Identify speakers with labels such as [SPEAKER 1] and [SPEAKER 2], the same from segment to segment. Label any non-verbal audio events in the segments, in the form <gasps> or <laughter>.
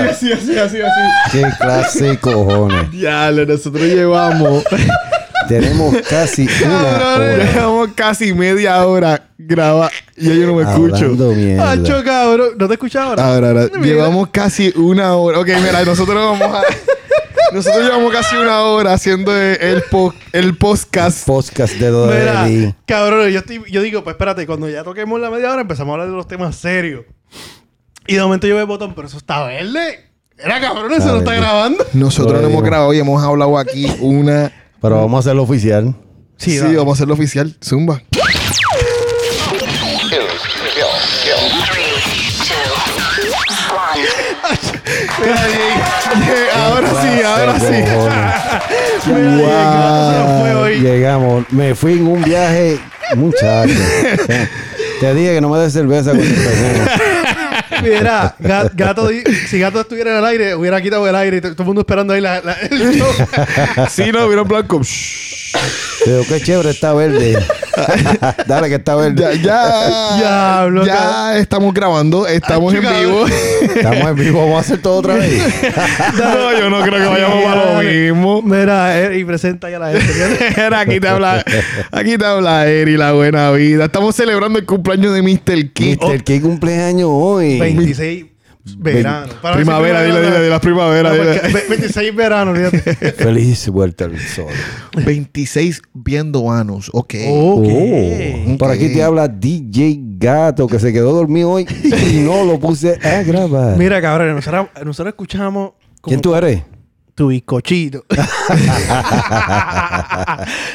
[SPEAKER 1] así, así, así, así.
[SPEAKER 2] Qué clase, cojones.
[SPEAKER 3] Diablo, nosotros <laughs> llevamos.
[SPEAKER 2] Tenemos casi una
[SPEAKER 3] Cabrón,
[SPEAKER 2] hora.
[SPEAKER 3] llevamos casi media hora graba y yo no me escucho. Ah,
[SPEAKER 2] Hablando mierda.
[SPEAKER 1] Acho, Ah, cabrón. ¿No te escuchas ahora?
[SPEAKER 3] Ahora, ahora,
[SPEAKER 1] Mira.
[SPEAKER 3] llevamos casi una hora. Ok, mira, nosotros vamos <laughs> a. Nosotros llevamos casi una hora haciendo el, po- el podcast.
[SPEAKER 2] Podcast
[SPEAKER 1] Mira,
[SPEAKER 2] de Dodeli.
[SPEAKER 1] cabrón, yo, estoy- yo digo, pues espérate, cuando ya toquemos la media hora empezamos a hablar de los temas serios. Y de momento yo veo el botón, pero eso está verde. Era cabrón, eso
[SPEAKER 2] Está
[SPEAKER 1] no está
[SPEAKER 2] verde.
[SPEAKER 1] grabando.
[SPEAKER 3] Nosotros no hemos
[SPEAKER 2] Todavía.
[SPEAKER 3] grabado y hemos hablado aquí una.
[SPEAKER 2] Pero vamos a hacerlo oficial.
[SPEAKER 3] Sí,
[SPEAKER 1] dale.
[SPEAKER 3] vamos a hacerlo oficial. Zumba. <laughs>
[SPEAKER 1] Mira, Diego.
[SPEAKER 3] Eh, ahora sí, ahora
[SPEAKER 2] Clase,
[SPEAKER 3] sí.
[SPEAKER 2] cojones.
[SPEAKER 1] Mira,
[SPEAKER 3] <laughs>
[SPEAKER 1] Diego, ¿cuánto se nos fue
[SPEAKER 2] Guau,
[SPEAKER 1] hoy?
[SPEAKER 2] Llegamos. Me fui en un viaje,
[SPEAKER 3] <laughs>
[SPEAKER 2] muchacho. Te dije que no me des cerveza cuando empecemos.
[SPEAKER 1] Mira, Ga- gato, di- si gato estuviera en el aire, hubiera quitado el aire. y to- Todo el mundo esperando ahí la, la-
[SPEAKER 3] <laughs>
[SPEAKER 1] el show.
[SPEAKER 3] Sí, no, vieron blanco. Shh.
[SPEAKER 2] Pero qué chévere está verde. <laughs> Dale que está
[SPEAKER 3] Ya,
[SPEAKER 2] verde.
[SPEAKER 3] ya.
[SPEAKER 1] Diablo,
[SPEAKER 3] Ya estamos grabando, estamos
[SPEAKER 1] Ah,
[SPEAKER 3] en
[SPEAKER 1] chica,
[SPEAKER 3] <laughs> vivo.
[SPEAKER 2] Estamos en vivo, vamos a hacer todo otra vez.
[SPEAKER 3] <laughs> no, yo no creo que vayamos para lo mismo.
[SPEAKER 1] Mira, eh, y presenta ahí a la gente.
[SPEAKER 3] <laughs> Era, aquí te habla, aquí te habla Eri, la buena vida. Estamos celebrando el cumpleaños de Mr. King.
[SPEAKER 2] Mister, ¿qué cumpleaños hoy?
[SPEAKER 1] 26 verano. Para decir
[SPEAKER 3] primavera, dile, dile, de las primaveras.
[SPEAKER 1] No,
[SPEAKER 3] dile.
[SPEAKER 1] porque ve- 26 verano,
[SPEAKER 2] <laughs>
[SPEAKER 1] fíjate.
[SPEAKER 2] Feliz vuelta al sol.
[SPEAKER 3] 26 viendo anus, ok.
[SPEAKER 1] Oh,
[SPEAKER 2] Oh, Por aquí te habla DJ Gato, que se quedó dormido hoy y no lo puse a grabar.
[SPEAKER 1] Mira, cabrón, nosotros, nosotros escuchamos como
[SPEAKER 2] ¿Quién tú eres?
[SPEAKER 1] tu bizcochito. <laughs>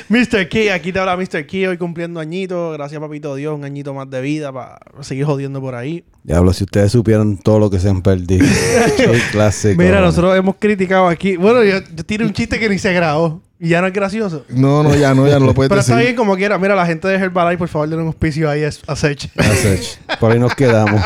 [SPEAKER 1] Mr. Key, aquí te habla Mr. Key, hoy cumpliendo añitos. Gracias, papito Dios, un añito más de vida para seguir jodiendo por ahí.
[SPEAKER 2] Diablo, si ustedes supieran todo lo que se
[SPEAKER 1] <laughs>
[SPEAKER 2] han perdido. Qué clase.
[SPEAKER 1] Mira,
[SPEAKER 2] cabrón.
[SPEAKER 1] nosotros hemos criticado aquí. Bueno, yo, yo tiré un chiste que ni se grabó y ya no es gracioso.
[SPEAKER 3] No, no, ya no, ya no lo puedes
[SPEAKER 1] Pero está
[SPEAKER 3] decir.
[SPEAKER 1] bien como quiera. Mira, la gente de Herbalife, por favor, denle un auspicio ahí a a Sech.
[SPEAKER 2] Así, Por ahí nos
[SPEAKER 3] <laughs>
[SPEAKER 2] quedamos.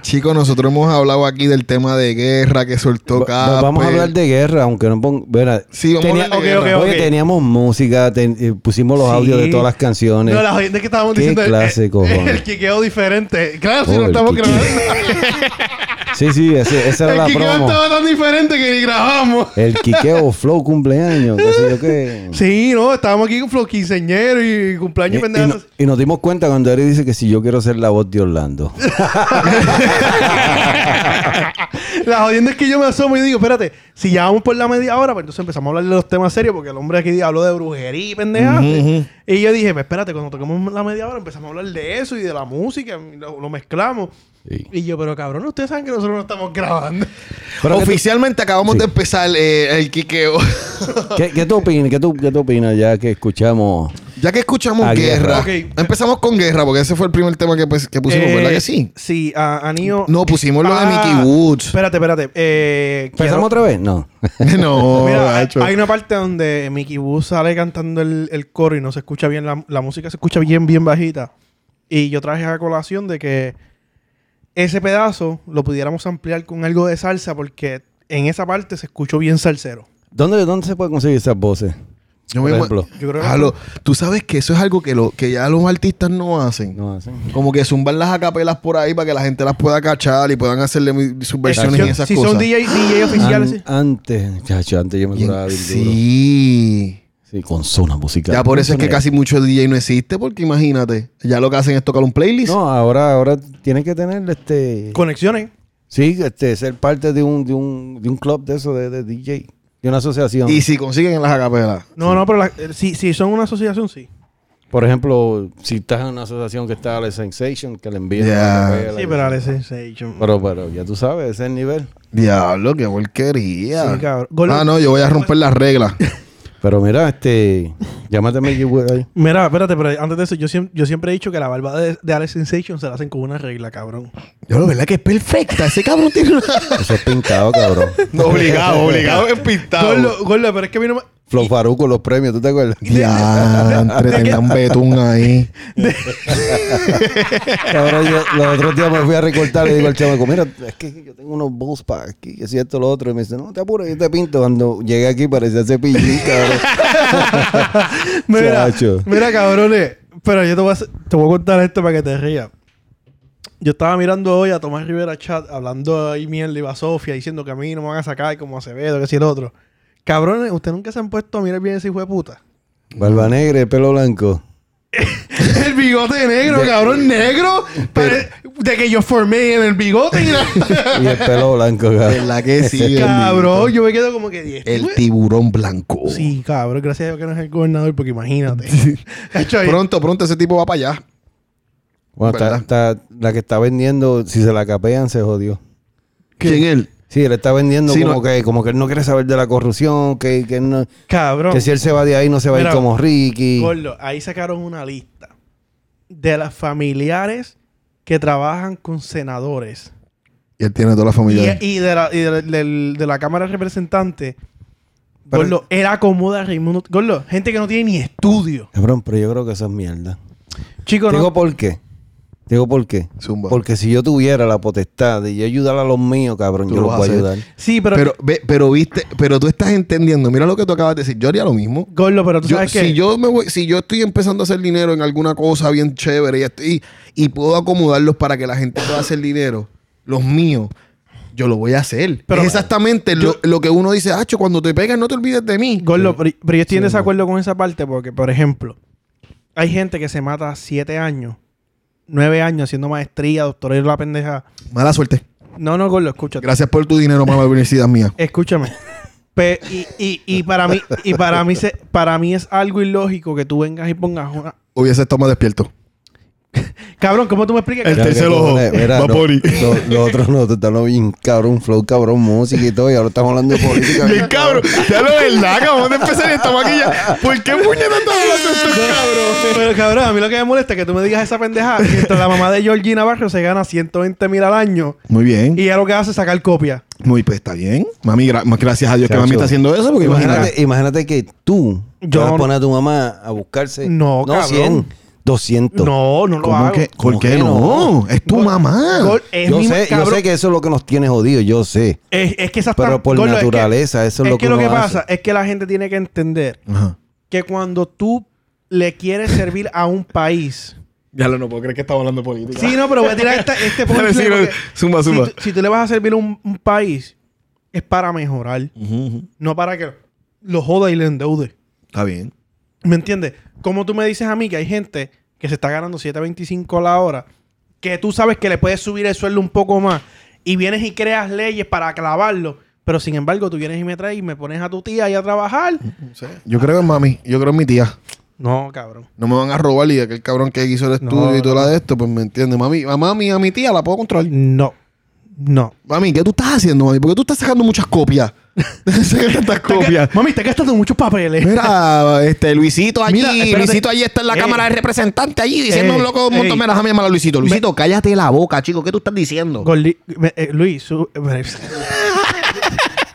[SPEAKER 3] Chicos, nosotros hemos hablado aquí del tema de guerra que soltó
[SPEAKER 2] Va-
[SPEAKER 3] Cape.
[SPEAKER 2] Vamos a hablar de guerra, aunque no ponga. Mira,
[SPEAKER 3] Sí, vamos a
[SPEAKER 2] tenía-
[SPEAKER 3] hablar de
[SPEAKER 1] Ok, ok,
[SPEAKER 3] guerra.
[SPEAKER 1] ok.
[SPEAKER 2] Oye, teníamos música, ten- eh, pusimos los
[SPEAKER 1] Sí.
[SPEAKER 2] audios de todas las canciones.
[SPEAKER 1] No, la jodienda es que estábamos
[SPEAKER 2] Qué
[SPEAKER 1] diciendo el-
[SPEAKER 2] clase,
[SPEAKER 1] el,
[SPEAKER 2] cojones.
[SPEAKER 1] el quiqueo diferente. Claro, si
[SPEAKER 2] Oh,
[SPEAKER 1] no
[SPEAKER 2] el
[SPEAKER 1] estamos
[SPEAKER 2] quiqueo.
[SPEAKER 1] grabando.
[SPEAKER 2] Sí, sí, ese- esa era
[SPEAKER 1] El
[SPEAKER 2] la
[SPEAKER 1] quiqueo
[SPEAKER 2] promo.
[SPEAKER 1] estaba tan diferente que ni grabamos.
[SPEAKER 2] El Quiqueo Flow cumpleaños, qué sé yo qué.
[SPEAKER 1] Sí, no, estábamos aquí con Flo Quinceñero y
[SPEAKER 2] Y,
[SPEAKER 1] cumpleaños y
[SPEAKER 2] y
[SPEAKER 1] pendejadas.
[SPEAKER 2] no- y nos dimos cuenta cuando Eri dice que si yo quiero ser la voz
[SPEAKER 1] <laughs>
[SPEAKER 2] de Orlando.
[SPEAKER 1] La jodienda es que yo me asomo y digo, espérate, si ya vamos por la media hora, pues entonces empezamos a hablar de los temas serios, porque el hombre aquí habló de brujería y pendejadas. Y yo dije, pues espérate, cuando toquemos la media hora empezamos a hablar de eso y de la música, y lo, lo mezclamos.
[SPEAKER 2] Sí.
[SPEAKER 1] Y yo, pero cabrón, ustedes saben que nosotros no estamos grabando.
[SPEAKER 2] Pero ¿qué tú-
[SPEAKER 3] Oficialmente acabamos
[SPEAKER 2] Sí.
[SPEAKER 3] de empezar eh,
[SPEAKER 2] <laughs>
[SPEAKER 3] el quiqueo.
[SPEAKER 2] ¿Qué, qué tú opinas? ¿Qué tú, qué tú opinas ya que escuchamos?
[SPEAKER 3] ya que escuchamos
[SPEAKER 2] A guerra.
[SPEAKER 3] guerra,
[SPEAKER 1] Ok.
[SPEAKER 3] empezamos con guerra, porque ese fue el primer tema que, pues- que pusimos,
[SPEAKER 1] Eh,
[SPEAKER 3] ¿verdad que sí?
[SPEAKER 1] Sí, a, a Nio-
[SPEAKER 3] No, pusimos lo de
[SPEAKER 1] Ah,
[SPEAKER 3] Mickey Woods.
[SPEAKER 1] Espérate, espérate. Eh,
[SPEAKER 2] ¿Empezamos
[SPEAKER 1] quiero-
[SPEAKER 2] otra vez? No. <laughs>
[SPEAKER 3] no,
[SPEAKER 1] <laughs> Mira, hay-
[SPEAKER 3] gacho.
[SPEAKER 1] hay una parte donde Mickey Boo sale cantando el, el coro y no se escucha bien, la, la música se escucha bien, bien bajita. Y yo traje a colación de que ese pedazo lo pudiéramos ampliar con algo de salsa porque en esa parte se escuchó bien salsero.
[SPEAKER 2] ¿Dónde, ¿Dónde se puede conseguir esas voces?
[SPEAKER 3] Yo
[SPEAKER 2] Por
[SPEAKER 3] me-
[SPEAKER 2] ejemplo.
[SPEAKER 1] Yo creo que-
[SPEAKER 3] Jalo, tú sabes que eso es algo que, lo, que ya los artistas no hacen.
[SPEAKER 2] No hacen.
[SPEAKER 3] Como que zumban las acapelas por ahí para que la gente las pueda cachar y puedan hacerle mi- sus versiones
[SPEAKER 1] Excepción-
[SPEAKER 3] y esas
[SPEAKER 1] si
[SPEAKER 3] cosas. Ah.
[SPEAKER 1] son DJ, DJ
[SPEAKER 2] An-
[SPEAKER 1] oficiales. sí.
[SPEAKER 2] antes, chacho, antes yo me
[SPEAKER 3] Bien,
[SPEAKER 2] curaba bien duro.
[SPEAKER 3] sí.
[SPEAKER 2] Sí, con zona musical.
[SPEAKER 3] Ya por eso es que
[SPEAKER 2] Zona-
[SPEAKER 3] casi mucho DJ no existe, porque imagínate, ya lo que hacen es tocar un playlist.
[SPEAKER 2] No, ahora, ahora tienen que tener este.
[SPEAKER 1] Conexiones.
[SPEAKER 2] Sí, este, ser parte de un, de un, de un club de eso, de, de DJ. De una asociación.
[SPEAKER 3] Y si consiguen las acapelas.
[SPEAKER 1] No, no, pero la- eh, si, si son una asociación, sí.
[SPEAKER 2] Por ejemplo, si estás en una asociación que está Ale Sensation, que le envían.
[SPEAKER 3] Ya.
[SPEAKER 2] una capela,
[SPEAKER 1] Sí,
[SPEAKER 2] que-
[SPEAKER 1] pero Alex Sensation.
[SPEAKER 2] pero, pero ya tú sabes, ese es el nivel.
[SPEAKER 3] Diablo, qué porquería.
[SPEAKER 1] Sí, cabrón. Gol-
[SPEAKER 3] ah, no, yo voy a romper
[SPEAKER 1] <laughs>
[SPEAKER 3] las reglas.
[SPEAKER 2] Pero mira, este. Llámate a Mickey Wood ahí.
[SPEAKER 1] Mira, espérate, pero antes de eso, yo, siem- yo siempre he dicho que la barba de, de Alex Sensation se la hacen con una regla, cabrón.
[SPEAKER 3] Yo lo verdad que es perfecta. Ese cabrón tiene una.
[SPEAKER 2] Eso es pintado, cabrón.
[SPEAKER 3] <laughs>
[SPEAKER 2] <laughs>
[SPEAKER 3] No, obligado, obligado es
[SPEAKER 1] Gordo,
[SPEAKER 3] pintado.
[SPEAKER 1] gordo, pero es que a mí no me-
[SPEAKER 2] Flow Farru con los premios, ¿tú te
[SPEAKER 3] <laughs>
[SPEAKER 2] acuerdas?
[SPEAKER 3] Ya, entretengan betún ahí.
[SPEAKER 2] Cabrón, yo los otros días me fui a recortar y le digo al chamaco, mira, es que yo tengo unos balls para aquí, que si esto, lo otro. Y me dice, no te apures, yo te pinto. Cuando llegué aquí parecía cepillín, cabrón.
[SPEAKER 3] <laughs>
[SPEAKER 1] Mira,
[SPEAKER 2] Chacho.
[SPEAKER 1] mira, cabrones. Pero yo te voy, a, hacer- te voy a contar esto para que te rías. Yo estaba mirando hoy a Tomás Rivera Chat hablando ahí mierda y a Sofía diciendo que a mí no me van a sacar como Acevedo, que si el otro. Cabrones, ustedes nunca se han puesto a mirar bien ese hijo de puta.
[SPEAKER 2] Barba negra, y pelo blanco.
[SPEAKER 4] El bigote negro, cabrón, negro. pare- de que yo formé en el bigote. y la-
[SPEAKER 2] Y el pelo blanco,
[SPEAKER 3] <laughs>
[SPEAKER 2] cabrón.
[SPEAKER 3] ¿Verdad que sí? bendito?
[SPEAKER 1] Cabrón, yo me quedo como que 10.
[SPEAKER 3] El tiburón blanco.
[SPEAKER 1] Sí, cabrón, gracias a Dios que no es el gobernador, porque imagínate. <laughs> Cacho, ahí-
[SPEAKER 4] pronto, pronto ese tipo va para allá.
[SPEAKER 2] Bueno, está- está- la que está vendiendo, si se la capean, se jodió.
[SPEAKER 3] ¿Quién él?
[SPEAKER 2] Sí, él está vendiendo
[SPEAKER 4] Sí,
[SPEAKER 2] como,
[SPEAKER 4] no-
[SPEAKER 2] que, como que él no quiere saber de la corrupción, que, que, no-
[SPEAKER 1] cabrón.
[SPEAKER 2] que si él se va de ahí no se va a
[SPEAKER 1] Mira,
[SPEAKER 2] ir como Ricky.
[SPEAKER 1] Gordo, ahí sacaron una lista de las familiares que trabajan con senadores.
[SPEAKER 3] Y él tiene toda la
[SPEAKER 1] Y,
[SPEAKER 3] familia. ahí.
[SPEAKER 1] y de, la, y de la- del- de la Cámara de Representantes.
[SPEAKER 2] Pero-
[SPEAKER 1] Gordo, era acomoda Raimundo. Gordo, gente que no tiene ni estudio.
[SPEAKER 2] Cabrón, pero yo creo que eso es mierda.
[SPEAKER 1] Chicos,
[SPEAKER 2] Digo
[SPEAKER 1] no.
[SPEAKER 2] por qué. Digo por qué.
[SPEAKER 3] Zumba.
[SPEAKER 2] Porque si yo tuviera la potestad de yo ayudar a los míos, cabrón,
[SPEAKER 3] Tú
[SPEAKER 2] yo
[SPEAKER 3] lo
[SPEAKER 2] los
[SPEAKER 3] vas
[SPEAKER 2] voy
[SPEAKER 3] a
[SPEAKER 2] a
[SPEAKER 3] hacer.
[SPEAKER 2] ayudar.
[SPEAKER 1] Sí, pero,
[SPEAKER 3] Pero, ve- pero viste, pero tú estás entendiendo. Mira lo que tú acabas de decir. Yo haría lo mismo.
[SPEAKER 1] Gordo, pero tú
[SPEAKER 3] Yo-
[SPEAKER 1] sabes que.
[SPEAKER 3] si yo me voy, si yo estoy empezando a hacer dinero en alguna cosa bien chévere y, estoy- y puedo acomodarlos para que la gente pueda hacer dinero, los míos, yo lo voy a hacer.
[SPEAKER 1] Pero-
[SPEAKER 3] es exactamente lo, lo que uno dice, Hacho, cuando te pegas no te olvides de mí.
[SPEAKER 1] Gordo, pero, pero yo estoy en desacuerdo con esa parte porque, por ejemplo, hay gente que se mata siete años, nueve años haciendo maestría, doctorado, la pendeja.
[SPEAKER 3] Mala suerte.
[SPEAKER 1] No, no, Gordo, escúchate.
[SPEAKER 3] Gracias por tu dinero, mamá, universidad mía.
[SPEAKER 1] Escúchame. Pe- y, y- y para mí, y para mí se- para mí es algo ilógico que tú vengas y pongas una.
[SPEAKER 3] Hubiese estado más despierto.
[SPEAKER 1] Cabrón, ¿cómo tú me explicas? que-
[SPEAKER 3] El tercer
[SPEAKER 2] que
[SPEAKER 3] ojo.
[SPEAKER 2] cojones, mira,
[SPEAKER 3] Va
[SPEAKER 2] no,
[SPEAKER 3] por ahí.
[SPEAKER 2] lo, lo otro no, tú estás bien cabrón, flow cabrón, música y todo, y ahora estamos hablando de política.
[SPEAKER 3] <laughs>
[SPEAKER 4] Bien cabrón. Ya lo verdad, acabamos de empezar y estamos aquí ya. ¿Por qué puñeta estamos hablando de esto, cabrón?
[SPEAKER 1] Pero cabrón, a mí lo que me molesta es que tú me digas esa pendejada mientras la mamá de Georgina Barrio se gana 120 mil al año
[SPEAKER 3] Muy bien.
[SPEAKER 1] y ella lo que hace es sacar copia.
[SPEAKER 3] Muy, pues está bien. Mami, gra- gracias a Dios
[SPEAKER 2] Chacho.
[SPEAKER 3] que mami está haciendo eso, porque imagínate.
[SPEAKER 2] Imagínate, imagínate que tú te
[SPEAKER 1] Yo
[SPEAKER 2] vas a
[SPEAKER 1] no-
[SPEAKER 2] poner a tu mamá a buscarse
[SPEAKER 1] No, cabrón.
[SPEAKER 2] 100, 200.
[SPEAKER 1] No, no lo
[SPEAKER 3] ¿Cómo
[SPEAKER 1] hago.
[SPEAKER 3] que? ¿Por
[SPEAKER 2] ¿Cómo
[SPEAKER 3] qué
[SPEAKER 2] que
[SPEAKER 3] no?
[SPEAKER 2] no?
[SPEAKER 3] Es tu
[SPEAKER 1] Gol-
[SPEAKER 3] mamá.
[SPEAKER 1] gol- es
[SPEAKER 2] yo,
[SPEAKER 1] mi-
[SPEAKER 2] sé, yo
[SPEAKER 1] cabrón,
[SPEAKER 2] sé que eso es lo que nos tiene jodido, yo sé.
[SPEAKER 1] Es, es que esas
[SPEAKER 2] Pero
[SPEAKER 1] tan-
[SPEAKER 2] por
[SPEAKER 1] gordo, es que-
[SPEAKER 2] naturaleza, eso es lo que
[SPEAKER 1] lo
[SPEAKER 2] uno
[SPEAKER 1] que
[SPEAKER 2] hace.
[SPEAKER 1] pasa es que la gente tiene que entender
[SPEAKER 3] Ajá.
[SPEAKER 1] que cuando tú le quieres servir a un país.
[SPEAKER 4] Ya lo no puedo creer que estamos hablando de política.
[SPEAKER 1] Sí,
[SPEAKER 4] <laughs>
[SPEAKER 1] no, pero <laughs> voy a tirar esta- este punto.
[SPEAKER 4] Dale, sí,
[SPEAKER 1] porque
[SPEAKER 4] zumba,
[SPEAKER 1] si
[SPEAKER 4] zumba.
[SPEAKER 1] tú- Si, tú le vas a servir a un, un país, es para mejorar, no para que lo joda y le endeude.
[SPEAKER 3] Está bien.
[SPEAKER 1] ¿Me entiendes? Como tú me dices a mí que hay gente que se está ganando 7.25 a la hora, que tú sabes que le puedes subir el sueldo un poco más, y vienes y creas leyes para clavarlo, pero sin embargo tú vienes y me traes y me pones a tu tía ahí a trabajar.
[SPEAKER 3] Yo creo en mami. Yo creo en mi tía.
[SPEAKER 1] No, cabrón.
[SPEAKER 3] No me van a robar y aquel cabrón que hizo el estudio
[SPEAKER 1] No,
[SPEAKER 3] y todo
[SPEAKER 1] no.
[SPEAKER 3] la de esto, pues me entiende. Mami, a mami, a mi tía la puedo controlar.
[SPEAKER 1] No. No.
[SPEAKER 3] Mami, ¿qué tú estás haciendo, mami? ¿Por qué tú estás sacando muchas copias? <laughs> Saca tantas copias.
[SPEAKER 1] Mami, te gastando muchos papeles.
[SPEAKER 3] Mira, este Luisito allí,
[SPEAKER 1] Mira, espérate.
[SPEAKER 3] Luisito allí está en la
[SPEAKER 1] Ey.
[SPEAKER 3] Cámara de Representantes allí diciendo
[SPEAKER 1] Ey,
[SPEAKER 3] un loco un
[SPEAKER 1] ey.
[SPEAKER 3] montón de déjame llamar a Luisito. Luisito, cállate la boca, chico, ¿qué tú estás diciendo?
[SPEAKER 1] Gordi- me- eh, Luis, su-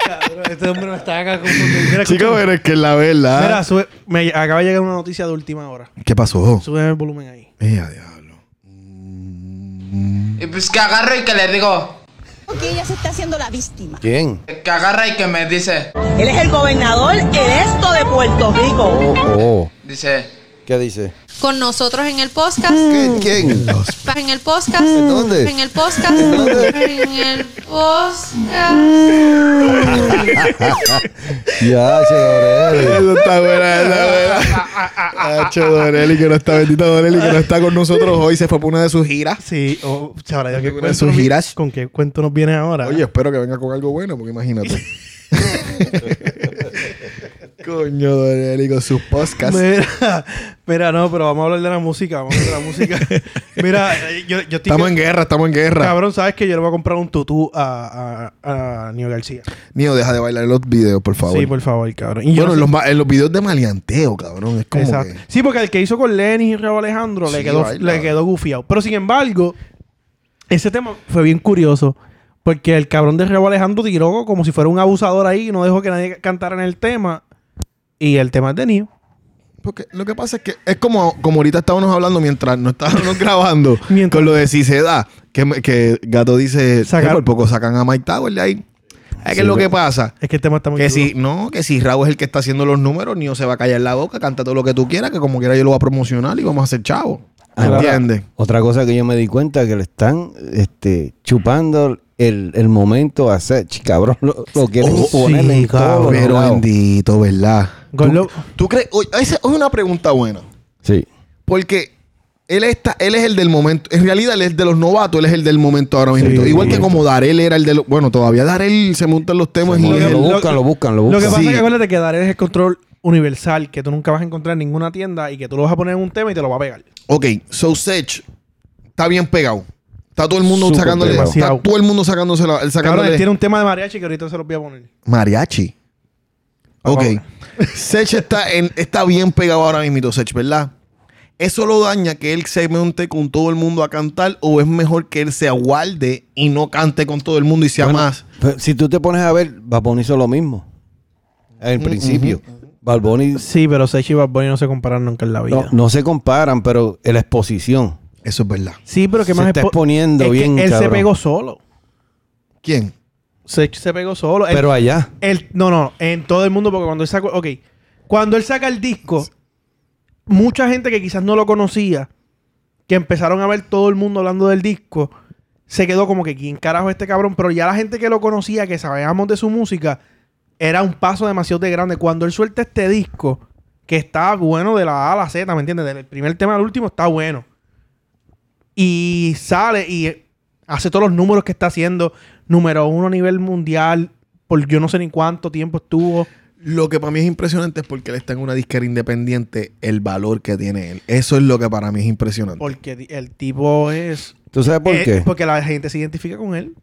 [SPEAKER 1] Cabrón, este hombre me está acá confundiendo. Mira,
[SPEAKER 3] Chico,
[SPEAKER 1] escúchame.
[SPEAKER 3] pero es que la verdad.
[SPEAKER 1] Mira, sube- me acaba de llegar una noticia de última hora.
[SPEAKER 3] ¿Qué pasó?
[SPEAKER 1] Sube el volumen ahí.
[SPEAKER 3] Ella, diablo.
[SPEAKER 5] Y pues que agarro y que le digo,
[SPEAKER 6] Que ella se está haciendo la víctima.
[SPEAKER 2] ¿Quién?
[SPEAKER 5] que agarra y que me dice,
[SPEAKER 7] Él es el gobernador electo de Puerto Rico.
[SPEAKER 2] Oh, oh.
[SPEAKER 5] dice,
[SPEAKER 2] ¿Qué dice?
[SPEAKER 8] con nosotros en el podcast.
[SPEAKER 2] ¿Qué- <laughs> ¿Quién?
[SPEAKER 8] En el podcast.
[SPEAKER 2] Mm. ¿En dónde?
[SPEAKER 8] En el podcast.
[SPEAKER 2] dónde?
[SPEAKER 8] En el podcast.
[SPEAKER 2] ya, che, Gabriel.
[SPEAKER 4] Eso <laughs> está buena, está buena. Hacho Dorelli, que no está, bendito Dorelli, que no está con nosotros hoy, se fue por una de sus giras.
[SPEAKER 1] Sí, o sabrá Dios qué
[SPEAKER 4] Una de
[SPEAKER 1] cuento
[SPEAKER 4] sus
[SPEAKER 1] nos vi-
[SPEAKER 4] giras.
[SPEAKER 1] ¿Con qué cuento nos viene ahora?
[SPEAKER 4] Oye, espero que venga con algo bueno, porque imagínate. <laughs> Coño, Dorelli, con sus podcasts.
[SPEAKER 1] mira, <laughs> mira, no, pero vamos a hablar de la música. Vamos a hablar de la <laughs> música. Mira, eh, yo, yo estoy.
[SPEAKER 4] Estamos en guerra, estamos en guerra.
[SPEAKER 1] Cabrón, ¿sabes que Yo le voy a comprar un tutú a, a, a Nio García.
[SPEAKER 3] Mío, deja de bailar en los videos, por favor.
[SPEAKER 1] Sí, por favor, cabrón. Y yo
[SPEAKER 3] bueno,
[SPEAKER 1] no sé-
[SPEAKER 3] en los,
[SPEAKER 4] eh,
[SPEAKER 3] ma- en los videos de maleanteo, cabrón. Es como
[SPEAKER 1] Exacto.
[SPEAKER 3] que-
[SPEAKER 1] Sí, porque el que hizo con Lenny y Raúl Alejandro le
[SPEAKER 3] Sí,
[SPEAKER 1] quedó,
[SPEAKER 3] baila.
[SPEAKER 1] le quedó gufiado. Pero sin embargo, ese tema fue bien curioso. Porque el cabrón de Raúl Alejandro tiró como si fuera un abusador ahí y no dejó que nadie cantara en el tema. Y el tema es de Nio.
[SPEAKER 3] Porque lo que pasa es que es como, como ahorita estábamos hablando mientras no estábamos <laughs> grabando
[SPEAKER 1] <laughs> Mientras-
[SPEAKER 3] con lo de si se da. Que, me- que Gato dice,
[SPEAKER 1] Sacar-
[SPEAKER 3] "Eh, por poco sacan a Mike Tower de ahí. Es que es lo que pasa.
[SPEAKER 1] Es que el tema está muy
[SPEAKER 3] Que
[SPEAKER 1] duro.
[SPEAKER 3] si, no, que si Raúl es el que
[SPEAKER 1] Ah,
[SPEAKER 3] está haciendo los números, Nio se va a callar la boca, canta todo lo que tú quieras, que como quiera yo lo voy a promocionar y vamos a hacer chavo.
[SPEAKER 2] Ahora,
[SPEAKER 3] ¿Entiendes?
[SPEAKER 2] Otra cosa que yo me di cuenta que le están este, chupando el, el momento a Sech, cabrón. Lo, lo quieren
[SPEAKER 1] Oh,
[SPEAKER 2] poner
[SPEAKER 1] sí,
[SPEAKER 2] en
[SPEAKER 1] cabrón.
[SPEAKER 2] todo.
[SPEAKER 3] Pero bendito, ¿verdad?
[SPEAKER 1] Gordo-
[SPEAKER 3] ¿Tú crees? Oye, Esa es una pregunta buena.
[SPEAKER 2] Sí.
[SPEAKER 3] Porque él está, él es el del momento. En realidad, él es de los novatos, él es el del momento ahora mismo.
[SPEAKER 1] del
[SPEAKER 3] Igual que
[SPEAKER 1] momento.
[SPEAKER 3] como Darel era el de los. Bueno, todavía Darel se montan los temas y
[SPEAKER 2] Lo,
[SPEAKER 1] que-
[SPEAKER 3] él-
[SPEAKER 2] buscan, lo buscan, lo
[SPEAKER 1] Lo que
[SPEAKER 2] buscan.
[SPEAKER 1] pasa
[SPEAKER 3] Sí.
[SPEAKER 1] es que acuérdate que Daré es el control universal que tú nunca vas a encontrar en ninguna tienda y que tú lo vas a poner en un tema y te lo va a pegar.
[SPEAKER 3] Ok, so Sech está bien pegado. Está todo el mundo
[SPEAKER 2] Súper
[SPEAKER 3] sacándole.
[SPEAKER 2] pegado.
[SPEAKER 3] Está todo el mundo sacándose la. el
[SPEAKER 1] Cabrón, él
[SPEAKER 3] sacándole
[SPEAKER 1] tiene un tema de mariachi que ahorita se los voy a poner.
[SPEAKER 3] Mariachi. Ok.
[SPEAKER 1] Vamos.
[SPEAKER 3] <laughs> Sech está, en- está bien pegado ahora mismo, Sech, ¿verdad? ¿Eso lo daña que él se monte con todo el mundo a cantar o es mejor que él se aguarde y no cante con todo el mundo y sea
[SPEAKER 2] Bueno,
[SPEAKER 3] más?
[SPEAKER 2] pero si tú te pones a ver, Baboni hizo lo mismo. En principio. Balboni
[SPEAKER 1] Sí, pero Sechi y Bad Bunny no se comparan nunca en la vida.
[SPEAKER 2] no, no se comparan, pero en la exposición.
[SPEAKER 3] Eso es verdad.
[SPEAKER 1] Sí, pero que
[SPEAKER 2] Se
[SPEAKER 1] más
[SPEAKER 2] está
[SPEAKER 1] expo-
[SPEAKER 2] exponiendo
[SPEAKER 1] es que
[SPEAKER 2] bien,
[SPEAKER 1] él se
[SPEAKER 2] cabrón.
[SPEAKER 1] pegó solo.
[SPEAKER 3] ¿Quién?
[SPEAKER 1] Sechi se pegó solo. Él-
[SPEAKER 2] Pero allá.
[SPEAKER 1] él- no, no, en todo el mundo porque cuando él sacó, ok, cuando él saca el disco, mucha gente que quizás no lo conocía, que empezaron a ver todo el mundo hablando del disco, se quedó como que quién carajo es este cabrón, pero ya la gente que lo conocía, que sabíamos de su música, era un paso demasiado de grande. Cuando él suelta este disco, que está bueno de la A a la Z, ¿me entiendes? Del primer tema al último está bueno. Y sale y hace todos los números que está haciendo, número uno a nivel mundial, por yo no sé ni cuánto tiempo estuvo.
[SPEAKER 3] Lo que para mí es impresionante es porque él está en una disquera independiente, el valor que tiene él. Eso es lo que para mí es impresionante.
[SPEAKER 1] Porque di- el tipo es.
[SPEAKER 2] ¿Tú sabes por
[SPEAKER 1] eh,
[SPEAKER 2] qué?
[SPEAKER 1] Porque la gente se identifica con él.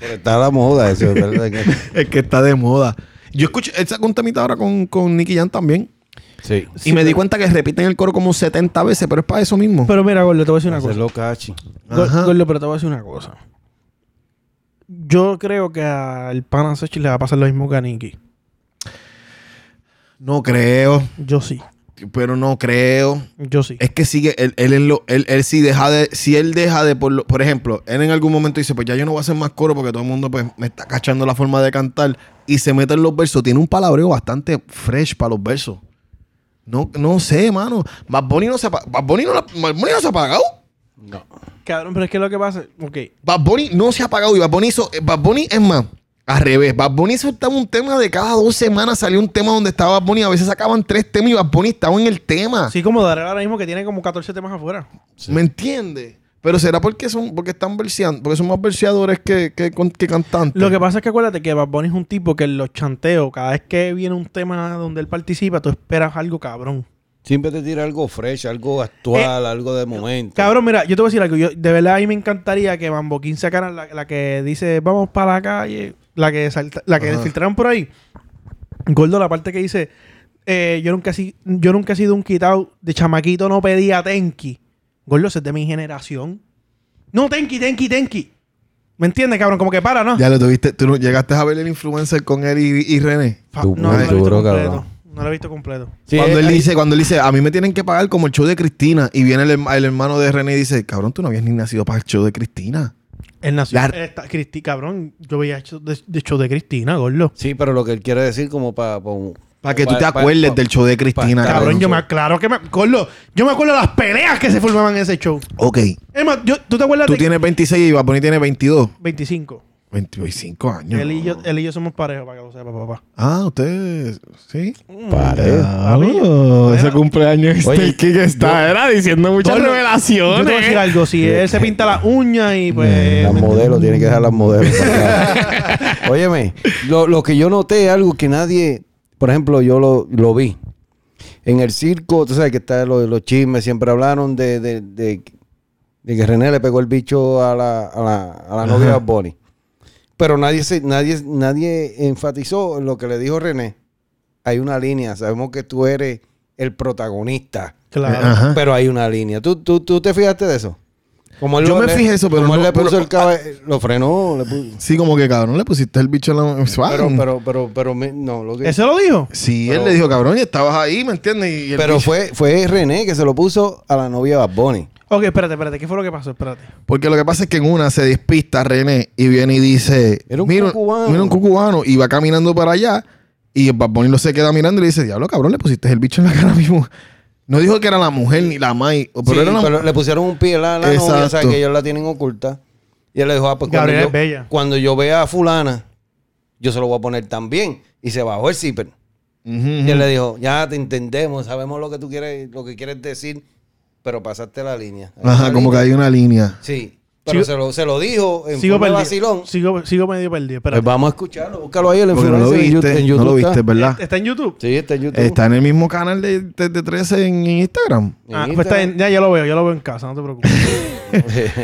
[SPEAKER 2] Porque está la moda eso. es verdad que-
[SPEAKER 3] Es que está de moda. Yo escuché, él sacó un temita ahora con, con Nicky Jam también.
[SPEAKER 2] <laughs> sí.
[SPEAKER 1] Sí,
[SPEAKER 3] y me di
[SPEAKER 1] pero-
[SPEAKER 3] cuenta que repiten el coro como 70 veces, pero es para eso mismo.
[SPEAKER 1] Pero mira, Gordo, te voy a decir una cosa.
[SPEAKER 2] Hacerlo cachi.
[SPEAKER 1] Gor-
[SPEAKER 3] Ajá.
[SPEAKER 1] Gordo, pero te voy a decir una cosa. Yo creo que al pana Sechi le va a pasar lo mismo que a Nicky.
[SPEAKER 3] No creo,
[SPEAKER 1] Yo sí.
[SPEAKER 3] pero no creo.
[SPEAKER 1] Yo sí.
[SPEAKER 3] Es que sigue, él, él, en lo- él, él sí deja de, si él deja de, por, lo- por ejemplo, él en algún momento dice, pues ya yo no voy a hacer más coro porque todo el mundo pues me está cachando la forma de cantar y se mete en los versos. Tiene un palabreo bastante fresh para los versos. No, no sé, mano. Bad Bunny no se ha, pa- Bad Bunny no, la- Bad Bunny no se ha apagado.
[SPEAKER 1] Cabrón, pero es que lo que pasa. Ok.
[SPEAKER 3] Bad Bunny no se ha apagado y Bad Bunny hizo, eh, Bad Bunny es más, al revés. Bad Bunny soltaba un tema de cada dos semanas, salió un tema donde estaba Bad Bunny, a veces sacaban tres temas y Bad Bunny estaba en el tema.
[SPEAKER 1] Así como Darrell ahora mismo que tiene como 14 temas afuera.
[SPEAKER 3] ¿Me entiendes? Pero será porque son, porque están verseando, porque son más verseadores que, que, con- que cantantes.
[SPEAKER 1] Lo que pasa es que acuérdate que Bad Bunny es un tipo que en los chanteos, cada vez que viene un tema donde él participa, tú esperas algo cabrón.
[SPEAKER 2] Siempre te tira algo fresh, algo
[SPEAKER 3] Eh,
[SPEAKER 2] actual, algo de momento.
[SPEAKER 1] Cabrón, mira, yo te voy a decir algo. Yo, de verdad, a mí me encantaría que Bamboquín sacaran la, la que dice vamos para la calle, la que, salta- la que filtraron por ahí. Gordo, la parte que dice eh, yo, nunca, he si- yo nunca he sido un quitado de chamaquito, no pedía tenki. Gordo, ese es de mi generación. No, tenki, tenki, tenki. ¿Me entiendes, cabrón? Como que para, ¿no?
[SPEAKER 3] Ya lo tuviste, tú no- llegaste a ver el influencer con él y, y René.
[SPEAKER 1] Fa-
[SPEAKER 2] Tú-
[SPEAKER 1] no, no lo he
[SPEAKER 2] tú,
[SPEAKER 1] visto
[SPEAKER 2] bro,
[SPEAKER 1] completo.
[SPEAKER 2] cabrón.
[SPEAKER 1] No lo he visto completo.
[SPEAKER 2] Sí, eh,
[SPEAKER 3] cuando él
[SPEAKER 2] ahí-
[SPEAKER 3] dice, cuando él dice, a mí me tienen que pagar como el show de Cristina. Y viene el, herma- el hermano de René y dice, cabrón, tú no habías ni nacido para el show de Cristina.
[SPEAKER 1] Él nació.
[SPEAKER 3] La-
[SPEAKER 1] Esta- Cristi- cabrón, yo veía hecho de, de show de Cristina, gordo.
[SPEAKER 2] Sí, pero lo que él quiere decir como para...
[SPEAKER 3] Para que tú te acuerdes del show de Cristina,
[SPEAKER 2] pa-
[SPEAKER 1] Cabrón,
[SPEAKER 3] cabrón.
[SPEAKER 1] yo me aclaro que me. Gordo, yo me acuerdo de las peleas que se formaban en ese show.
[SPEAKER 3] Ok,
[SPEAKER 1] Es más, yo- ¿tú te acuerdas
[SPEAKER 3] tú
[SPEAKER 1] de
[SPEAKER 3] tienes 26 y Bad Bunny tiene 22.
[SPEAKER 1] 25?
[SPEAKER 3] 25 años.
[SPEAKER 1] Él, y yo, él y yo somos parejos, para que lo sepa, papá.
[SPEAKER 3] Ah, ustedes, sí.
[SPEAKER 1] Papi, yo-
[SPEAKER 4] ese cumpleaños este
[SPEAKER 2] Oye,
[SPEAKER 4] Kiki está era diciendo muchas
[SPEAKER 1] Gordo, Yo te voy a decir
[SPEAKER 4] revelaciones.
[SPEAKER 1] algo. Si él se pinta las uñas y pues.
[SPEAKER 2] Las
[SPEAKER 1] ¿me
[SPEAKER 2] modelos, tiene que dejar las modelos. para atrás. Óyeme, lo, lo que yo noté es algo que nadie, por ejemplo, yo lo, lo vi. En el circo, tú sabes que está lo de los chismes, siempre hablaron de, de- de- de que René le pegó el bicho a la, a la, a la novia de Bad Bunny. Pero nadie, se, nadie, nadie enfatizó en lo que le dijo René. Hay una línea, sabemos que tú eres el protagonista.
[SPEAKER 1] Claro.
[SPEAKER 3] Eh, Ajá.
[SPEAKER 2] Pero hay una línea. ¿Tú, tú, tú te fijaste de eso? Como él
[SPEAKER 3] Yo
[SPEAKER 2] lo-
[SPEAKER 3] me
[SPEAKER 2] le-
[SPEAKER 3] fijé eso, pero
[SPEAKER 2] como él
[SPEAKER 3] no-
[SPEAKER 2] le puso
[SPEAKER 3] pero-
[SPEAKER 2] el
[SPEAKER 3] <laughs>
[SPEAKER 2] cabe- lo frenó, le puso-
[SPEAKER 3] Sí, como que cabrón, le pusiste el bicho en la.
[SPEAKER 2] pero,
[SPEAKER 3] Wow.
[SPEAKER 2] pero, pero, pero, me- no, lo que-
[SPEAKER 1] ¿Eso lo dijo?
[SPEAKER 3] Sí,
[SPEAKER 2] Pero-
[SPEAKER 3] él le dijo, cabrón, y estabas ahí, ¿me entiendes? Y el
[SPEAKER 2] pero
[SPEAKER 3] bicho-
[SPEAKER 2] fue, fue René que se lo puso a la novia de Bad Bunny.
[SPEAKER 1] Ok, Ok, espérate, espérate. ¿Qué fue lo que pasó? Espérate.
[SPEAKER 3] Porque lo que pasa es que en una se despista René y viene y dice:
[SPEAKER 2] Era un
[SPEAKER 3] mira,
[SPEAKER 2] cucubano".
[SPEAKER 3] mira un cucubano. Y va caminando para allá. Y el Bad Bunny lo se queda mirando y le dice: Diablo, cabrón, le pusiste el bicho en la cara mismo. No dijo que era la mujer ni la mai. Pero
[SPEAKER 2] Sí,
[SPEAKER 3] era la
[SPEAKER 2] pero le pusieron un pie a la, la novia, o sea,
[SPEAKER 3] Exacto.
[SPEAKER 2] que ellos la tienen oculta. Y él le dijo, ah, pues cuando
[SPEAKER 1] Gabriela
[SPEAKER 2] yo,
[SPEAKER 1] es bella.
[SPEAKER 2] cuando yo vea a fulana, yo se lo voy a poner también. Y se bajó el zipper.
[SPEAKER 3] Ujú,
[SPEAKER 2] Y él
[SPEAKER 3] ujú.
[SPEAKER 2] le dijo, ya te entendemos, sabemos lo que tú quieres, lo que quieres decir, pero pasaste la línea. Hay
[SPEAKER 3] Ajá,
[SPEAKER 2] una
[SPEAKER 3] como que
[SPEAKER 2] línea.
[SPEAKER 3] hay una línea.
[SPEAKER 2] Sí, pero
[SPEAKER 1] Sigo-
[SPEAKER 2] se, lo, se lo dijo en
[SPEAKER 1] Sigo
[SPEAKER 2] forma de
[SPEAKER 1] perdido.
[SPEAKER 2] vacilón.
[SPEAKER 1] Sigo, sigo medio perdido. Espérate.
[SPEAKER 2] Pues vamos a escucharlo, búscalo ahí, el
[SPEAKER 3] Porque no lo
[SPEAKER 2] influencer en Yu-
[SPEAKER 3] viste,
[SPEAKER 2] en
[SPEAKER 3] no lo
[SPEAKER 2] YouTube
[SPEAKER 3] viste,
[SPEAKER 2] está.
[SPEAKER 3] ¿verdad?
[SPEAKER 1] ¿Está en YouTube?
[SPEAKER 2] Sí, está en YouTube.
[SPEAKER 3] Está en el mismo canal de, de, de 13 en Instagram.
[SPEAKER 2] En
[SPEAKER 1] Ah, pues está
[SPEAKER 2] Instagram.
[SPEAKER 1] en- ya, yo lo veo, yo lo veo en casa, no te preocupes.
[SPEAKER 3] <laughs>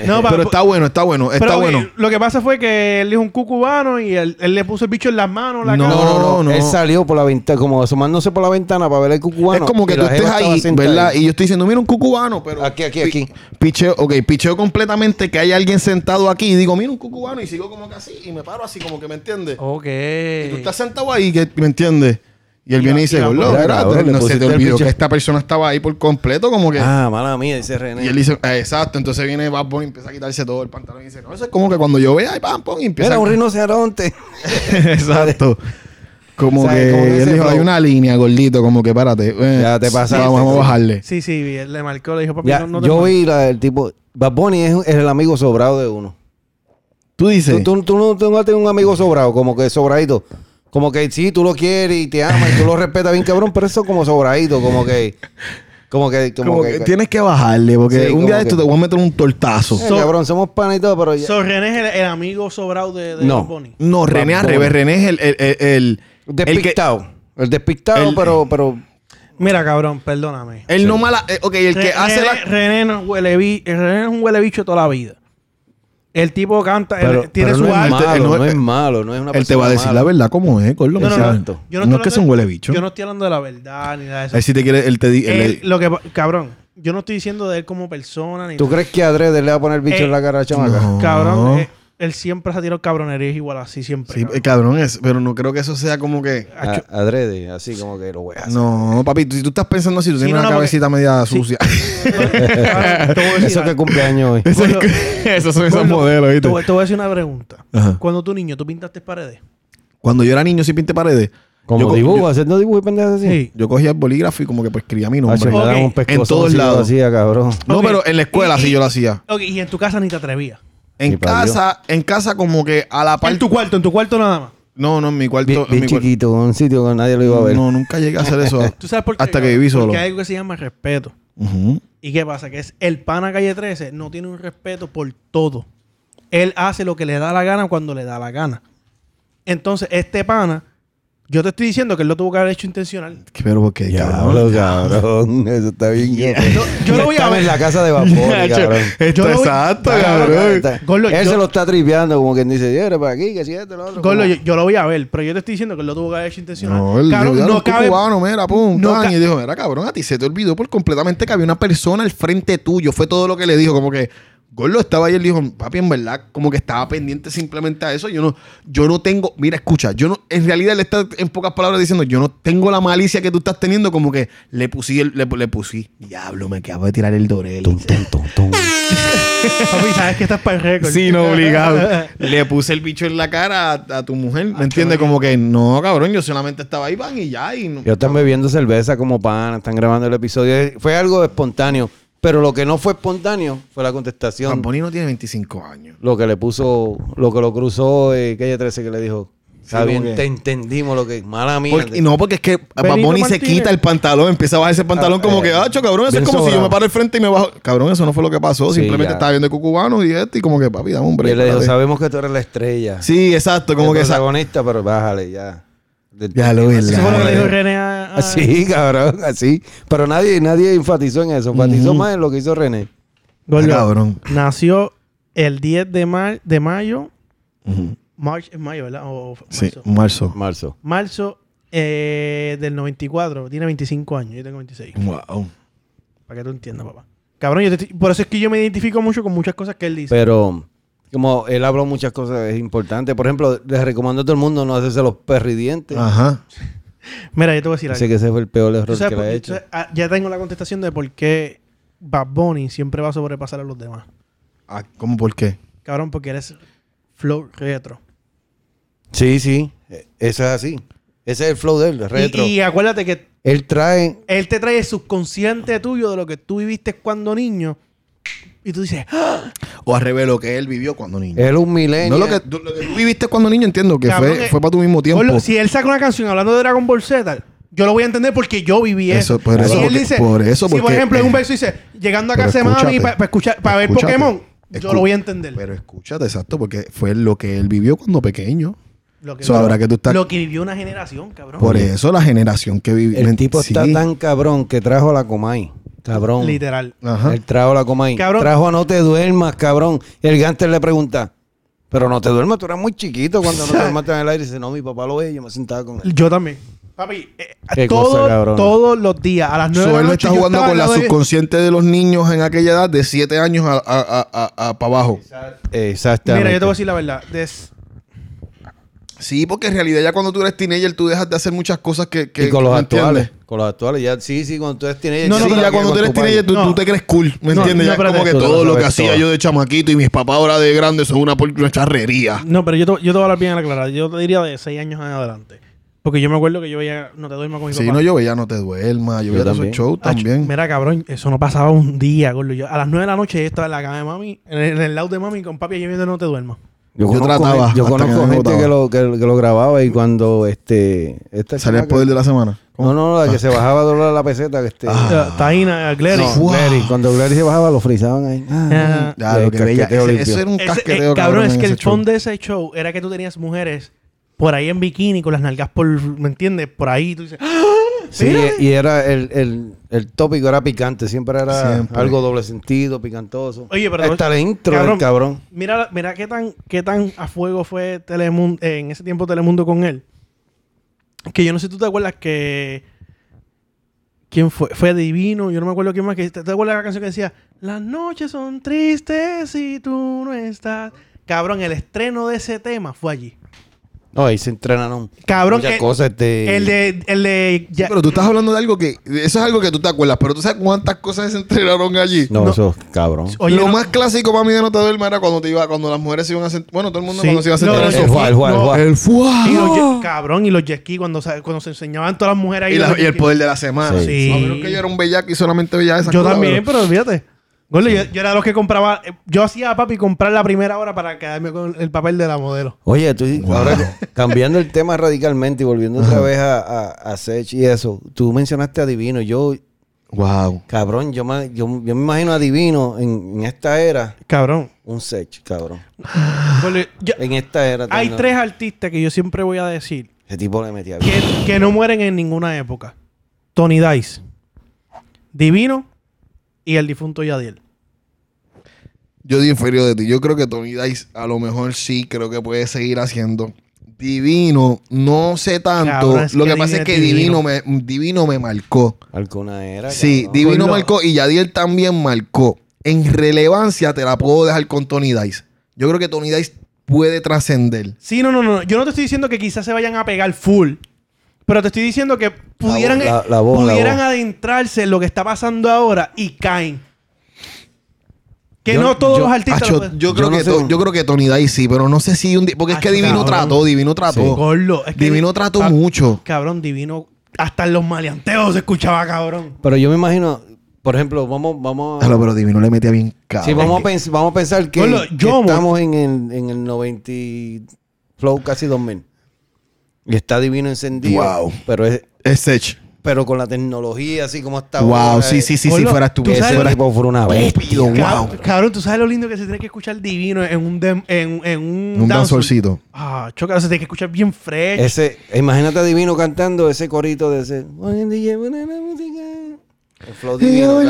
[SPEAKER 1] No, pa-
[SPEAKER 3] Pero está bueno, está bueno, está
[SPEAKER 1] pero, ok,
[SPEAKER 3] bueno.
[SPEAKER 1] Lo que pasa fue que él dijo un cucubano y él, él le puso el bicho en las manos, la
[SPEAKER 3] No,
[SPEAKER 1] cara.
[SPEAKER 2] No, no, no,
[SPEAKER 3] no.
[SPEAKER 2] Él salió por la ventana, como asomándose por la ventana para ver el cucubano.
[SPEAKER 3] es como que
[SPEAKER 2] y
[SPEAKER 3] tú
[SPEAKER 2] la
[SPEAKER 3] estés
[SPEAKER 2] jeva estaba
[SPEAKER 3] ahí,
[SPEAKER 2] sentada
[SPEAKER 3] ¿verdad?
[SPEAKER 2] ahí.
[SPEAKER 3] Y yo estoy diciendo, mira un cucubano, pero.
[SPEAKER 2] Aquí, aquí,
[SPEAKER 3] pi-
[SPEAKER 2] aquí.
[SPEAKER 3] Picheo, ok, picheo completamente que hay alguien sentado aquí y digo, mira un cucubano y sigo como que así y me paro así, como que me entiendes.
[SPEAKER 1] Ok.
[SPEAKER 3] Y tú estás sentado ahí, que, ¿me entiendes? Y él
[SPEAKER 1] Y
[SPEAKER 3] viene
[SPEAKER 1] la-
[SPEAKER 3] y dice,
[SPEAKER 1] y la-
[SPEAKER 3] "Gordo,
[SPEAKER 2] Mira,
[SPEAKER 3] espérate,
[SPEAKER 2] cabrón, le
[SPEAKER 3] no se
[SPEAKER 2] pusiste
[SPEAKER 3] te
[SPEAKER 2] el
[SPEAKER 3] olvidó
[SPEAKER 2] picheo".
[SPEAKER 3] que esta persona estaba ahí por completo, como que.
[SPEAKER 2] Ah, mala mía, dice René.
[SPEAKER 3] Y él dice, "Ah, exacto. Entonces viene Bad Bunny y empieza a quitarse todo el pantalón y dice, no, eso es como que cuando yo vea, y pam, pam, y empieza
[SPEAKER 2] Era
[SPEAKER 3] <laughs> a-
[SPEAKER 2] un rinoceronte.
[SPEAKER 3] Exacto. Como
[SPEAKER 2] ¿Sabes?
[SPEAKER 3] que
[SPEAKER 2] Como que
[SPEAKER 3] él
[SPEAKER 2] ese
[SPEAKER 3] dijo,
[SPEAKER 2] flow.
[SPEAKER 3] hay una línea, gordito, como que párate. eh,
[SPEAKER 2] Ya te pasaste,
[SPEAKER 3] Vamos, vamos a
[SPEAKER 2] tú.
[SPEAKER 3] bajarle.
[SPEAKER 1] Sí, sí, vi, él le marcó, le dijo, papi,
[SPEAKER 2] Ya,
[SPEAKER 1] no, no te
[SPEAKER 2] yo
[SPEAKER 1] mates.
[SPEAKER 2] vi la, el tipo. Bad Bunny es, es el amigo sobrado de uno.
[SPEAKER 3] Tú dices.
[SPEAKER 2] Tú, tú- tú no, tú no has tenido un amigo sobrado, como que sobradito. Como que sí, tú lo quieres y te amas y tú lo respetas bien, cabrón, pero eso como sobradito, como que. Como que. Como,
[SPEAKER 3] como
[SPEAKER 2] que,
[SPEAKER 3] que, tienes que bajarle, porque
[SPEAKER 2] Sí,
[SPEAKER 3] un día
[SPEAKER 2] como
[SPEAKER 3] de esto
[SPEAKER 2] que-
[SPEAKER 3] te voy a meter un tortazo.
[SPEAKER 2] Eh, cabrón, somos pana y todo, pero. ya-
[SPEAKER 1] So, René es el, el amigo sobrado de, de
[SPEAKER 2] No.
[SPEAKER 1] Bad Bunny.
[SPEAKER 3] No, René al
[SPEAKER 2] Bad Bunny.
[SPEAKER 3] revés. René es el. el, el, el- el que-
[SPEAKER 2] despistado. El despistado,
[SPEAKER 3] el-
[SPEAKER 2] pero. pero
[SPEAKER 1] Mira, cabrón, perdóname.
[SPEAKER 3] el no mala. eh, ok, el que
[SPEAKER 1] Re-
[SPEAKER 3] hace
[SPEAKER 1] René,
[SPEAKER 3] la.
[SPEAKER 1] René no huele bi- René es un huele bicho toda la vida. El tipo canta, él
[SPEAKER 2] pero-
[SPEAKER 1] tiene
[SPEAKER 2] pero
[SPEAKER 1] su
[SPEAKER 2] no es
[SPEAKER 1] arte.
[SPEAKER 3] mal,
[SPEAKER 2] malo,
[SPEAKER 3] él no-
[SPEAKER 2] no es malo, no es una
[SPEAKER 3] Él te va a
[SPEAKER 2] persona
[SPEAKER 3] decir
[SPEAKER 2] mala.
[SPEAKER 3] la verdad como es, gordo.
[SPEAKER 1] No, no, no.
[SPEAKER 3] Exacto.
[SPEAKER 1] Yo
[SPEAKER 3] No,
[SPEAKER 1] estoy
[SPEAKER 3] es que
[SPEAKER 1] hablando-
[SPEAKER 3] sea un huele bicho.
[SPEAKER 1] Yo no estoy hablando de la verdad ni nada de eso.
[SPEAKER 3] Él si te quiere, él te dice.
[SPEAKER 1] Él- Eh, lo que, pa- cabrón, yo no estoy diciendo de él como persona ni
[SPEAKER 2] ¿Tú crees que Adrede le va a poner el bicho
[SPEAKER 1] Eh,
[SPEAKER 2] en la cara a la chamaca?
[SPEAKER 3] no.
[SPEAKER 1] Cabrón, eh, él siempre se ha tirado cabronerías igual así, siempre.
[SPEAKER 3] Sí,
[SPEAKER 1] cabrón.
[SPEAKER 3] eh, cabrón, es, pero no creo que eso sea como que.
[SPEAKER 2] A- adrede, así como que lo voy a hacer.
[SPEAKER 3] No, papi, tú- si tú estás pensando así, tú
[SPEAKER 1] Sí,
[SPEAKER 3] tienes
[SPEAKER 1] no,
[SPEAKER 3] una
[SPEAKER 1] no, porque-
[SPEAKER 3] cabecita media
[SPEAKER 1] Sí.
[SPEAKER 3] sucia. <laughs>
[SPEAKER 1] Cabrón, te voy a decir
[SPEAKER 2] Eso que
[SPEAKER 1] algo.
[SPEAKER 2] cumpleaños hoy.
[SPEAKER 3] Eso es
[SPEAKER 1] Gordo,
[SPEAKER 3] que- Esos son esos
[SPEAKER 1] gordo,
[SPEAKER 3] modelos,
[SPEAKER 1] te
[SPEAKER 3] ¿viste?
[SPEAKER 1] voy, te voy a decir una pregunta.
[SPEAKER 3] Ajá.
[SPEAKER 1] Cuando tú niño, ¿tú pintaste paredes?
[SPEAKER 3] Cuando yo era niño sí pinté paredes.
[SPEAKER 2] Como
[SPEAKER 3] yo, co-
[SPEAKER 2] dibujo, haciendo dibujo y pendejas así.
[SPEAKER 1] Sí.
[SPEAKER 3] yo- yo cogía el bolígrafo y como que pues escribía mi
[SPEAKER 2] Hacho,
[SPEAKER 3] nombre.
[SPEAKER 2] le
[SPEAKER 1] Ok.
[SPEAKER 2] daban un pescozo
[SPEAKER 3] En todos
[SPEAKER 2] si yo lo
[SPEAKER 3] lados.
[SPEAKER 2] hacía, cabrón.
[SPEAKER 3] No,
[SPEAKER 1] Ok.
[SPEAKER 3] pero en la escuela
[SPEAKER 1] Y-
[SPEAKER 3] sí
[SPEAKER 1] y-
[SPEAKER 3] yo lo hacía.
[SPEAKER 1] Ok, y en tu casa ni te atrevías.
[SPEAKER 3] En
[SPEAKER 2] Sí, para Dios.
[SPEAKER 3] casa, en casa como que a la par.
[SPEAKER 1] En tu cuarto, en tu cuarto nada más.
[SPEAKER 3] No, no, en mi cuarto.
[SPEAKER 2] Bien,
[SPEAKER 3] en
[SPEAKER 2] bien
[SPEAKER 3] mi cuarto.
[SPEAKER 2] chiquito, un sitio que nadie lo iba a ver.
[SPEAKER 3] No, nunca llegué a hacer eso.
[SPEAKER 1] ¿Tú sabes por qué?
[SPEAKER 3] Hasta que
[SPEAKER 1] cabrón?
[SPEAKER 3] viví solo.
[SPEAKER 1] Porque hay algo que se llama respeto.
[SPEAKER 3] Ujú.
[SPEAKER 1] ¿Y qué pasa? Que es el pana calle 13 no tiene un respeto por todo. Él hace lo que le da la gana cuando le da la gana. Entonces, este pana, yo te estoy diciendo que él lo tuvo que haber hecho intencional.
[SPEAKER 3] Pero porque,
[SPEAKER 2] Diablo, cabrón. <laughs> Eso está bien.
[SPEAKER 1] Yo, yo lo voy a
[SPEAKER 2] Estaba en
[SPEAKER 1] ver.
[SPEAKER 2] la casa de vapor, cabrón.
[SPEAKER 1] Yo
[SPEAKER 3] Esto
[SPEAKER 1] lo voy-
[SPEAKER 3] exacto,
[SPEAKER 2] Está-
[SPEAKER 3] cabrón.
[SPEAKER 2] está-
[SPEAKER 1] Gordo,
[SPEAKER 2] Él
[SPEAKER 1] yo-
[SPEAKER 2] se lo está tripeando, como quien dice, "Yo era para aquí, que si esto, lo otro.
[SPEAKER 1] Gordo,
[SPEAKER 2] como-
[SPEAKER 1] yo, yo lo voy a ver, pero yo te estoy diciendo que él lo tuvo que haber hecho intencional.
[SPEAKER 3] No, él
[SPEAKER 1] Cabrón,
[SPEAKER 3] dijo, ya,
[SPEAKER 1] no
[SPEAKER 3] los
[SPEAKER 1] cabe.
[SPEAKER 3] cubanos, mira, pum,
[SPEAKER 1] no
[SPEAKER 3] tan,
[SPEAKER 1] ca-
[SPEAKER 3] y dijo, mira, cabrón, a ti se te olvidó por completamente que había una persona al frente tuyo. Fue todo lo que le dijo, como que Gordo estaba ahí y él dijo, papi, en verdad, como que estaba pendiente simplemente a eso. Yo no, yo no tengo, mira, escucha, yo no, en realidad le está en pocas palabras diciendo, yo no tengo la malicia que tú estás teniendo, como que le pusí, el- le, le pusí, diablo, me acabo de tirar el dorel.
[SPEAKER 1] <laughs>
[SPEAKER 3] <laughs>
[SPEAKER 1] Papi, sabes que estás para el récord.
[SPEAKER 3] Sí, no, obligado. <laughs> Le puse el bicho en la cara a, a tu mujer,
[SPEAKER 1] Ah,
[SPEAKER 3] ¿me entiendes? Como que, no, cabrón, yo solamente estaba ahí, van y ya, y no.
[SPEAKER 2] Yo están bebiendo cerveza como pana, están grabando el episodio. Eh, Fue algo espontáneo. Pero lo que no fue espontáneo fue la contestación.
[SPEAKER 3] Bad Bunny no tiene 25 años.
[SPEAKER 2] Lo que le puso, lo que lo cruzó eh, calle 13 que le dijo. Está
[SPEAKER 3] como
[SPEAKER 2] bien,
[SPEAKER 3] que-
[SPEAKER 2] te entendimos lo que. Mala mía.
[SPEAKER 3] Porque- y no, porque es que Bad
[SPEAKER 1] Benito
[SPEAKER 3] Bunny se
[SPEAKER 1] Martínez.
[SPEAKER 3] quita el pantalón, empieza a bajar ese pantalón
[SPEAKER 2] Ah,
[SPEAKER 3] como
[SPEAKER 2] eh,
[SPEAKER 3] que, hacho, cabrón, eso
[SPEAKER 2] bien
[SPEAKER 3] es como si yo
[SPEAKER 2] sobrado.
[SPEAKER 3] me paro al frente y me bajo. Cabrón, eso no fue lo que pasó.
[SPEAKER 2] Sí,
[SPEAKER 3] Simplemente
[SPEAKER 2] ya.
[SPEAKER 3] estaba viendo el cucubano y este, y como que, papi, dame un
[SPEAKER 2] Y
[SPEAKER 3] break.
[SPEAKER 2] él le dijo,
[SPEAKER 3] espérate".
[SPEAKER 2] sabemos que tú eres la estrella.
[SPEAKER 3] Sí, exacto, como
[SPEAKER 2] el
[SPEAKER 3] que esa.
[SPEAKER 2] protagonista, pero bájale ya.
[SPEAKER 3] Ya lo vi,
[SPEAKER 1] <laughs> Eso fue lo que le dijo René a.
[SPEAKER 3] Ah,
[SPEAKER 1] a-
[SPEAKER 2] Así, cabrón, así. Pero nadie, nadie enfatizó en eso. Enfatizó más en lo que hizo René.
[SPEAKER 1] Gordo,
[SPEAKER 3] Ah, cabrón.
[SPEAKER 1] Nació el 10 de, mar- de mayo. March es mayo, ¿verdad? O, o
[SPEAKER 3] Sí,
[SPEAKER 1] marzo.
[SPEAKER 3] marzo.
[SPEAKER 2] Marzo.
[SPEAKER 1] Marzo eh, del 94. Tiene 25 años. Yo tengo 26.
[SPEAKER 3] Wow.
[SPEAKER 1] Para que tú entiendas, papá. Cabrón, yo te estoy- por eso es que yo me identifico mucho con muchas cosas que él dice.
[SPEAKER 2] Pero como él habló muchas cosas importantes. Por ejemplo, les recomiendo a todo el mundo no hacerse los perridientes.
[SPEAKER 3] Ajá.
[SPEAKER 1] Mira, yo te voy a decir algo.
[SPEAKER 2] Dice que ese fue el peor
[SPEAKER 1] Tú
[SPEAKER 2] error
[SPEAKER 1] sabes
[SPEAKER 2] que le
[SPEAKER 1] por-
[SPEAKER 2] ha
[SPEAKER 1] tú
[SPEAKER 2] hecho.
[SPEAKER 1] sabes- ah, ya tengo la contestación de por qué Bad Bunny siempre va a sobrepasar a los demás.
[SPEAKER 3] Ah, ¿Cómo por qué?
[SPEAKER 1] Cabrón, porque eres flow retro.
[SPEAKER 2] Sí, sí. E- Eso es así. Ese es el flow de él, el retro.
[SPEAKER 1] Y, y acuérdate que
[SPEAKER 2] Él trae.
[SPEAKER 1] él te trae el subconsciente tuyo de lo que tú viviste cuando niño. Y tú dices, ¡Ah!
[SPEAKER 3] O al revés, lo que él vivió cuando niño.
[SPEAKER 2] Él un
[SPEAKER 3] no
[SPEAKER 2] milenio.
[SPEAKER 3] lo que, tú, lo que tú viviste cuando niño, entiendo que
[SPEAKER 1] Cabrón,
[SPEAKER 3] fue,
[SPEAKER 1] eh,
[SPEAKER 3] fue para tu mismo tiempo.
[SPEAKER 1] Pablo, si él saca una canción hablando de Dragon Ball Z, yo lo voy a entender porque yo viví eso.
[SPEAKER 3] Eso, por
[SPEAKER 1] si
[SPEAKER 3] eso,
[SPEAKER 1] él
[SPEAKER 3] porque-
[SPEAKER 1] dice,
[SPEAKER 3] por eso,
[SPEAKER 1] si por
[SPEAKER 3] porque- eh,
[SPEAKER 1] ejemplo en un verso dice, llegando a
[SPEAKER 3] Pero
[SPEAKER 1] casa de mami
[SPEAKER 3] escúchate.
[SPEAKER 1] para escuchar, para ver
[SPEAKER 3] Escúchate.
[SPEAKER 1] Pokémon, yo
[SPEAKER 3] Escu-
[SPEAKER 1] lo voy a entender.
[SPEAKER 3] Pero escúchate, exacto, porque fue lo que él vivió cuando pequeño.
[SPEAKER 1] lo, que
[SPEAKER 3] eso habrá que tú estás-
[SPEAKER 1] lo que vivió una generación, cabrón.
[SPEAKER 3] Por eso la generación que vivió.
[SPEAKER 2] El tipo está tan cabrón que trajo a la Comay. Cabrón.
[SPEAKER 1] Literal.
[SPEAKER 3] Ajá.
[SPEAKER 2] Él trajo a la Comay.
[SPEAKER 1] Cabrón.
[SPEAKER 2] Trajo a No Te Duermas, cabrón. Y el Ganter le pregunta. Pero no te duermas, tú eras muy chiquito cuando no te duermas en el aire. Y dice, no, mi papá lo ve y yo me sentaba con él.
[SPEAKER 1] Yo también. Papi, eh,
[SPEAKER 2] Qué
[SPEAKER 1] todo-
[SPEAKER 2] cosa, cabrón.
[SPEAKER 1] todos los días, a las 9
[SPEAKER 3] So,
[SPEAKER 1] de
[SPEAKER 3] él
[SPEAKER 1] la
[SPEAKER 3] no
[SPEAKER 1] noche,
[SPEAKER 3] está
[SPEAKER 1] yo
[SPEAKER 3] jugando
[SPEAKER 1] estaba
[SPEAKER 3] con
[SPEAKER 1] al
[SPEAKER 3] la
[SPEAKER 1] lado de-
[SPEAKER 3] subconsciente de los niños en aquella edad de 7 años a, para abajo.
[SPEAKER 2] Exactamente.
[SPEAKER 1] Mira, yo te voy a decir la verdad. Des-
[SPEAKER 3] Sí, porque en realidad ya cuando tú eres teenager tú dejas de hacer muchas cosas que... que
[SPEAKER 2] y con
[SPEAKER 3] que
[SPEAKER 2] los
[SPEAKER 3] no
[SPEAKER 2] actuales.
[SPEAKER 3] entiendes. Eh,
[SPEAKER 2] Con los actuales, ya. Sí, sí, cuando tú eres teenager.
[SPEAKER 1] No,
[SPEAKER 3] sí,
[SPEAKER 1] no, pero-
[SPEAKER 3] ya cuando tú eres teenager tú,
[SPEAKER 1] No.
[SPEAKER 3] tú te crees cool, ¿me
[SPEAKER 1] No,
[SPEAKER 3] entiendes?
[SPEAKER 1] no,
[SPEAKER 3] ya es
[SPEAKER 1] espérate.
[SPEAKER 3] como que
[SPEAKER 2] Tú te lo
[SPEAKER 3] todo lo que
[SPEAKER 2] sabes
[SPEAKER 3] hacía
[SPEAKER 2] todo.
[SPEAKER 3] yo de chamaquito y mis papás ahora de grandes son una, por- una charrería.
[SPEAKER 1] No, pero yo te, yo te voy a hablar bien a la clara. Yo te diría de 6 años en adelante. Porque yo me acuerdo que yo veía No te duermas con mi
[SPEAKER 3] Si
[SPEAKER 1] papá.
[SPEAKER 3] no, yo veía No Te Duermas, yo
[SPEAKER 2] Yo
[SPEAKER 3] veía todo
[SPEAKER 2] también.
[SPEAKER 3] ese show
[SPEAKER 1] Ah,
[SPEAKER 3] también.
[SPEAKER 1] Mira, cabrón, eso no pasaba un día, gordo. Yo, a las 9 de la noche yo estaba en la cama de mami, en el, en el lado de mami con papi y yo viendo no te duermas.
[SPEAKER 2] Yo,
[SPEAKER 3] Yo
[SPEAKER 2] conozco,
[SPEAKER 3] trataba
[SPEAKER 2] gente- yo
[SPEAKER 3] hasta que
[SPEAKER 2] conozco
[SPEAKER 3] me
[SPEAKER 2] gente
[SPEAKER 3] botaba.
[SPEAKER 2] que lo, que, que lo grababa y cuando este. Esta
[SPEAKER 3] Salía el
[SPEAKER 2] chamaca-
[SPEAKER 3] poder de la semana.
[SPEAKER 2] No, no, la que se bajaba a doblar la peseta. Que este,
[SPEAKER 3] Ah.
[SPEAKER 1] Eh, Taina, eh, Glary.
[SPEAKER 2] No, Glary. Cuando Glary se bajaba, lo frizaban ahí. Ah,
[SPEAKER 1] Ah.
[SPEAKER 3] Ya,
[SPEAKER 2] y
[SPEAKER 3] lo
[SPEAKER 2] el
[SPEAKER 3] que veía.
[SPEAKER 2] casqueteo
[SPEAKER 3] ese-
[SPEAKER 2] limpio.
[SPEAKER 3] Eso era un
[SPEAKER 1] Ese- eh,
[SPEAKER 3] casqueteo,
[SPEAKER 1] cabrón, es
[SPEAKER 3] en
[SPEAKER 1] que
[SPEAKER 3] ese
[SPEAKER 1] el
[SPEAKER 3] show.
[SPEAKER 1] fondo de ese show era que tú tenías mujeres por ahí en bikini con las nalgas por, ¿me entiendes? Por ahí tú dices, ¡Ah!
[SPEAKER 2] Sí,
[SPEAKER 1] Mira.
[SPEAKER 2] y era el, el, el tópico era picante, siempre era
[SPEAKER 3] Siempre.
[SPEAKER 2] algo doble sentido, picantoso.
[SPEAKER 1] Oye, pero-
[SPEAKER 2] Hasta la intro del cabrón.
[SPEAKER 1] Mira, mira qué tan qué tan a fuego fue Telemundo eh, en ese tiempo Telemundo con él. Que yo no sé si tú te acuerdas que quién fue fue Divino, yo no me acuerdo quién más que te, te acuerdas la canción que decía, "Las noches son tristes si tú no estás." Cabrón, el estreno de ese tema fue allí.
[SPEAKER 2] No, ahí se entrenaron.
[SPEAKER 1] Cabrón,
[SPEAKER 2] muchas
[SPEAKER 1] el-
[SPEAKER 2] cosas, este-
[SPEAKER 1] El de el de
[SPEAKER 3] Sí,
[SPEAKER 1] ya-
[SPEAKER 3] pero tú estás hablando de algo que. Eso es algo que tú te acuerdas, pero tú sabes cuántas cosas se entrenaron allí.
[SPEAKER 2] No,
[SPEAKER 1] no.
[SPEAKER 2] eso, cabrón.
[SPEAKER 1] oye,
[SPEAKER 3] lo
[SPEAKER 1] no-
[SPEAKER 3] más clásico para mí de No Te Duermas era cuando, te iba, cuando las mujeres se iban a sentar. Bueno, todo el mundo
[SPEAKER 1] Sí.
[SPEAKER 3] cuando se iba a sentar
[SPEAKER 1] No,
[SPEAKER 3] en el
[SPEAKER 1] no,
[SPEAKER 2] el
[SPEAKER 3] sofá.
[SPEAKER 2] Juá, el Juá, el Juá.
[SPEAKER 3] El fuá.
[SPEAKER 1] y los jet- cabrón y los jet ski, cuando sa- cuando se enseñaban todas las mujeres ahí
[SPEAKER 3] Y,
[SPEAKER 1] los
[SPEAKER 3] la- y
[SPEAKER 1] jet
[SPEAKER 3] el
[SPEAKER 1] ski.
[SPEAKER 3] poder de la semana.
[SPEAKER 1] Sí.
[SPEAKER 3] A menos que yo era un bellaco y solamente veía esa
[SPEAKER 1] Yo también, pero olvídate. Gordo, yo, yo era de los que compraba. eh, Yo hacía a papi comprar la primera hora para quedarme con el papel de la modelo.
[SPEAKER 2] Oye, tú ahora cambiando el tema radicalmente y volviendo otra vez a, a, a Sech y eso, tú mencionaste a Divino. Yo,
[SPEAKER 3] Wow.
[SPEAKER 2] cabrón, yo me, yo, yo me imagino a Divino en, en esta era,
[SPEAKER 1] Cabrón.
[SPEAKER 2] un Sech, cabrón.
[SPEAKER 1] Gordo, yo-
[SPEAKER 2] En esta era.
[SPEAKER 1] hay
[SPEAKER 2] no.
[SPEAKER 1] tres artistas que yo siempre voy a decir
[SPEAKER 2] Ese tipo le metía
[SPEAKER 1] que,
[SPEAKER 2] bien.
[SPEAKER 1] que no mueren en ninguna época: Tony Dice, Divino y el difunto Yadiel.
[SPEAKER 3] Yo di inferior de ti. Yo creo que Tony Dice a lo mejor sí, creo que puede seguir haciendo. Divino, no sé tanto.
[SPEAKER 1] Cabrón, es
[SPEAKER 3] lo
[SPEAKER 1] que
[SPEAKER 3] que pasa es que
[SPEAKER 1] Divino
[SPEAKER 3] Divino me, Divino me marcó.
[SPEAKER 2] Alguna era.
[SPEAKER 3] Sí,
[SPEAKER 2] cabrón.
[SPEAKER 3] Divino
[SPEAKER 1] Gordo.
[SPEAKER 3] marcó y Yadiel también marcó. En relevancia te la puedo dejar con Tony Dice. Yo creo que Tony Dice puede trascender.
[SPEAKER 1] Sí, no, no, no. Yo no te estoy diciendo que quizás se vayan a pegar full. Pero te estoy diciendo que pudieran,
[SPEAKER 2] vo- la- la voz, la
[SPEAKER 1] pudieran
[SPEAKER 2] voz.
[SPEAKER 1] adentrarse en lo que está pasando ahora y caen. Que
[SPEAKER 2] Yo-
[SPEAKER 1] no todos
[SPEAKER 2] yo-
[SPEAKER 1] los artistas
[SPEAKER 3] Acho,
[SPEAKER 1] lo pueden-
[SPEAKER 3] yo, creo
[SPEAKER 2] Yo no
[SPEAKER 3] que
[SPEAKER 2] sé.
[SPEAKER 3] to- yo creo que Tony Dice sí, pero no sé si un día. Porque es que
[SPEAKER 1] Acho,
[SPEAKER 3] Divino
[SPEAKER 1] cabrón.
[SPEAKER 3] trató, Divino trató.
[SPEAKER 1] Gordo, es que-
[SPEAKER 3] Divino trató
[SPEAKER 1] Ah,
[SPEAKER 3] mucho.
[SPEAKER 1] Cabrón, divino. Hasta en los maleanteos se escuchaba, cabrón.
[SPEAKER 2] Pero yo me imagino, por ejemplo, vamos, vamos a.
[SPEAKER 3] Claro, pero Divino le metía bien caro.
[SPEAKER 2] Sí, vamos a, pens- vamos a pensar que,
[SPEAKER 1] Bueno,
[SPEAKER 2] que
[SPEAKER 1] yo-
[SPEAKER 2] estamos en el, en el 90 y- flow casi 2000. Y está divino encendido.
[SPEAKER 3] Wow.
[SPEAKER 2] Pero, es,
[SPEAKER 3] Es Sech.
[SPEAKER 2] pero con la tecnología así como está
[SPEAKER 3] Wow,
[SPEAKER 2] ahora,
[SPEAKER 3] sí,
[SPEAKER 2] eh,
[SPEAKER 3] sí, sí, si
[SPEAKER 1] Gordo,
[SPEAKER 3] fueras tú.
[SPEAKER 1] ¿tú
[SPEAKER 3] si
[SPEAKER 1] sabes
[SPEAKER 2] Ese
[SPEAKER 3] fueras
[SPEAKER 2] tipo fue una bestia.
[SPEAKER 3] estúpido,
[SPEAKER 1] Cab-
[SPEAKER 3] wow.
[SPEAKER 1] Cabrón, tú sabes lo lindo que se tiene que escuchar divino en un dem- en, en un,
[SPEAKER 3] Un
[SPEAKER 1] dancehall?
[SPEAKER 3] danzorcito.
[SPEAKER 1] Ah, choca, se tiene que escuchar bien fresh.
[SPEAKER 2] Ese, imagínate a Divino cantando ese corito de ese. "Oye, DJ, buena la música". El flow divino.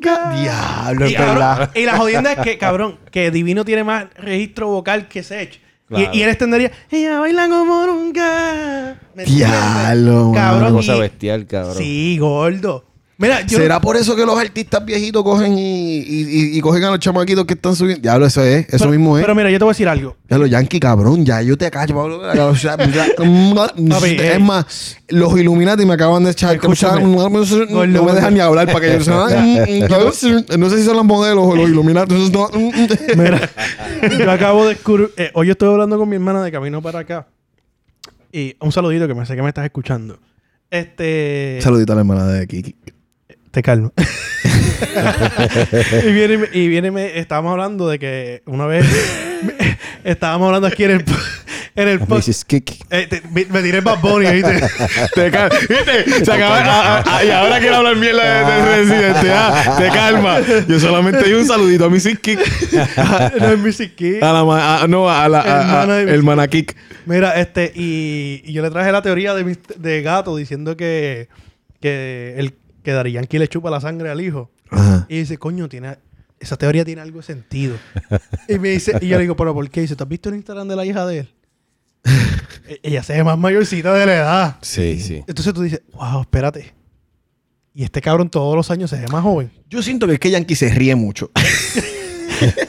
[SPEAKER 2] claro.
[SPEAKER 3] Diablo,
[SPEAKER 1] y,
[SPEAKER 3] es
[SPEAKER 1] cabrón,
[SPEAKER 3] verdad.
[SPEAKER 1] y la jodienda es que, cabrón, que Divino tiene más registro vocal que Sech. Y-
[SPEAKER 2] Claro.
[SPEAKER 1] Y, él extendería, ella baila como nunca. ¿Me entiendes?
[SPEAKER 3] Diablo, mano.
[SPEAKER 1] cabrón.
[SPEAKER 2] Una cosa
[SPEAKER 1] y-
[SPEAKER 2] bestial, cabrón.
[SPEAKER 1] Sí, gordo. Mira, yo.
[SPEAKER 3] ¿Será por eso que los artistas viejitos cogen y, y- y- y cogen a los chamaquitos que están subiendo? Diablo, eso es, eso
[SPEAKER 1] pero-
[SPEAKER 3] mismo ¿eh? es.
[SPEAKER 1] Pero mira, yo te voy a decir algo.
[SPEAKER 3] Ya los Yankees, cabrón, ya yo te callo, Pablo. O sea,
[SPEAKER 1] <laughs>
[SPEAKER 3] ah,
[SPEAKER 1] eh.
[SPEAKER 3] es más, los Illuminati me acaban de echar.
[SPEAKER 1] Escúchame.
[SPEAKER 3] No me dejan ni hablar para que yo
[SPEAKER 1] <laughs>
[SPEAKER 3] sea. No sé si son los modelos o los Illuminati. no. mm,
[SPEAKER 1] Mira, yo acabo de descubrir. eh, hoy yo estoy hablando con mi hermana de camino para acá. Y un saludito que me sé que me estás escuchando. Este.
[SPEAKER 3] <laughs> Saludito a la hermana de Kiki.
[SPEAKER 1] Te calmo. <laughs> y viene, y me- y viene, y me, estábamos hablando de que una vez <laughs> estábamos hablando aquí en el <laughs> po- en el po-
[SPEAKER 2] Mrs. Kiki.
[SPEAKER 1] eh, te- me, me tiré el Bad Bunny, ¿viste? <laughs>
[SPEAKER 4] Te cal- ¿Viste? Se acaba. ah, ah, ah, y ahora quiero hablar mierda de, de Residente. Ah, te calma. Yo solamente di un saludito a mi Kick.
[SPEAKER 1] no es Music Kid.
[SPEAKER 4] A la. ma- a- no, a la. a- a-
[SPEAKER 1] Hermana de mi-
[SPEAKER 4] hermana Kick.
[SPEAKER 1] Mira, este, y, y yo le traje la teoría de, mis- de gato diciendo que, que el que Dari Yankee le chupa la sangre al hijo.
[SPEAKER 3] Ajá.
[SPEAKER 1] Y dice, coño, tiene, esa teoría tiene algo de sentido. y me dice, y yo le digo, pero ¿por qué? Y dice, ¿tú has visto el Instagram de la hija de él? E- Ella se ve más mayorcita de la edad.
[SPEAKER 2] Sí, sí.
[SPEAKER 1] Entonces tú dices, wow, espérate. Y este cabrón todos los años se ve más joven.
[SPEAKER 3] Yo siento que es que Yankee se ríe mucho.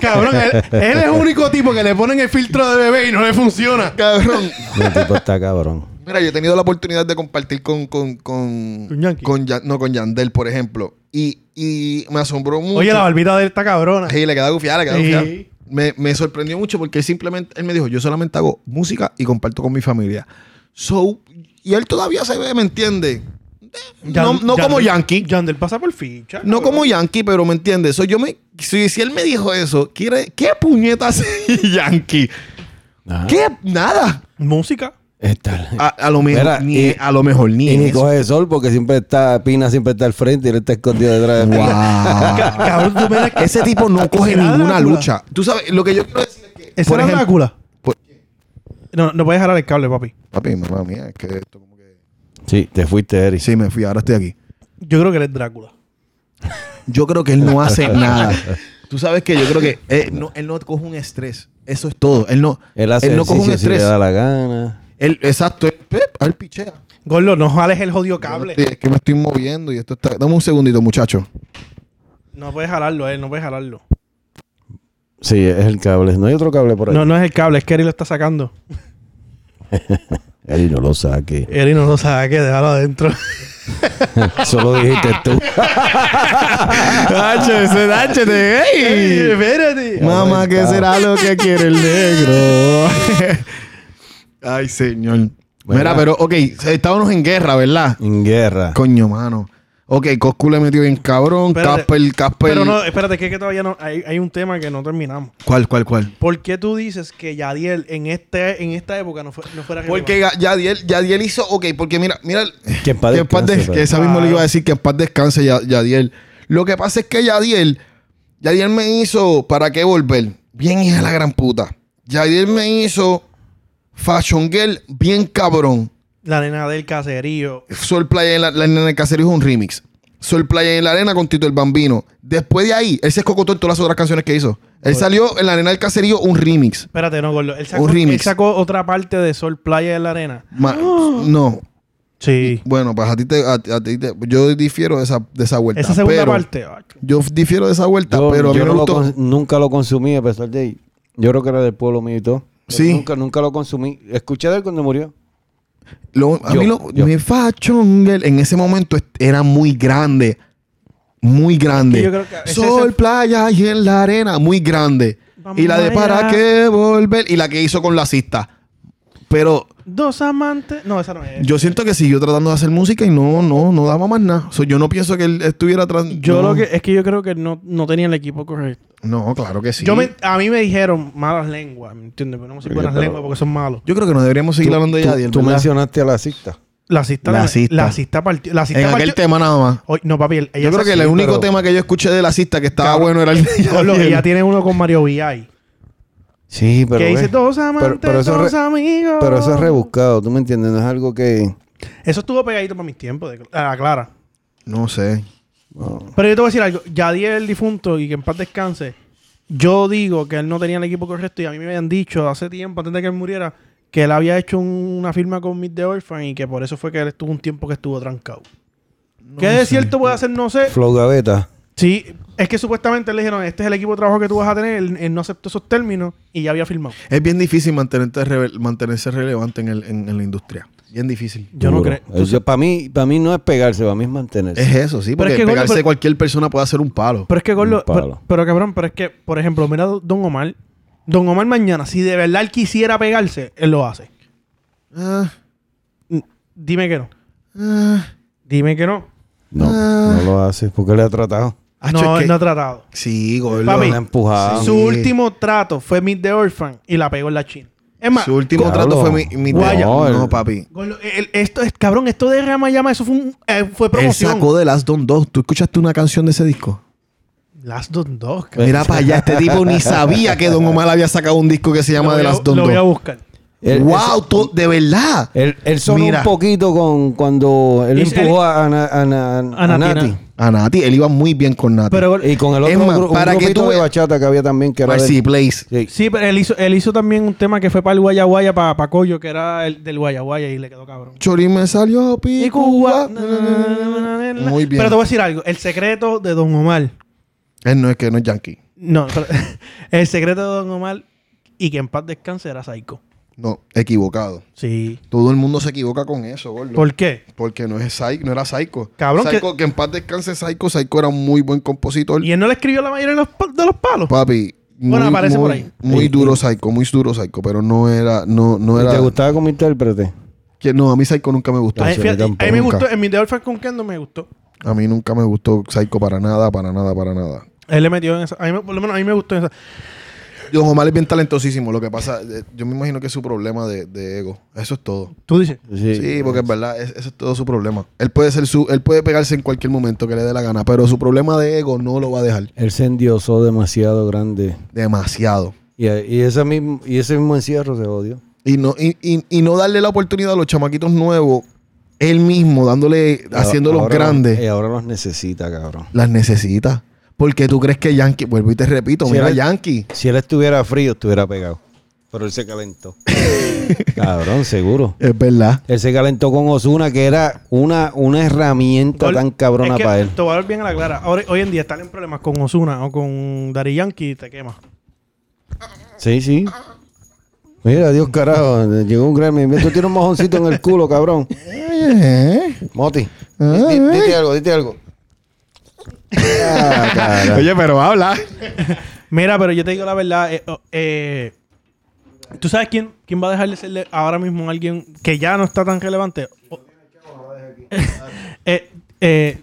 [SPEAKER 1] Cabrón, él, él es el único tipo que le ponen el filtro de bebé y no le funciona.
[SPEAKER 3] <laughs> Cabrón.
[SPEAKER 2] El tipo está cabrón.
[SPEAKER 3] Mira, yo he tenido la oportunidad de compartir con. Con, con,
[SPEAKER 1] ¿Con Yankee?
[SPEAKER 3] con Ya- no, con Yandel, por ejemplo. Y, y me asombró mucho.
[SPEAKER 1] Oye, la barbita de él está cabrona.
[SPEAKER 3] Sí, le queda gufiada, le queda
[SPEAKER 1] Sí.
[SPEAKER 3] gufiada. Me, me sorprendió mucho porque él simplemente, él me dijo, yo solamente hago música y comparto con mi familia. So, y él todavía se ve, ¿me entiende? Eh, No,
[SPEAKER 1] Yan-
[SPEAKER 3] no como
[SPEAKER 1] Yandel-
[SPEAKER 3] Yankee.
[SPEAKER 1] Yandel pasa por ficha.
[SPEAKER 3] No
[SPEAKER 1] cabrón.
[SPEAKER 3] como Yankee, pero ¿me entiende? So, yo me, si, si él me dijo eso, ¿quiere, ¿qué puñetas <laughs> Yankee?
[SPEAKER 2] Ajá.
[SPEAKER 3] ¿Qué? Nada.
[SPEAKER 1] Música.
[SPEAKER 2] Está-
[SPEAKER 3] A, a lo mejor
[SPEAKER 2] Mira,
[SPEAKER 3] ni,
[SPEAKER 2] y-
[SPEAKER 3] a lo mejor ni,
[SPEAKER 2] Y ni
[SPEAKER 3] eso.
[SPEAKER 2] coge sol porque siempre está, Pina siempre está al frente y él está escondido detrás de Pina.
[SPEAKER 3] Wow.
[SPEAKER 1] Cabrón, tú ves que-
[SPEAKER 3] <laughs> Ese tipo no coge
[SPEAKER 1] Era
[SPEAKER 3] ninguna
[SPEAKER 1] Drácula.
[SPEAKER 3] lucha. Tú sabes, lo que yo quiero decir es que,
[SPEAKER 1] ¿Ese
[SPEAKER 3] por
[SPEAKER 1] era
[SPEAKER 3] ejemplo-
[SPEAKER 1] Drácula?
[SPEAKER 3] por-
[SPEAKER 1] No, no puedes jalar el cable, papi.
[SPEAKER 3] Papi, mamá mía, es que esto como que...
[SPEAKER 2] Sí, te fuiste, Eric.
[SPEAKER 3] Sí, me fui, ahora estoy aquí.
[SPEAKER 1] Yo creo que él es Drácula.
[SPEAKER 3] Yo creo que él no hace nada. Tú sabes que yo creo que eh, no, él no coge un estrés. Eso es todo. Él no,
[SPEAKER 2] Él hace
[SPEAKER 3] no coge un
[SPEAKER 2] ejercicio si le
[SPEAKER 3] estrés.
[SPEAKER 2] da la gana.
[SPEAKER 3] Él, exacto. Él, pep, él pichea.
[SPEAKER 1] Gordo, no jales el jodido
[SPEAKER 3] Yo
[SPEAKER 1] cable.
[SPEAKER 3] estoy- es que me estoy moviendo y esto está... Dame un segundito, muchacho.
[SPEAKER 1] No puedes jalarlo, él, no puedes jalarlo.
[SPEAKER 2] Sí, es el cable. No hay otro cable por ahí.
[SPEAKER 1] No, no es el cable, es que Eri lo está sacando.
[SPEAKER 2] Eric, no lo saque.
[SPEAKER 1] Eri no lo saque, déjalo
[SPEAKER 3] <laughs>
[SPEAKER 1] adentro.
[SPEAKER 2] Solo dijiste <laughs> tú.
[SPEAKER 4] Dacho, ese Dacho de. ¡Ey!
[SPEAKER 1] espérate.
[SPEAKER 4] Mamá, ¿qué será lo que quiere el negro?
[SPEAKER 3] Ay, señor. Mira,
[SPEAKER 2] Bueno.
[SPEAKER 3] pero, ok, estábamos en guerra, ¿verdad?
[SPEAKER 2] en guerra.
[SPEAKER 3] Coño, mano. Ok, Coscu le metió bien cabrón.
[SPEAKER 1] Espérate.
[SPEAKER 3] Casper, Casper...
[SPEAKER 1] Pero no, espérate, que, es que todavía no, hay, hay un tema que no terminamos.
[SPEAKER 3] ¿Cuál, cuál, cuál?
[SPEAKER 1] ¿Por qué tú dices que Yadiel en, este, en esta época no, fue, no fuera
[SPEAKER 3] Porque
[SPEAKER 1] relevante?
[SPEAKER 3] Ga- Yadiel, Yadiel hizo, ok, porque mira, mira,
[SPEAKER 2] Que en paz
[SPEAKER 3] que en paz
[SPEAKER 2] descanse,
[SPEAKER 3] des- que
[SPEAKER 2] pero-
[SPEAKER 3] esa misma le iba a decir que en paz descanse Ya- Yadiel. Lo que pasa es que Yadiel, Yadiel me hizo ¿Para qué volver? Bien hija de la gran puta. Yadiel me hizo Fashion Girl bien cabrón.
[SPEAKER 1] La nena del caserío.
[SPEAKER 3] Sol Playa en la, la Nena del Caserío es un remix. Sol Playa en la Arena con Tito el Bambino. Después de ahí, él se escocotó en todas las otras canciones que hizo. Él salió en la Nena del Caserío un remix.
[SPEAKER 1] Espérate, no, Gordo. Él sacó,
[SPEAKER 3] Un remix.
[SPEAKER 1] él sacó otra parte de Sol Playa de la Arena.
[SPEAKER 3] Ma- No,
[SPEAKER 1] Sí.
[SPEAKER 3] Bueno, pues a ti te, a, a ti te- yo difiero de esa, de esa vuelta.
[SPEAKER 1] Esa segunda
[SPEAKER 3] pero-
[SPEAKER 1] parte. ah, ay,
[SPEAKER 3] Yo difiero de esa vuelta,
[SPEAKER 2] Yo,
[SPEAKER 3] pero a mí
[SPEAKER 2] yo
[SPEAKER 3] me
[SPEAKER 2] no lo
[SPEAKER 3] gustó.
[SPEAKER 2] cons- nunca lo consumí, a pesar de. Yo creo que era del pueblo mío y todo. Pero
[SPEAKER 3] Sí.
[SPEAKER 2] Nunca, nunca lo consumí. Escuché de él cuando murió.
[SPEAKER 3] Lo- a
[SPEAKER 2] Yo-
[SPEAKER 3] mí lo,
[SPEAKER 2] yo.
[SPEAKER 3] mi fashion girl en ese momento est- era muy grande. Muy grande.
[SPEAKER 1] Es que yo creo que ese-
[SPEAKER 3] Sol,
[SPEAKER 1] ese-
[SPEAKER 3] playa y en la arena. Muy grande.
[SPEAKER 1] Vamos
[SPEAKER 3] Y la de para
[SPEAKER 1] allá.
[SPEAKER 3] qué volver. Y la que hizo con la cista. Pero
[SPEAKER 1] Dos amantes. No, esa no es.
[SPEAKER 3] yo siento que siguió tratando de hacer música y no, no, no daba más nada. So, yo no pienso que él estuviera tran-
[SPEAKER 1] Yo
[SPEAKER 3] no.
[SPEAKER 1] lo que es que yo creo que no, no tenía el equipo correcto.
[SPEAKER 3] No, claro que sí.
[SPEAKER 1] Yo me, a mí me dijeron malas lenguas, ¿me entiendes? Pero no sé buenas lenguas porque son malos.
[SPEAKER 3] Yo creo que no deberíamos seguir hablando de
[SPEAKER 2] Tú-
[SPEAKER 3] Yadiel.
[SPEAKER 2] tú
[SPEAKER 3] ¿verdad?
[SPEAKER 2] mencionaste a la cista.
[SPEAKER 1] La cista
[SPEAKER 3] La cista.
[SPEAKER 1] la cista partió, la cista
[SPEAKER 3] En aquel
[SPEAKER 1] partió-
[SPEAKER 3] tema nada más.
[SPEAKER 1] Oye, no, papi, el-
[SPEAKER 3] Yo
[SPEAKER 1] ella
[SPEAKER 3] creo que
[SPEAKER 1] es
[SPEAKER 3] el
[SPEAKER 1] así,
[SPEAKER 3] único
[SPEAKER 1] pero-
[SPEAKER 3] tema que yo escuché de la cista que estaba
[SPEAKER 1] Cabrón.
[SPEAKER 3] bueno era
[SPEAKER 1] <laughs>
[SPEAKER 3] el de
[SPEAKER 1] Gordo,
[SPEAKER 3] Yadiel.
[SPEAKER 1] ella tiene uno con Mario VI.
[SPEAKER 2] Sí, pero.
[SPEAKER 1] Que dice
[SPEAKER 2] ves,
[SPEAKER 1] dos amantes,
[SPEAKER 2] pero- pero eso
[SPEAKER 1] dos
[SPEAKER 2] re-
[SPEAKER 1] amigos.
[SPEAKER 2] Pero eso es rebuscado, ¿tú me entiendes? No es algo que.
[SPEAKER 1] Eso estuvo pegadito para mis tiempos, de, a la clara.
[SPEAKER 3] No sé.
[SPEAKER 1] Pero yo te voy a decir algo. Yadiel, el difunto, y que en paz descanse, yo digo que él no tenía el equipo correcto y a mí me habían dicho hace tiempo, antes de que él muriera, que él había hecho un- una firma con Meet the Orphan y que por eso fue que él estuvo un tiempo que estuvo trancado. ¿Qué de cierto puede hacer? No sé.
[SPEAKER 2] Flow Gaveta.
[SPEAKER 1] Sí, es que supuestamente le dijeron, este es el equipo de trabajo que tú vas a tener, él, él no aceptó esos términos y ya había firmado.
[SPEAKER 3] Es bien difícil mantenerte rele- mantenerse relevante en, el- en- en la industria. Bien difícil.
[SPEAKER 1] Yo no
[SPEAKER 2] Duro.
[SPEAKER 1] creo. tú
[SPEAKER 2] Eh, yo- Para mí, para mí no es pegarse, para mí es mantenerse.
[SPEAKER 3] Es eso, sí,
[SPEAKER 1] Pero
[SPEAKER 3] porque
[SPEAKER 1] es que, gordo,
[SPEAKER 3] pegarse
[SPEAKER 1] pero-
[SPEAKER 3] cualquier persona puede hacer un palo.
[SPEAKER 1] Pero es que, Gordo,
[SPEAKER 2] Un palo.
[SPEAKER 1] pero, pero cabrón, pero es que, por ejemplo, mira a Don Omar. Don Omar mañana, si de verdad él quisiera pegarse, él lo hace.
[SPEAKER 3] Ah,
[SPEAKER 1] Mm, Dime que no.
[SPEAKER 3] ah.
[SPEAKER 1] Dime que no.
[SPEAKER 2] No, no lo hace porque le ha tratado.
[SPEAKER 3] Acho,
[SPEAKER 1] No,
[SPEAKER 3] es que-
[SPEAKER 1] no ha tratado.
[SPEAKER 3] Sí, gordo.
[SPEAKER 1] Papi,
[SPEAKER 2] Lo ha
[SPEAKER 3] Ah,
[SPEAKER 2] empujado.
[SPEAKER 1] Su último trato fue Meet the Orphan y la pegó en la China. Es más,
[SPEAKER 3] Su último
[SPEAKER 2] Diablo.
[SPEAKER 3] trato fue mi, mi
[SPEAKER 2] Guaya.
[SPEAKER 3] No,
[SPEAKER 2] No, el-
[SPEAKER 3] papi.
[SPEAKER 1] Gordo, el- esto es, cabrón, esto de Rama Llama, eso fue, un, eh, fue
[SPEAKER 3] Él
[SPEAKER 1] promoción.
[SPEAKER 3] sacó de Last Don 2. ¿Tú escuchaste una canción de ese disco?
[SPEAKER 1] Las dos, dos, cabrón.
[SPEAKER 3] Mira para allá, este tipo ni sabía que Don Omar había sacado un disco que se llama
[SPEAKER 1] Lo
[SPEAKER 3] de
[SPEAKER 1] voy a-
[SPEAKER 3] Last Don
[SPEAKER 1] Lo voy a
[SPEAKER 3] 2.
[SPEAKER 1] buscar.
[SPEAKER 2] Él-
[SPEAKER 3] ¡Wow! tú- ¡De verdad!
[SPEAKER 2] Él, él sonó
[SPEAKER 3] Mira.
[SPEAKER 2] un poquito con cuando él
[SPEAKER 1] Es-
[SPEAKER 2] empujó a, Ana-
[SPEAKER 1] A
[SPEAKER 2] Ana- a
[SPEAKER 1] Natina.
[SPEAKER 2] Nati.
[SPEAKER 3] A Nati, él iba muy bien con Nati.
[SPEAKER 1] Pero, pues,
[SPEAKER 2] Y con el
[SPEAKER 3] Es
[SPEAKER 2] otro
[SPEAKER 3] más,
[SPEAKER 2] gru- un
[SPEAKER 3] para que
[SPEAKER 2] grupito
[SPEAKER 3] tú
[SPEAKER 2] de
[SPEAKER 3] veas- Pues
[SPEAKER 2] bachata que había también que era de-
[SPEAKER 3] Marcy Place.
[SPEAKER 2] Sí.
[SPEAKER 1] Sí, pero él hizo, él hizo también un tema que fue para el Guayaguaya, para Pacoyo, que era el del Guayaguaya y le quedó cabrón.
[SPEAKER 3] Chori me salió
[SPEAKER 1] Y Cuba. na, na, na, na, na.
[SPEAKER 3] Muy bien.
[SPEAKER 1] Pero te voy a decir algo. El secreto de Don Omar.
[SPEAKER 3] Él no es que no es yankee.
[SPEAKER 1] No, pero- <laughs> el secreto de Don Omar y que en paz descanse era Psycho.
[SPEAKER 3] No, equivocado.
[SPEAKER 1] Sí.
[SPEAKER 3] Todo el mundo se equivoca con eso, gordo.
[SPEAKER 1] ¿Por qué?
[SPEAKER 3] Porque no es Psy- no era Psycho.
[SPEAKER 1] Cabrón,
[SPEAKER 3] Psycho, que... en paz descanse Psycho. Psycho era un muy buen compositor.
[SPEAKER 1] ¿Y él no le escribió la mayoría de los, pa- de los palos?
[SPEAKER 3] Papi.
[SPEAKER 1] Bueno,
[SPEAKER 3] muy,
[SPEAKER 1] aparece
[SPEAKER 3] muy-
[SPEAKER 1] por ahí.
[SPEAKER 3] Muy duro Psycho, muy duro Psycho, pero no era, no, no
[SPEAKER 2] ¿Y
[SPEAKER 3] era.
[SPEAKER 2] ¿Te gustaba como intérprete?
[SPEAKER 3] que- no, a mí Psycho nunca me gustó.
[SPEAKER 1] a, mí, fíjate,
[SPEAKER 2] tampoco.
[SPEAKER 1] a mí me
[SPEAKER 3] Nunca.
[SPEAKER 1] gustó, en mi The Orphan con Kendo me gustó.
[SPEAKER 3] A mí nunca me gustó Psycho para nada, para nada, para nada.
[SPEAKER 1] Él le metió en esa. A mí, me- por lo menos a mí me gustó en esa.
[SPEAKER 3] Don Omar es bien talentosísimo. Lo que pasa, eh, yo me imagino que es su problema de, de ego. Eso es todo.
[SPEAKER 1] Tú dices.
[SPEAKER 3] Sí, porque es verdad, es- ese es todo su problema. Él puede ser su, él puede pegarse en cualquier momento que le dé la gana, pero su problema de ego no lo va a dejar.
[SPEAKER 2] Él se endiosó demasiado grande.
[SPEAKER 3] Demasiado.
[SPEAKER 2] Y, y, ese, mismo, y ese mismo encierro se odió.
[SPEAKER 3] Y no, y, y- y no darle la oportunidad a los chamaquitos nuevos, él mismo, dándole, haciéndolos
[SPEAKER 2] Ahora-
[SPEAKER 3] grandes,
[SPEAKER 1] eh.
[SPEAKER 2] Y ahora los necesita, cabrón.
[SPEAKER 3] las necesita. Porque tú crees que Yankee, vuelvo y te repito,
[SPEAKER 2] Sí,
[SPEAKER 3] mira
[SPEAKER 2] él-
[SPEAKER 3] Yankee.
[SPEAKER 2] Si él estuviera frío, estuviera pegado. Pero él
[SPEAKER 1] <laughs>
[SPEAKER 2] se calentó. cabrón, seguro.
[SPEAKER 3] Es verdad.
[SPEAKER 2] Él se calentó con Osuna, que era una, una herramienta
[SPEAKER 1] Gol-
[SPEAKER 2] tan cabrona
[SPEAKER 1] es que
[SPEAKER 2] para él.
[SPEAKER 1] Te voy a dar bien a la clara. Ahora, hoy en día estar en problemas con Osuna o con Dari Yankee te quema.
[SPEAKER 2] Sí, sí. Mira, Dios carajo, llegó un gran Tú tienes un mojoncito en el culo, cabrón. Eh. Moti, di- di- dite algo, dite algo. Ah, cara.
[SPEAKER 4] Oye, pero habla.
[SPEAKER 1] Mira, pero yo te digo la verdad. eh, oh, eh, ¿Tú sabes quién, quién va a dejar de serle ahora mismo a alguien que ya no está tan relevante? O- <laughs> eh, eh,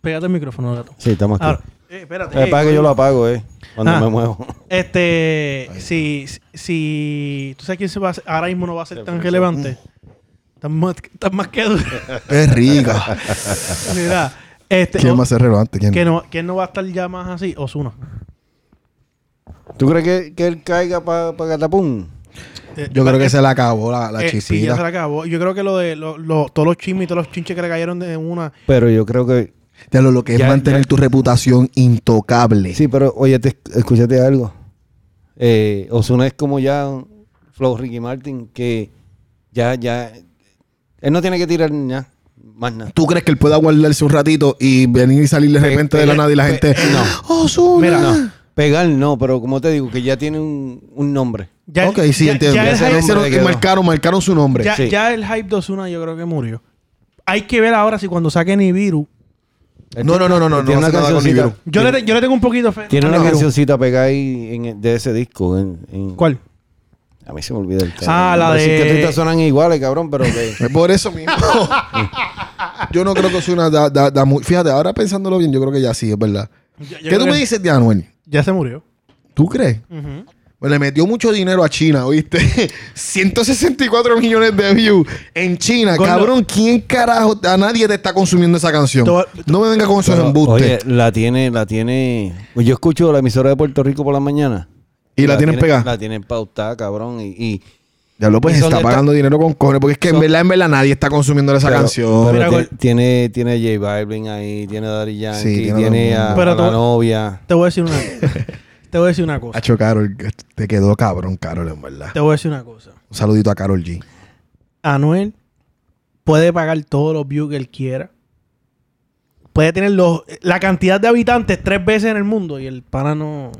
[SPEAKER 1] pégate el micrófono, gato.
[SPEAKER 2] Sí, estamos aquí.
[SPEAKER 1] Ahora, eh, espérate.
[SPEAKER 2] Lo que
[SPEAKER 1] eh,
[SPEAKER 2] pasa es que yo lo Ah, apago, eh, cuando
[SPEAKER 1] Ah.
[SPEAKER 2] me muevo.
[SPEAKER 1] Este, si, si tú sabes quién se va a hacer- ahora mismo no va a ser tan relevante, tan más, tan más
[SPEAKER 3] <laughs>
[SPEAKER 1] que duro. <laughs>
[SPEAKER 3] Es rica.
[SPEAKER 1] Mira, este,
[SPEAKER 3] ¿Quién
[SPEAKER 1] o-
[SPEAKER 3] va a ser relevante? ¿Quién?
[SPEAKER 1] que no, ¿Quién no va a estar ya más así? Osuna.
[SPEAKER 2] ¿Tú crees que, que él caiga para pa Catapum?
[SPEAKER 3] Yo creo que se le acabó la, la
[SPEAKER 1] Eh,
[SPEAKER 3] chispita.
[SPEAKER 1] sí, ya se la acabó. Yo creo que lo de lo- lo- todos los chismes y todos los chinches que le cayeron de una.
[SPEAKER 2] Pero yo creo que.
[SPEAKER 3] Ya lo, lo que
[SPEAKER 2] Ya-
[SPEAKER 3] es mantener
[SPEAKER 2] ya-
[SPEAKER 3] tu reputación intocable.
[SPEAKER 2] Sí, pero oye, te, escúchate algo. Eh, Osuna es como ya un Flow Ricky Martin, que ya, ya. Él no tiene que tirar ya, más nada.
[SPEAKER 3] ¿Tú crees que él pueda guardarse un ratito y venir y salir de
[SPEAKER 2] Pe-
[SPEAKER 3] repente de la
[SPEAKER 2] pe-
[SPEAKER 3] nada y la
[SPEAKER 2] pe-
[SPEAKER 3] gente... "Oh,
[SPEAKER 2] no.
[SPEAKER 3] ¡Ozuna!
[SPEAKER 1] Mira,
[SPEAKER 2] No, pegar no, pero como te digo, que ya tiene un, un nombre.
[SPEAKER 1] Ya,
[SPEAKER 3] ok, sí,
[SPEAKER 1] ya-
[SPEAKER 3] entiendo.
[SPEAKER 1] Ya,
[SPEAKER 3] Ese
[SPEAKER 1] el, hype,
[SPEAKER 3] nombre
[SPEAKER 2] le
[SPEAKER 3] que
[SPEAKER 2] quedó.
[SPEAKER 3] marcaron, marcaron su nombre.
[SPEAKER 1] ya-
[SPEAKER 2] sí.
[SPEAKER 1] ya el hype de Osuna yo creo que murió. Hay que ver ahora si cuando saquen Nibiru.
[SPEAKER 2] Él
[SPEAKER 3] No, no, no, no, no,
[SPEAKER 2] tiene
[SPEAKER 3] no
[SPEAKER 2] una
[SPEAKER 3] hace nada con
[SPEAKER 2] cancioncita.
[SPEAKER 3] Nibiru.
[SPEAKER 1] Yo, le, te- yo le tengo un poquito de fe.
[SPEAKER 2] Tiene
[SPEAKER 1] a
[SPEAKER 2] una
[SPEAKER 1] Nibiru.
[SPEAKER 2] cancioncita pegada ahí en- e, de ese disco. en- en-
[SPEAKER 1] ¿Cuál?
[SPEAKER 2] A mí se me olvida el
[SPEAKER 1] Ah, la
[SPEAKER 2] Pero sí
[SPEAKER 1] de-
[SPEAKER 2] que todas suenan iguales, cabrón, pero
[SPEAKER 3] <laughs>
[SPEAKER 2] que.
[SPEAKER 3] Es por eso mismo. yo no creo que Ozuna da, da, da mu- Fíjate, ahora pensándolo bien, yo creo que ya sí, es verdad.
[SPEAKER 1] Yo- yo
[SPEAKER 3] ¿Qué
[SPEAKER 1] creo
[SPEAKER 3] tú
[SPEAKER 1] que
[SPEAKER 3] me dices de Anuel?
[SPEAKER 1] Ya se murió.
[SPEAKER 3] ¿Tú crees? Pues le metió mucho dinero a China, ¿oíste? <laughs> 164 millones de views en China.
[SPEAKER 1] Gordo.
[SPEAKER 3] Cabrón, ¿quién carajo? A nadie te está consumiendo esa canción.
[SPEAKER 1] Todo-
[SPEAKER 3] No me venga con esos
[SPEAKER 2] Pero,
[SPEAKER 3] embustes.
[SPEAKER 2] Oye, la tiene, la tiene. Yo escucho la emisora de Puerto Rico por la mañana.
[SPEAKER 3] ¿Y la tienen
[SPEAKER 2] tiene-
[SPEAKER 3] pegada?
[SPEAKER 2] La tienen pautada, cabrón. Y, y-
[SPEAKER 3] Ya lo pues
[SPEAKER 2] ¿Y son
[SPEAKER 3] está
[SPEAKER 2] de esta-
[SPEAKER 3] pagando dinero con cojones, porque es que en
[SPEAKER 2] son-
[SPEAKER 3] verdad, en verdad nadie está consumiendo esa
[SPEAKER 2] pero-
[SPEAKER 3] canción.
[SPEAKER 2] pero
[SPEAKER 1] Mira,
[SPEAKER 2] ti-
[SPEAKER 1] gol-
[SPEAKER 2] tiene, tiene a J Balvin ahí, tiene a Daddy Yankee,
[SPEAKER 3] Sí, tiene
[SPEAKER 2] tiene, a,
[SPEAKER 3] a todo el mundo.
[SPEAKER 1] Pero
[SPEAKER 2] a la
[SPEAKER 1] tú-
[SPEAKER 2] novia.
[SPEAKER 1] Te voy a
[SPEAKER 3] <laughs>
[SPEAKER 1] decir una Te voy a decir una cosa.
[SPEAKER 3] Hacho, Carol, te quedó cabrón, Carol, en verdad.
[SPEAKER 1] Te voy a decir una cosa.
[SPEAKER 3] Un saludito a Carol G.
[SPEAKER 1] Anuel puede pagar todos los views que él quiera. puede tener los, la cantidad de habitantes tres veces en el mundo y el pana no.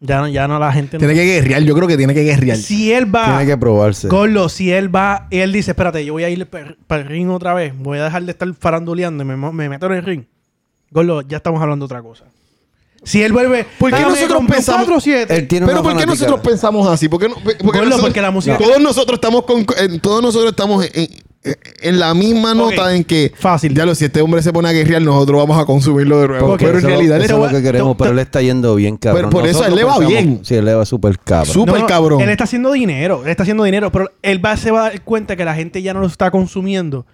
[SPEAKER 1] Ya no, ya no la gente. no-
[SPEAKER 3] Tiene que guerrear, yo creo que tiene que guerrear.
[SPEAKER 1] si él va.
[SPEAKER 2] Tiene que probarse.
[SPEAKER 1] Gordo, si él va, él dice, espérate, yo voy a ir per- para el ring otra vez, voy a dejar de estar faranduleando y me, mo- me meto en el ring. Gordo, ya estamos hablando otra cosa. Si él vuelve,
[SPEAKER 3] ¿Por qué nosotros pensamos-
[SPEAKER 1] 4 7
[SPEAKER 2] Él tiene
[SPEAKER 3] Pero
[SPEAKER 2] una
[SPEAKER 3] ¿por qué
[SPEAKER 2] fanática.
[SPEAKER 3] nosotros pensamos así? ¿Por qué no- por-
[SPEAKER 1] Gordo, porque la música-
[SPEAKER 3] Todos nosotros estamos con, en- todos nosotros estamos en, en- en la misma
[SPEAKER 1] Ok.
[SPEAKER 3] nota en que
[SPEAKER 1] Fácil.
[SPEAKER 3] Ya lo si este hombre se pone a guerrear, nosotros vamos a consumirlo de nuevo.
[SPEAKER 1] Ok.
[SPEAKER 3] Pero en
[SPEAKER 2] eso,
[SPEAKER 3] realidad
[SPEAKER 2] eso
[SPEAKER 1] te
[SPEAKER 2] es
[SPEAKER 1] voy
[SPEAKER 2] lo
[SPEAKER 1] a-
[SPEAKER 2] que queremos,
[SPEAKER 1] te-
[SPEAKER 2] pero él está yendo bien cabrón.
[SPEAKER 3] Pero por eso
[SPEAKER 2] Nosotros
[SPEAKER 3] él le va
[SPEAKER 2] pensamos-
[SPEAKER 3] bien.
[SPEAKER 2] Sí, él le va súper cabrón.
[SPEAKER 3] Su- súper cabrón.
[SPEAKER 1] Él está haciendo dinero, él está haciendo dinero, pero él va, se va a dar cuenta que la gente ya no lo está consumiendo.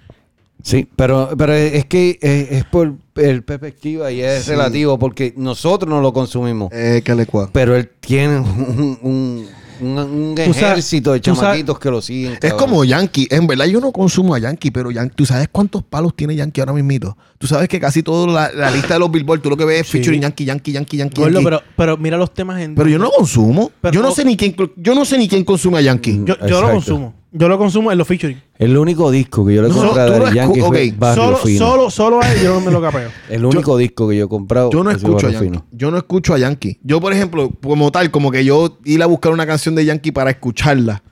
[SPEAKER 2] Sí, pero, pero es que es, es por el perspectiva y es
[SPEAKER 3] Sí.
[SPEAKER 2] relativo porque nosotros no lo consumimos.
[SPEAKER 3] Eh, que le cua.
[SPEAKER 2] Pero él tiene un, un- un- un
[SPEAKER 1] Tú sabes-
[SPEAKER 2] ejército de
[SPEAKER 1] tú sabes-
[SPEAKER 2] chamaquitos que lo siguen.
[SPEAKER 3] Es
[SPEAKER 2] cabrón.
[SPEAKER 3] como Yankee. En verdad yo no consumo a Yankee, pero Yankee, ¿tú sabes cuántos palos tiene Yankee ahora mismito? Tú sabes que casi toda la, la lista de los Billboard, tú lo que ves es
[SPEAKER 1] Sí.
[SPEAKER 3] featuring Yankee, Yankee, Yankee, Yankee.
[SPEAKER 1] Gordo,
[SPEAKER 3] Yankee.
[SPEAKER 1] pero, pero mira los temas en.
[SPEAKER 3] Pero yo no lo consumo.
[SPEAKER 1] Pero-
[SPEAKER 3] yo no sé ni quién yo no sé ni quién consume a Yankee.
[SPEAKER 1] Yo, yo lo
[SPEAKER 2] Exacto.
[SPEAKER 1] consumo. Yo lo consumo en los featuring.
[SPEAKER 2] El único disco que yo le he
[SPEAKER 3] No,
[SPEAKER 2] comprado
[SPEAKER 3] tú
[SPEAKER 2] a
[SPEAKER 3] no
[SPEAKER 2] Daddy
[SPEAKER 3] escu-
[SPEAKER 2] Yankee fue
[SPEAKER 3] ok,
[SPEAKER 2] Barrio
[SPEAKER 1] Solo,
[SPEAKER 2] Fino.
[SPEAKER 1] solo, solo a él yo no me lo capeo. <laughs>
[SPEAKER 2] el único disco que yo he comprado
[SPEAKER 3] Yo no
[SPEAKER 2] ha sido
[SPEAKER 3] escucho a
[SPEAKER 2] Barrio
[SPEAKER 3] Yankee.
[SPEAKER 2] Fino.
[SPEAKER 3] Yo no escucho a Yankee. Yo, por ejemplo, como tal, como que yo ir a buscar una canción de Yankee para escucharla.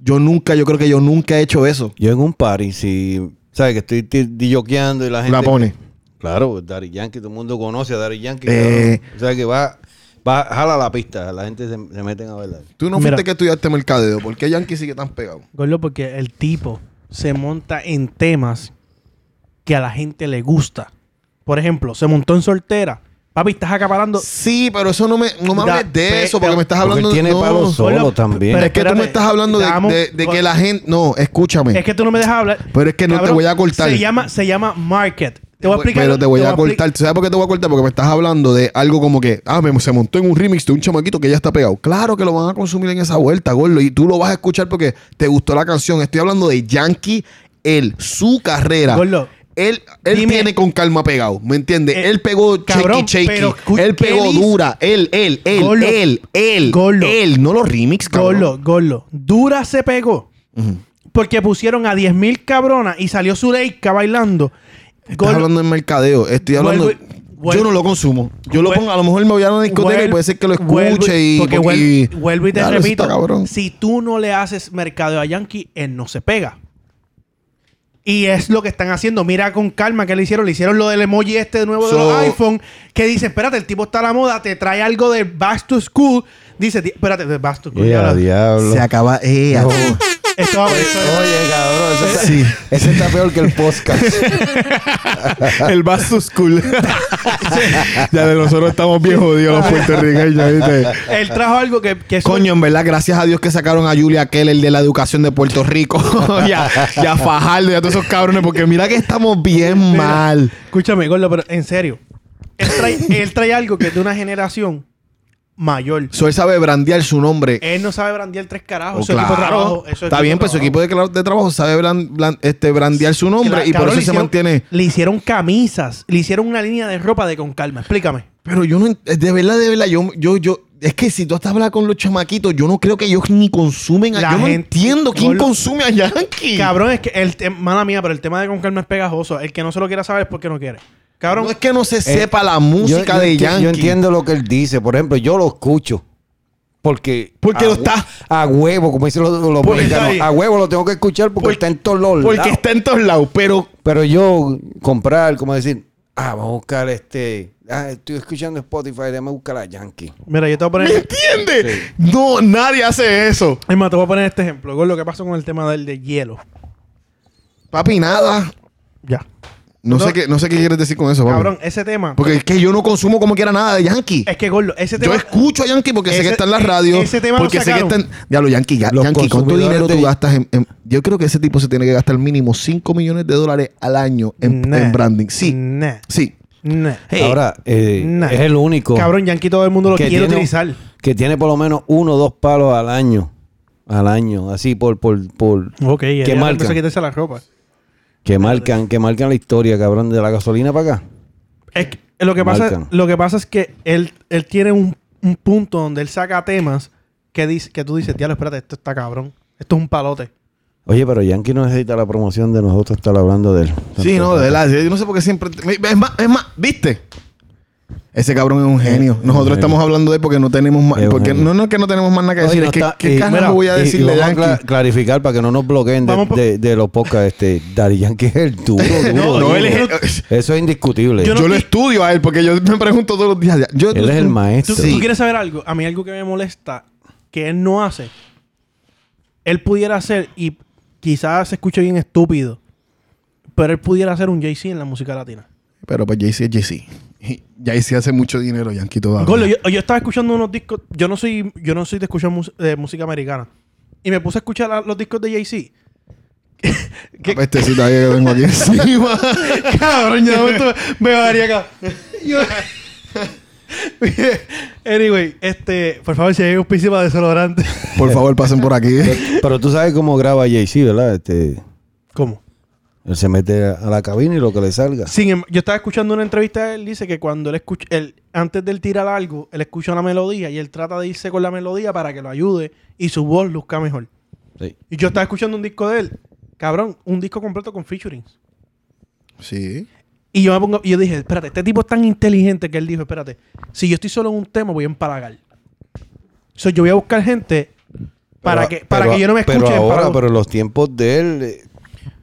[SPEAKER 3] Yo nunca, yo creo que yo nunca he hecho eso.
[SPEAKER 2] Yo en un party, si... ¿Sabes? Que estoy ti- dilloqueando y la gente...
[SPEAKER 3] La pone.
[SPEAKER 2] Claro, pues, Daddy Yankee, todo el mundo conoce a Daddy Yankee.
[SPEAKER 3] Eh.
[SPEAKER 2] cabrón. O sea que va, va, jala la pista, la gente se, se meten a bailar.
[SPEAKER 3] Tú no fuiste
[SPEAKER 1] Mira.
[SPEAKER 3] que estudiaste mercadeo. ¿Por qué Yankee sigue tan pegado?
[SPEAKER 1] Gordo, porque el tipo se monta en temas que a la gente le gusta. Por ejemplo, se montó en soltera. Papi, estás acaparando.
[SPEAKER 3] Sí, pero eso no me, no me
[SPEAKER 1] Da-
[SPEAKER 3] hables de
[SPEAKER 1] pe-
[SPEAKER 3] eso porque me estás
[SPEAKER 2] Porque
[SPEAKER 3] hablando
[SPEAKER 2] él tiene
[SPEAKER 3] no.
[SPEAKER 2] palos solo
[SPEAKER 1] Gordo,
[SPEAKER 2] también.
[SPEAKER 1] pero
[SPEAKER 3] Es que tú me
[SPEAKER 1] espérate,
[SPEAKER 3] estás hablando de,
[SPEAKER 1] damos-
[SPEAKER 3] de- de que la gente. No,
[SPEAKER 1] Es
[SPEAKER 3] escúchame.
[SPEAKER 1] que tú no me dejas hablar.
[SPEAKER 3] Pero es que no te voy a cortar.
[SPEAKER 1] Se llama, se llama Market. Te voy a explicar.
[SPEAKER 3] Pero te voy a
[SPEAKER 1] expli-
[SPEAKER 3] cortar. ¿Sabes por qué te voy a cortar? Porque me estás hablando de algo como que, ah, me- se montó en un remix de un chamaquito que ya está pegado. Claro que lo van a consumir en esa vuelta, gordo. Y tú lo vas a escuchar porque te gustó la canción. Estoy hablando de Yankee, él, su carrera.
[SPEAKER 1] Gordo,
[SPEAKER 3] Él, él
[SPEAKER 1] dime-
[SPEAKER 3] tiene con calma pegado, ¿me entiendes?
[SPEAKER 1] Eh,
[SPEAKER 3] él pegó
[SPEAKER 1] cabrón,
[SPEAKER 3] Shaky Shaky,
[SPEAKER 1] pero escu-
[SPEAKER 3] él
[SPEAKER 1] ¿qué
[SPEAKER 3] pegó
[SPEAKER 1] dice?
[SPEAKER 3] Dura, él, él, él,
[SPEAKER 1] Gordo,
[SPEAKER 3] él, él,
[SPEAKER 1] gordo,
[SPEAKER 3] él, no los remix, cabrón.
[SPEAKER 1] Gorlo, gorlo. Dura se pegó. Porque pusieron a 10.000 cabronas y salió Zuleika bailando.
[SPEAKER 3] Estás
[SPEAKER 1] Gordo,
[SPEAKER 3] hablando en mercadeo. Estoy hablando.
[SPEAKER 1] Vuelvo y- vuelvo-
[SPEAKER 3] yo no lo consumo. Yo lo
[SPEAKER 1] Vuel-
[SPEAKER 3] pongo. A lo mejor me voy a una discoteca y
[SPEAKER 1] Vuelvo-
[SPEAKER 3] puede ser que lo escuche
[SPEAKER 1] vuelvo-
[SPEAKER 3] y.
[SPEAKER 1] Porque vuel-
[SPEAKER 3] y-
[SPEAKER 1] vuelvo, y te
[SPEAKER 3] Claro, eso está
[SPEAKER 1] repito,
[SPEAKER 3] cabrón.
[SPEAKER 1] si tú no le haces mercado a Yankee, él no se pega. Y es lo que están haciendo. Mira con calma que le hicieron. Le hicieron lo del emoji este de nuevo de
[SPEAKER 3] So-
[SPEAKER 1] los iPhone. Que dice, espérate, el tipo está a la moda. Te trae algo de Back to School. Dice, "Di- espérate, de Back to School. ya la-
[SPEAKER 2] diablo.
[SPEAKER 3] Se acaba. Eh,
[SPEAKER 2] No.
[SPEAKER 3] adiós.
[SPEAKER 1] Esto va a- esto-
[SPEAKER 3] <laughs>
[SPEAKER 2] Oye, cabrón, ese está,
[SPEAKER 3] Sí.
[SPEAKER 2] ese está peor que el podcast.
[SPEAKER 3] El Bastus
[SPEAKER 1] <laughs>
[SPEAKER 3] School. ya de nosotros estamos bien jodidos los puertorriqueños, ¿viste?
[SPEAKER 1] él trajo algo que, que es un-
[SPEAKER 3] Coño, en verdad, gracias a Dios que sacaron a Julia Keller de la educación de Puerto Rico <laughs> y, a, y a Fajardo y a todos esos cabrones, porque mira que estamos bien
[SPEAKER 1] Mira,
[SPEAKER 3] mal.
[SPEAKER 1] Escúchame, Gordo, pero en serio. Él trae, él trae algo que es de una generación mayor.
[SPEAKER 3] So, él sabe brandear su nombre.
[SPEAKER 1] Él no sabe brandear tres carajos.
[SPEAKER 3] Oh,
[SPEAKER 1] su equipo de
[SPEAKER 3] claro.
[SPEAKER 1] trabajo. eso es
[SPEAKER 3] Está bien, pues su equipo de, cla- de trabajo sabe blan- blan- este, brandear su nombre y por eso se mantiene.
[SPEAKER 1] Le hicieron camisas, le hicieron una línea de ropa de con calma. Explícame.
[SPEAKER 3] Pero yo no, ent- de verdad, de verdad, yo, yo, yo, es que si tú estás hablando con los chamaquitos, yo no creo que ellos ni consumen a
[SPEAKER 1] La
[SPEAKER 3] Yo no
[SPEAKER 1] gente-
[SPEAKER 3] entiendo quién
[SPEAKER 1] Gordo.
[SPEAKER 3] consume a Yankee.
[SPEAKER 1] Cabrón, es que el te- mala mía, pero el tema de con calma es pegajoso. El que no se lo quiera saber es porque no quiere. Cabrón,
[SPEAKER 3] No es que no
[SPEAKER 1] Eh,
[SPEAKER 3] se sepa la música
[SPEAKER 2] yo
[SPEAKER 3] de
[SPEAKER 2] enti-
[SPEAKER 3] Yankee.
[SPEAKER 2] Yo entiendo lo que él dice. Por ejemplo, yo lo escucho. Porque.
[SPEAKER 3] Porque
[SPEAKER 2] a
[SPEAKER 3] lo
[SPEAKER 2] hue-
[SPEAKER 3] está- Pues,
[SPEAKER 2] A huevo, como dicen los, los
[SPEAKER 1] Porque está
[SPEAKER 2] mexicanos.
[SPEAKER 1] ahí.
[SPEAKER 2] A huevo lo tengo que escuchar porque,
[SPEAKER 3] Porque-
[SPEAKER 2] está en todos los
[SPEAKER 3] Porque
[SPEAKER 2] lados.
[SPEAKER 3] está en todos lados, pero
[SPEAKER 2] Pero yo comprar, como decir, ah, vamos a buscar este. Ah, estoy escuchando Spotify, déjame buscar a Yankee.
[SPEAKER 1] mira, yo te voy a
[SPEAKER 3] ¿me
[SPEAKER 1] poner.
[SPEAKER 3] entiendes? No, nadie hace eso.
[SPEAKER 1] Es más, te voy a poner este ejemplo. Con lo que pasó con el tema del de hielo.
[SPEAKER 3] Papi, nada.
[SPEAKER 1] Ya.
[SPEAKER 3] No,
[SPEAKER 1] No.
[SPEAKER 3] sé qué, no sé qué quieres decir con eso, papi.
[SPEAKER 1] Cabrón, ese tema.
[SPEAKER 3] Porque es que yo no consumo como quiera nada de Yankee.
[SPEAKER 1] Es que, Gordo, ese
[SPEAKER 3] Yo
[SPEAKER 2] Este
[SPEAKER 1] tema.
[SPEAKER 3] escucho a Yankee porque sé
[SPEAKER 1] Ese-
[SPEAKER 3] que está en la
[SPEAKER 2] e-,
[SPEAKER 3] radio.
[SPEAKER 1] ese tema lo
[SPEAKER 3] porque sé que
[SPEAKER 1] sacaron.
[SPEAKER 3] está en. Ya lo Yankee, ya,
[SPEAKER 2] Los
[SPEAKER 3] Yankee, ¿cuánto
[SPEAKER 2] consumidores
[SPEAKER 3] dinero
[SPEAKER 2] de-
[SPEAKER 3] tú gastas en, en- Yo creo que ese tipo se tiene que gastar mínimo 5 millones de dólares al año en,
[SPEAKER 1] Nah.
[SPEAKER 3] en branding. Sí.
[SPEAKER 1] Nah.
[SPEAKER 3] Sí.
[SPEAKER 1] Nah.
[SPEAKER 2] Ahora, eh,
[SPEAKER 1] Nah.
[SPEAKER 2] es el único.
[SPEAKER 1] Cabrón, Yankee todo el mundo lo
[SPEAKER 2] que
[SPEAKER 1] quiere
[SPEAKER 2] tiene-
[SPEAKER 1] utilizar.
[SPEAKER 2] Que tiene por lo menos uno o dos palos al año. Al año, así por. por, por
[SPEAKER 1] Ok, ya.
[SPEAKER 2] que marcan,
[SPEAKER 1] se quitarse la ropa.
[SPEAKER 2] que marcan, que marcan la historia, cabrón, de la gasolina para acá.
[SPEAKER 1] Es que eh, lo, que pasa,
[SPEAKER 2] Marcan.
[SPEAKER 1] lo que pasa es que él, él tiene un, un punto donde él saca temas que, dice, que tú dices, diablo, espérate, esto está cabrón. Esto es un palote.
[SPEAKER 2] Oye, pero Yankee no necesita la promoción de nosotros estar hablando de él.
[SPEAKER 3] Sí, no, de verdad. Yo no sé por qué siempre. Es más, es más, ¿viste? Ese cabrón Eh, es un genio. Nosotros
[SPEAKER 2] genio.
[SPEAKER 3] estamos hablando de él porque no tenemos más.
[SPEAKER 2] Es un
[SPEAKER 3] Porque
[SPEAKER 2] genio.
[SPEAKER 3] no, no es que no tenemos más nada que
[SPEAKER 2] Oye,
[SPEAKER 3] decir.
[SPEAKER 2] no
[SPEAKER 3] es que,
[SPEAKER 2] está-
[SPEAKER 3] ¿qué
[SPEAKER 2] eh,
[SPEAKER 3] carajo
[SPEAKER 2] mira,
[SPEAKER 3] voy a
[SPEAKER 2] y- y
[SPEAKER 3] decirle
[SPEAKER 2] vamos a
[SPEAKER 3] Yankee?
[SPEAKER 2] cla- clarificar para que no nos bloqueen de,
[SPEAKER 1] Vamos pa-
[SPEAKER 2] de- de los podcasts. Este, Daddy Yankee es el duro, duro,
[SPEAKER 1] <laughs> No, no,
[SPEAKER 2] duro.
[SPEAKER 1] él es el-
[SPEAKER 2] Eso es indiscutible.
[SPEAKER 1] Yo
[SPEAKER 3] <laughs> Yo,
[SPEAKER 1] no-
[SPEAKER 3] lo estudio a él porque yo me pregunto todos los días. Yo,
[SPEAKER 2] él es el maestro.
[SPEAKER 1] ¿Tú, tú quieres saber algo? A mí algo que me molesta, que él no hace. Él pudiera hacer, y quizás se escuche bien estúpido, pero él pudiera hacer un Jay-Z en la música latina.
[SPEAKER 3] Pero pues Jay-Z es Jay-Z. Y Jay-Z hace mucho dinero, Yankee todavía.
[SPEAKER 1] Gordo, yo, yo estaba escuchando unos discos. Yo no soy, yo no soy de escuchar mus- eh, música americana. Y me puse a escuchar a- los discos de Jay-Z.
[SPEAKER 3] La pestecita que
[SPEAKER 1] <laughs>
[SPEAKER 3] tengo aquí encima.
[SPEAKER 1] Cabrón, yo de momento me daría acá. Yo- <laughs> anyway, este, por favor, si hay un piso para desodorante.
[SPEAKER 3] Por favor, pasen por
[SPEAKER 1] <laughs>
[SPEAKER 3] aquí.
[SPEAKER 2] Pero tú sabes cómo graba Jay-Z, ¿verdad? Este,
[SPEAKER 1] ¿Cómo?
[SPEAKER 2] él se mete a la cabina y lo que le salga.
[SPEAKER 1] Sin em- yo estaba escuchando una entrevista de él, dice que cuando él escucha, él, antes de él tirar algo, él escucha una melodía y él trata de irse con la melodía para que lo ayude y su voz luzca mejor.
[SPEAKER 2] Sí.
[SPEAKER 1] Y yo estaba escuchando un disco de él, cabrón, un disco completo con featurings.
[SPEAKER 3] Sí.
[SPEAKER 1] Y yo me pongo, y yo dije, espérate, este tipo es tan inteligente que él dijo, espérate, si yo estoy solo en un tema, voy a empalagar. So, yo voy a buscar gente para
[SPEAKER 2] Pero-
[SPEAKER 1] que, para
[SPEAKER 2] pero-
[SPEAKER 1] que yo no me escuche.
[SPEAKER 2] Pero ahora,
[SPEAKER 1] empalago.
[SPEAKER 2] pero los tiempos de él... eh,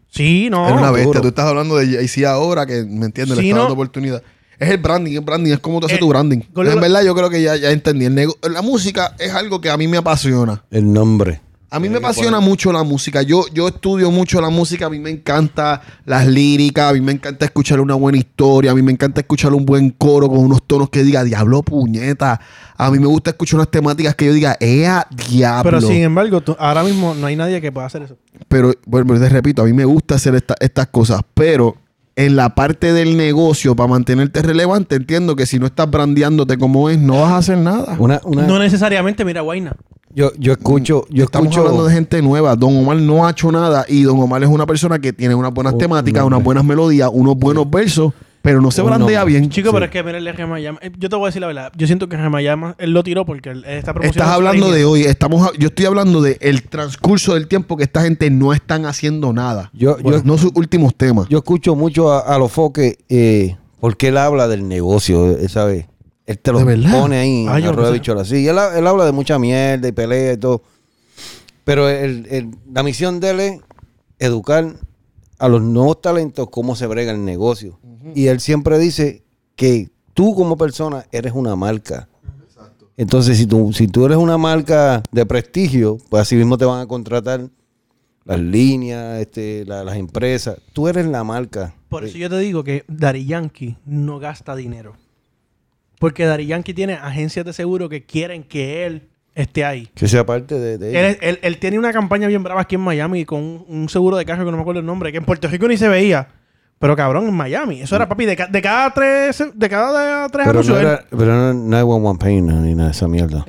[SPEAKER 1] sí, no.
[SPEAKER 3] Era una bestia.
[SPEAKER 2] duro.
[SPEAKER 3] Tú estás hablando de Jay-Z ahora, que me entiendes, le
[SPEAKER 1] Sí,
[SPEAKER 3] está
[SPEAKER 1] no.
[SPEAKER 3] dando oportunidad. Es el branding, es branding, es como tú haces
[SPEAKER 1] Eh,
[SPEAKER 3] tu branding.
[SPEAKER 1] Gordo,
[SPEAKER 3] en
[SPEAKER 1] la-
[SPEAKER 3] verdad, yo creo que ya, ya entendí. El nego- la música es algo que a mí me apasiona.
[SPEAKER 2] El nombre.
[SPEAKER 3] A mí me apasiona mucho la música. Yo, yo estudio mucho la música. A mí me encanta las líricas. A mí me encanta escuchar una buena historia. A mí me encanta escuchar un buen coro con unos tonos que diga diablo puñeta. A mí me gusta escuchar unas temáticas que yo diga ea diablo.
[SPEAKER 1] Pero sin em- embargo, tú- ahora mismo no hay nadie que pueda hacer eso.
[SPEAKER 3] Pero, bueno, pero te repito, a mí me gusta hacer esta- estas cosas, pero en la parte del negocio, para mantenerte relevante, entiendo que si no estás brandeándote como es, no vas a hacer nada.
[SPEAKER 2] Una, una,
[SPEAKER 1] Ah. No necesariamente, mira, Guaina.
[SPEAKER 2] yo, yo escucho... Yo
[SPEAKER 3] Estamos
[SPEAKER 2] escucho,
[SPEAKER 3] hablando de gente nueva. Don Omar no ha hecho nada y Don Omar es una persona que tiene unas buenas
[SPEAKER 2] Un
[SPEAKER 3] temáticas, unas
[SPEAKER 2] nombre.
[SPEAKER 3] buenas melodías, unos buenos versos, pero no se
[SPEAKER 2] Un
[SPEAKER 3] brandea
[SPEAKER 2] nombre.
[SPEAKER 3] bien.
[SPEAKER 1] Chico, pero es que mira el Gemayama. Eh, Yo te voy a decir la verdad. Yo siento que Gemayama, él lo tiró porque él, él está
[SPEAKER 3] Estás
[SPEAKER 1] promocionando.
[SPEAKER 3] hablando
[SPEAKER 1] esa
[SPEAKER 3] de
[SPEAKER 1] línea.
[SPEAKER 3] hoy, estamos, a- yo estoy hablando de el transcurso del tiempo que esta gente no están haciendo nada.
[SPEAKER 2] Yo- yo-
[SPEAKER 3] no sus últimos temas.
[SPEAKER 2] Yo escucho mucho a, a los foques eh, porque él habla del negocio, eh, ¿sabes? Él te lo
[SPEAKER 3] ¿De verdad?
[SPEAKER 2] pone ahí en
[SPEAKER 1] Ah, yo
[SPEAKER 2] la
[SPEAKER 1] no
[SPEAKER 2] rueda de
[SPEAKER 1] sé.
[SPEAKER 2] bichuela. Sí, él, ha- él habla de mucha mierda y pelea y todo. Pero el- el- la misión de él es educar a los nuevos talentos cómo se brega el negocio. Y él siempre dice que tú como persona eres una marca. Entonces, si tú, si tú eres una marca de prestigio, pues así mismo te van a contratar las líneas, este, la- las empresas. Tú eres la marca. Eh,
[SPEAKER 1] Por eso yo te digo que Dari Yankee no gasta dinero. Porque Dari Yankee tiene agencias de seguro que quieren que él esté ahí.
[SPEAKER 2] Que sea parte de, de
[SPEAKER 1] Él, es- él- él tiene una campaña bien brava aquí en Miami con un, un seguro de carro que no me acuerdo el nombre, que en Puerto Rico ni se veía. Pero cabrón, en Miami. Eso era papi. De, ca- de cada tres, de cada tres
[SPEAKER 2] Pero no
[SPEAKER 1] anuncios, él-
[SPEAKER 2] era, pero no era 911 Pain no, ni nada de
[SPEAKER 1] <laughs>
[SPEAKER 2] esa mierda.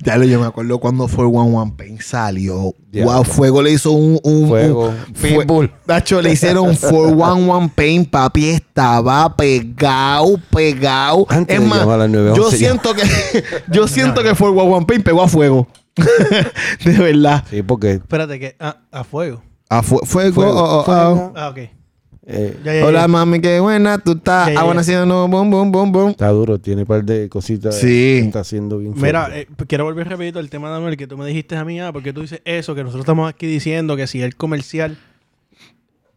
[SPEAKER 3] Ya lo yo me acuerdo cuando fue One One Pain salió.
[SPEAKER 2] Ya.
[SPEAKER 3] Wow, Fuego le hizo un. un
[SPEAKER 2] Fuego.
[SPEAKER 3] un- fue- Nacho, le hicieron For One One Pain, papi, estaba pegado, pegado.
[SPEAKER 2] Antes
[SPEAKER 3] es
[SPEAKER 2] de
[SPEAKER 3] más,
[SPEAKER 2] llamar al
[SPEAKER 3] yo
[SPEAKER 2] 911 ya.
[SPEAKER 3] siento que <laughs> yo siento que For One One Pain pegó a fuego. <laughs> de verdad.
[SPEAKER 2] Sí, porque.
[SPEAKER 1] Espérate, que. ah, a fuego.
[SPEAKER 3] A fue- fuego.
[SPEAKER 2] Fuego.
[SPEAKER 3] oh, oh, oh.
[SPEAKER 1] Ah, ok.
[SPEAKER 2] eh,
[SPEAKER 1] Ya, ya, ya.
[SPEAKER 3] Hola, mami, qué buena tú estás.
[SPEAKER 1] Ya, ya,
[SPEAKER 3] Ah, bueno,
[SPEAKER 1] ya.
[SPEAKER 3] haciendo no, boom, boom, boom, boom.
[SPEAKER 2] está duro, tiene un par de cositas
[SPEAKER 3] Sí.
[SPEAKER 2] que está haciendo bien.
[SPEAKER 1] Mira,
[SPEAKER 2] fuerte.
[SPEAKER 1] eh, quiero volver rapidito al tema, Manuel, que tú me dijiste a mí, ah, porque tú dices eso, que nosotros estamos aquí diciendo que si el comercial...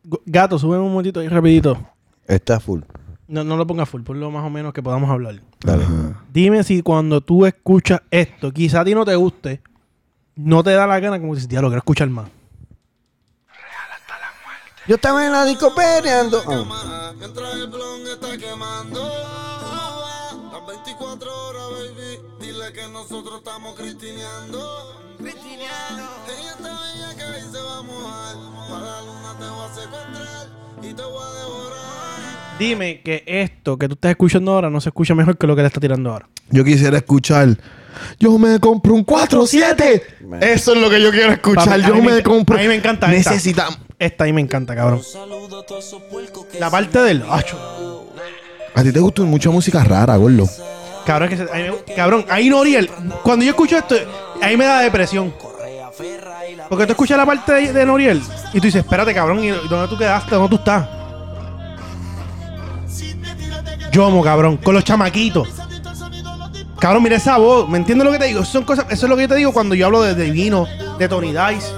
[SPEAKER 1] G- Gato, súbeme un momentito ahí rapidito.
[SPEAKER 2] está full.
[SPEAKER 1] No, no lo pongas full, ponlo más o menos que podamos hablar.
[SPEAKER 2] Dale.
[SPEAKER 1] Dime si cuando tú escuchas esto, quizá a ti no te guste, no te da la gana como que dices, diablo, quiero escuchar más.
[SPEAKER 2] Yo estaba en la disco peleando. Ah,
[SPEAKER 1] Dime que esto que tú estás escuchando ahora no se escucha mejor que lo que le está tirando ahora.
[SPEAKER 3] Yo quisiera escuchar. Yo me compro un 4-7. Eso es lo que yo quiero escuchar.
[SPEAKER 1] Papi, a
[SPEAKER 3] yo
[SPEAKER 1] mí
[SPEAKER 3] me
[SPEAKER 1] me-
[SPEAKER 3] compro.
[SPEAKER 1] a mí me encanta esta.
[SPEAKER 3] Necesitamos.
[SPEAKER 1] Esta ahí me encanta, cabrón. La parte del... ¡Acho!
[SPEAKER 3] A ti te gusta mucha música rara, gordo.
[SPEAKER 1] Cabrón, que se- ahí me- cabrón, ahí Noriel. Cuando yo escucho esto, ahí me da depresión. Porque tú escuchas la parte de, de Noriel y tú dices, espérate, cabrón, ¿y dónde tú quedaste? ¿Dónde tú estás? Yomo, cabrón, con los chamaquitos. Cabrón, mira esa voz. ¿Me entiendes lo que te digo? Esas Son cosas, eso es lo que yo te digo cuando yo hablo de Divino, de Tony Dice.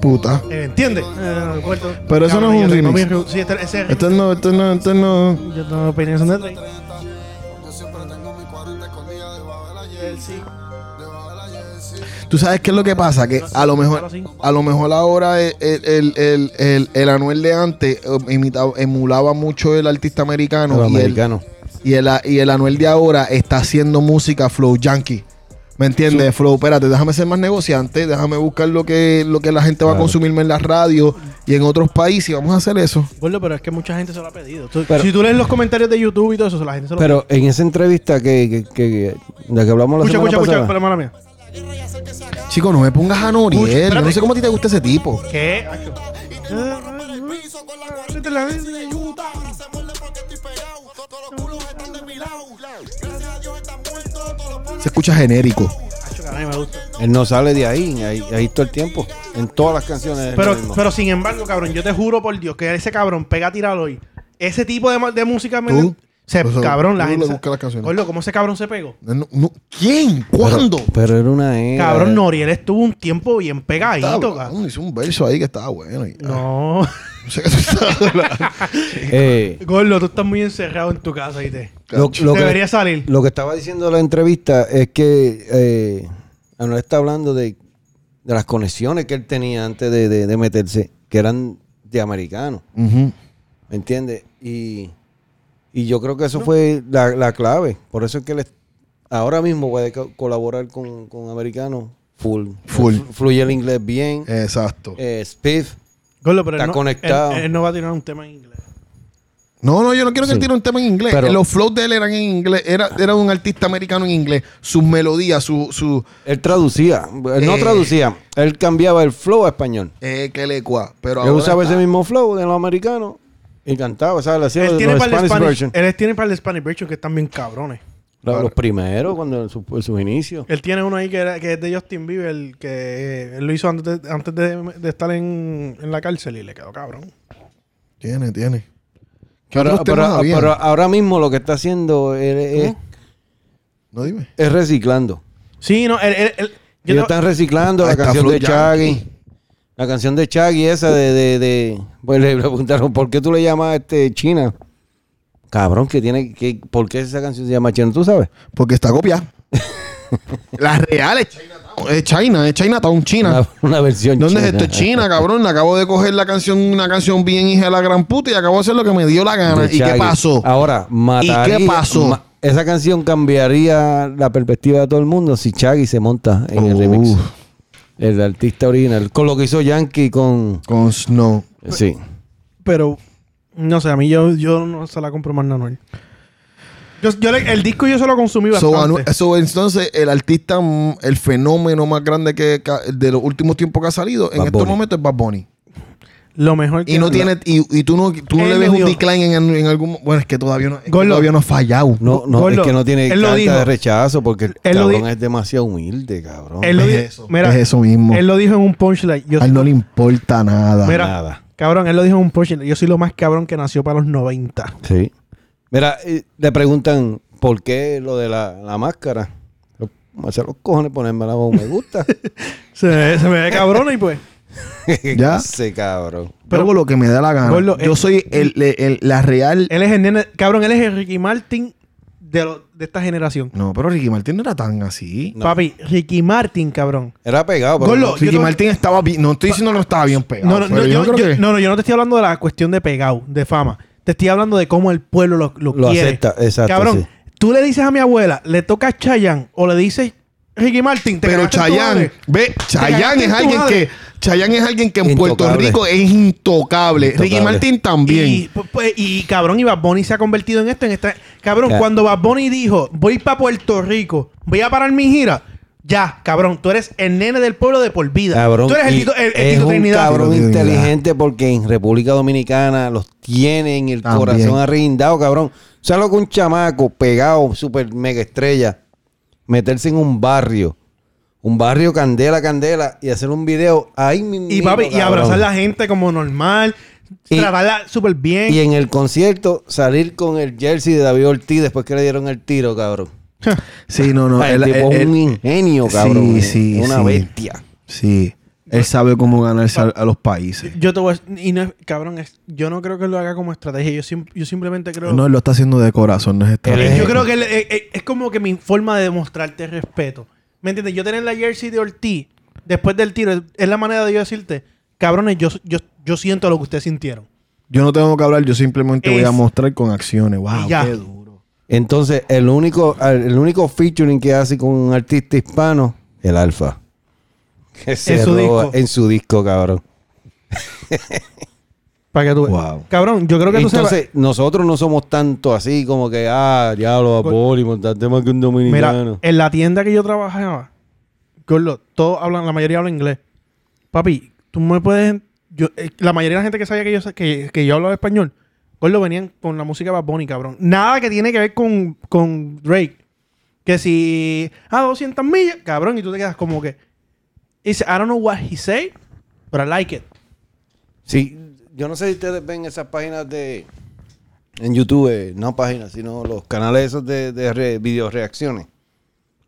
[SPEAKER 4] Puta.
[SPEAKER 1] eh, ¿Entiendes? Eh, no, no, corto.
[SPEAKER 4] Pero eso no es
[SPEAKER 1] yo
[SPEAKER 4] un
[SPEAKER 1] tengo
[SPEAKER 4] remix.
[SPEAKER 1] mi- sí, este- ese-
[SPEAKER 4] Este no, este no, este no.
[SPEAKER 1] yo tengo opiniones de Drake.
[SPEAKER 3] Tú sabes qué es lo que pasa, que a lo mejor, a lo mejor ahora el, el, el, el, el Anuel de antes eh, imitaba- emulaba mucho el artista americano.
[SPEAKER 2] Los
[SPEAKER 3] y el-
[SPEAKER 2] americanos.
[SPEAKER 3] Y el, y el Anuel de ahora está haciendo música flow yankee. ¿Me entiendes? Flow, espérate, déjame ser más negociante, déjame buscar lo que, lo que la gente va a
[SPEAKER 2] Claro.
[SPEAKER 3] consumirme en la radio y en otros países y vamos a hacer eso.
[SPEAKER 1] Gordo, pero es que mucha gente se lo ha pedido. Tú-
[SPEAKER 2] Pero-
[SPEAKER 1] si tú lees los comentarios de YouTube y todo eso, la gente se lo
[SPEAKER 2] Pero en esa entrevista que, que, que- de la que hablamos la
[SPEAKER 1] Escucha,
[SPEAKER 2] semana
[SPEAKER 1] escucha,
[SPEAKER 2] pasada.
[SPEAKER 1] escucha, pero mala mía.
[SPEAKER 3] Chico, no me pongas a
[SPEAKER 1] Uy,
[SPEAKER 3] Noriel. Yo
[SPEAKER 1] espérate.
[SPEAKER 3] no sé cómo a ti te gusta ese tipo.
[SPEAKER 1] ¿Qué?
[SPEAKER 3] Se escucha genérico.
[SPEAKER 2] Él no sale de ahí, ahí, ahí todo el tiempo. En todas las canciones. es lo
[SPEAKER 1] Pero,
[SPEAKER 2] mismo.
[SPEAKER 1] pero sin embargo, cabrón, yo te juro por Dios que ese cabrón pega a tirar hoy. Ese tipo de, ma- de música me.
[SPEAKER 3] Tú,
[SPEAKER 1] Se,
[SPEAKER 3] pues,
[SPEAKER 1] cabrón, la
[SPEAKER 3] tú
[SPEAKER 1] gente.
[SPEAKER 3] le buscas las canciones.
[SPEAKER 1] Gordo, ¿cómo ese cabrón se pegó?
[SPEAKER 3] No- no- ¿Quién? ¿Cuándo?
[SPEAKER 2] Pero, pero era una era.
[SPEAKER 1] Cabrón, Noriel estuvo un tiempo bien
[SPEAKER 3] Estaba-
[SPEAKER 1] pegadito, cabrón.
[SPEAKER 3] cabrón, hizo un verso ahí que estaba bueno. y-
[SPEAKER 1] No. <laughs>
[SPEAKER 3] No sé qué tú estabas hablando.
[SPEAKER 2] <laughs> Eh,
[SPEAKER 1] Gordo, tú estás muy encerrado en tu casa, ¿viste?
[SPEAKER 2] lo, lo
[SPEAKER 1] Debería
[SPEAKER 2] que,
[SPEAKER 1] salir.
[SPEAKER 2] lo que estaba diciendo en la entrevista es que eh, Anuel está hablando de, de las conexiones que él tenía antes de, de- de meterse, que eran de americanos.
[SPEAKER 3] Ujú.
[SPEAKER 2] ¿Me entiendes? Y, y yo creo que eso fue la, la clave. Por eso es que él es- ahora mismo puede co- colaborar con, con americanos full.
[SPEAKER 3] Full.
[SPEAKER 2] Flu- Fluye el inglés bien.
[SPEAKER 3] Exacto.
[SPEAKER 2] Eh, Spiff.
[SPEAKER 1] Gordo, pero él
[SPEAKER 2] Está
[SPEAKER 1] no,
[SPEAKER 2] conectado.
[SPEAKER 1] Él, él no va a tirar un tema en inglés.
[SPEAKER 3] No, no, yo no quiero que
[SPEAKER 2] Sí.
[SPEAKER 3] él tire un tema en inglés.
[SPEAKER 2] Pero-
[SPEAKER 3] Los flows de él eran en inglés. Era, era un artista americano en inglés. Sus melodías, su... su
[SPEAKER 2] Él traducía. Él no
[SPEAKER 3] Eh.
[SPEAKER 2] traducía. Él cambiaba el flow a español.
[SPEAKER 3] eh, que le cua. Pero
[SPEAKER 2] Él
[SPEAKER 3] ahora
[SPEAKER 2] usaba
[SPEAKER 3] está-
[SPEAKER 2] ese mismo flow de los americanos y cantaba. O sea, le hacía
[SPEAKER 1] Él
[SPEAKER 2] los,
[SPEAKER 1] tiene,
[SPEAKER 2] los
[SPEAKER 1] para el
[SPEAKER 2] Spanish
[SPEAKER 1] Spanish,
[SPEAKER 3] Eh.
[SPEAKER 2] version.
[SPEAKER 1] él tiene para el Spanish version que están bien cabrones.
[SPEAKER 2] Los, los primeros, cuando en su- en sus inicios.
[SPEAKER 1] Él tiene uno ahí que, era- que es de Justin Bieber, el que él lo hizo antes de, antes de, de estar en, en la cárcel y le quedó cabrón.
[SPEAKER 3] Tiene, tiene. ¿Qué
[SPEAKER 2] Pero,
[SPEAKER 3] otros temas
[SPEAKER 2] pero-
[SPEAKER 3] había?
[SPEAKER 2] pero ahora mismo lo que está haciendo él es,
[SPEAKER 3] No dime.
[SPEAKER 2] es reciclando.
[SPEAKER 1] Sí, no, él... él- él- yo
[SPEAKER 2] Ellos
[SPEAKER 1] te-
[SPEAKER 2] están reciclando la
[SPEAKER 3] Hasta
[SPEAKER 2] canción
[SPEAKER 3] Flow
[SPEAKER 2] de
[SPEAKER 3] Yankee.
[SPEAKER 2] Chaggy. La canción de Chaggy esa de, de, de- Pues le preguntaron, ¿por qué tú le llamas este, China? Cabrón, que tiene que... ¿Por qué esa canción se llama China? ¿Tú sabes?
[SPEAKER 3] Porque está
[SPEAKER 2] <laughs>
[SPEAKER 3] copiada. Las reales. Chinatown. Es China, es Chinatown, China.
[SPEAKER 2] Una, una versión
[SPEAKER 3] ¿Dónde
[SPEAKER 2] china.
[SPEAKER 3] es esto? Es China, cabrón. Acabo de coger la canción, una canción bien hija de la gran puta y acabo de hacer lo que me dio la
[SPEAKER 2] De Ah.
[SPEAKER 3] gana. ¿Y qué
[SPEAKER 2] Chaggy.
[SPEAKER 3] pasó?
[SPEAKER 2] Ahora, mataría...
[SPEAKER 3] qué pasó?
[SPEAKER 2] esa canción cambiaría la perspectiva de todo el mundo si Chaggy se monta en el
[SPEAKER 3] Uf.
[SPEAKER 2] remix. El artista original. Con lo que hizo Yankee con...
[SPEAKER 3] Con Snow.
[SPEAKER 2] Sí.
[SPEAKER 1] pero, no sé, a mí yo, yo no se la compro más a Anuel. Yo, yo le- el disco yo se lo consumí
[SPEAKER 3] So,
[SPEAKER 1] bastante.
[SPEAKER 3] Anu- so, entonces, el artista, mm, el fenómeno más grande que ca- de los últimos tiempos que ha salido en
[SPEAKER 2] Bad
[SPEAKER 3] estos
[SPEAKER 2] Bunny.
[SPEAKER 3] momentos es Bad Bunny.
[SPEAKER 1] lo mejor que...
[SPEAKER 3] Y no tiene, y, y tú no, tú no
[SPEAKER 1] Él
[SPEAKER 3] le
[SPEAKER 1] le
[SPEAKER 3] ves un
[SPEAKER 1] dio.
[SPEAKER 3] decline en, en algún bueno es que todavía no, es que
[SPEAKER 1] Gordo.
[SPEAKER 3] todavía no ha fallado.
[SPEAKER 2] No, no,
[SPEAKER 1] Gordo,
[SPEAKER 2] es que no tiene
[SPEAKER 1] él lo
[SPEAKER 2] carta
[SPEAKER 1] dijo.
[SPEAKER 2] de rechazo porque el
[SPEAKER 1] Él lo
[SPEAKER 2] cabrón
[SPEAKER 1] di-
[SPEAKER 2] es demasiado humilde, cabrón.
[SPEAKER 1] Él lo
[SPEAKER 3] Es
[SPEAKER 1] di-
[SPEAKER 3] eso, es eso mismo.
[SPEAKER 1] Él lo dijo en un punchline. Yo
[SPEAKER 3] A
[SPEAKER 1] soy-
[SPEAKER 3] él no le importa nada.
[SPEAKER 1] mira,
[SPEAKER 2] nada.
[SPEAKER 1] cabrón, él lo dijo en un punchline. Yo soy lo más cabrón que nació para los 90.
[SPEAKER 2] Sí. Mira, eh, le preguntan por qué lo de la, la máscara. Yo, Me hace los cojones ponérmela como
[SPEAKER 1] <laughs>
[SPEAKER 2] me gusta. <laughs>
[SPEAKER 1] Se, se me ve cabrón y pues...
[SPEAKER 3] Ya.
[SPEAKER 2] Ese cabrón.
[SPEAKER 3] pero hago lo que me da la gana.
[SPEAKER 1] Gordo, eh,
[SPEAKER 3] Yo
[SPEAKER 1] él-
[SPEAKER 3] soy el, el- el- la real.
[SPEAKER 1] Él es el nene- cabrón, él es el Ricky Martin de, lo- de esta generación.
[SPEAKER 3] no, pero Ricky Martin no era tan así.
[SPEAKER 2] No.
[SPEAKER 1] Papi, Ricky Martin, cabrón.
[SPEAKER 2] Era pegado, pero
[SPEAKER 1] Gordo,
[SPEAKER 2] no-
[SPEAKER 1] yo
[SPEAKER 3] Ricky
[SPEAKER 1] no-
[SPEAKER 3] Martin estaba bien. No estoy diciendo que no estaba bien pegado.
[SPEAKER 1] No, no,
[SPEAKER 3] pero
[SPEAKER 1] no,
[SPEAKER 3] yo,
[SPEAKER 1] yo,
[SPEAKER 3] no creo
[SPEAKER 1] yo-
[SPEAKER 3] que.
[SPEAKER 1] no, no, yo no te estoy hablando de la cuestión de pegado, de fama. Te estoy hablando de cómo el pueblo lo, lo,
[SPEAKER 2] Lo
[SPEAKER 1] quiere.
[SPEAKER 2] acepta, exacto,
[SPEAKER 1] Cabrón,
[SPEAKER 2] sí.
[SPEAKER 1] tú le dices a mi abuela, le toca Chayanne o le dices Ricky Martin, te
[SPEAKER 3] Pero
[SPEAKER 1] cagaste en tu
[SPEAKER 3] Chayanne,
[SPEAKER 1] madre.
[SPEAKER 3] ve, Chayanne
[SPEAKER 1] cagaste
[SPEAKER 3] es
[SPEAKER 1] en tu
[SPEAKER 3] alguien
[SPEAKER 1] madre.
[SPEAKER 3] que Chayanne es alguien que en Puerto
[SPEAKER 2] Intocable.
[SPEAKER 3] Rico es intocable. Ricky
[SPEAKER 2] Intocable.
[SPEAKER 3] Martin también.
[SPEAKER 1] Y, pu- pu- y, cabrón, y Bad Bunny se ha convertido en esto, en esta. Cabrón,
[SPEAKER 2] Ya.
[SPEAKER 1] cuando Bad Bunny dijo, voy para Puerto Rico, voy a parar mi gira. Ya, cabrón, tú eres el nene del pueblo de por vida.
[SPEAKER 2] Cabrón,
[SPEAKER 1] tú eres el
[SPEAKER 2] y
[SPEAKER 1] tito, el, el
[SPEAKER 2] es
[SPEAKER 1] Tito
[SPEAKER 2] un
[SPEAKER 1] Trinidad.
[SPEAKER 2] cabrón
[SPEAKER 3] Tito Trinidad.
[SPEAKER 2] inteligente porque en República Dominicana los tienen el
[SPEAKER 3] También.
[SPEAKER 2] corazón arrindado, cabrón. ¿Sabes lo que un chamaco pegado, super mega estrella, meterse en un barrio, un barrio candela, candela, y hacer un video ahí mismo.
[SPEAKER 1] Y papi, y
[SPEAKER 2] cabrón.
[SPEAKER 1] abrazar a la gente como normal,
[SPEAKER 2] Y-
[SPEAKER 1] tratarla súper bien.
[SPEAKER 2] Y en el concierto salir con el jersey de David Ortiz después que le dieron el tiro, cabrón.
[SPEAKER 3] Sí, no, no.
[SPEAKER 2] Ay, el
[SPEAKER 3] él-
[SPEAKER 2] tipo es
[SPEAKER 3] él-
[SPEAKER 2] un ingenio,
[SPEAKER 3] Sí,
[SPEAKER 2] cabrón.
[SPEAKER 3] sí,
[SPEAKER 2] una
[SPEAKER 3] sí.
[SPEAKER 2] bestia.
[SPEAKER 3] Sí. Él sabe cómo ganarse a, a los países.
[SPEAKER 1] yo te voy a- y no es- cabrón, es- yo no creo que lo haga como estrategia, yo, sim- yo simplemente creo
[SPEAKER 3] No, él lo está haciendo de corazón, no es
[SPEAKER 1] Él es-
[SPEAKER 3] estrategia.
[SPEAKER 1] yo creo que él- eh, eh, es como que mi forma de demostrarte respeto. ¿Me entiendes? Yo tener la jersey de Ortiz después del tiro es- es la manera de yo decirte, cabrones, yo, yo, yo siento lo que ustedes sintieron.
[SPEAKER 3] Yo no tengo que hablar, yo simplemente voy a
[SPEAKER 1] Es-
[SPEAKER 3] mostrar con acciones. ¡Wow!
[SPEAKER 1] Y ya.
[SPEAKER 3] ¡Qué duro!
[SPEAKER 2] Entonces, el único, el único featuring que hace con un artista hispano, el Alfa. Que se
[SPEAKER 1] En su
[SPEAKER 2] roba-
[SPEAKER 1] disco.
[SPEAKER 2] En su disco, cabrón.
[SPEAKER 1] Para que tú
[SPEAKER 3] Wow.
[SPEAKER 1] Cabrón, yo creo que tú
[SPEAKER 2] Entonces,
[SPEAKER 1] sepas.
[SPEAKER 2] nosotros no somos tanto así como que, ah, diablo, a
[SPEAKER 1] Gol-
[SPEAKER 2] Poli, montarte más que un dominicano.
[SPEAKER 1] Mira, eh, en la tienda que yo trabajaba, Gordo, todos hablan, la mayoría habla inglés. Papi, tú me puedes. Yo, eh, la mayoría de la gente que sabía que yo, sa- que, que yo hablaba español, Gordo, venían con la música de Bad Bunny, cabrón. Nada que tiene que ver con, con Drake. Que si. Ah, 200 millas, cabrón, y tú te quedas como que. Dice, I don't know what he said, but I like it.
[SPEAKER 2] Sí, yo no sé si ustedes ven esas páginas de en YouTube, eh, no páginas, sino los canales esos de, de re- video reacciones.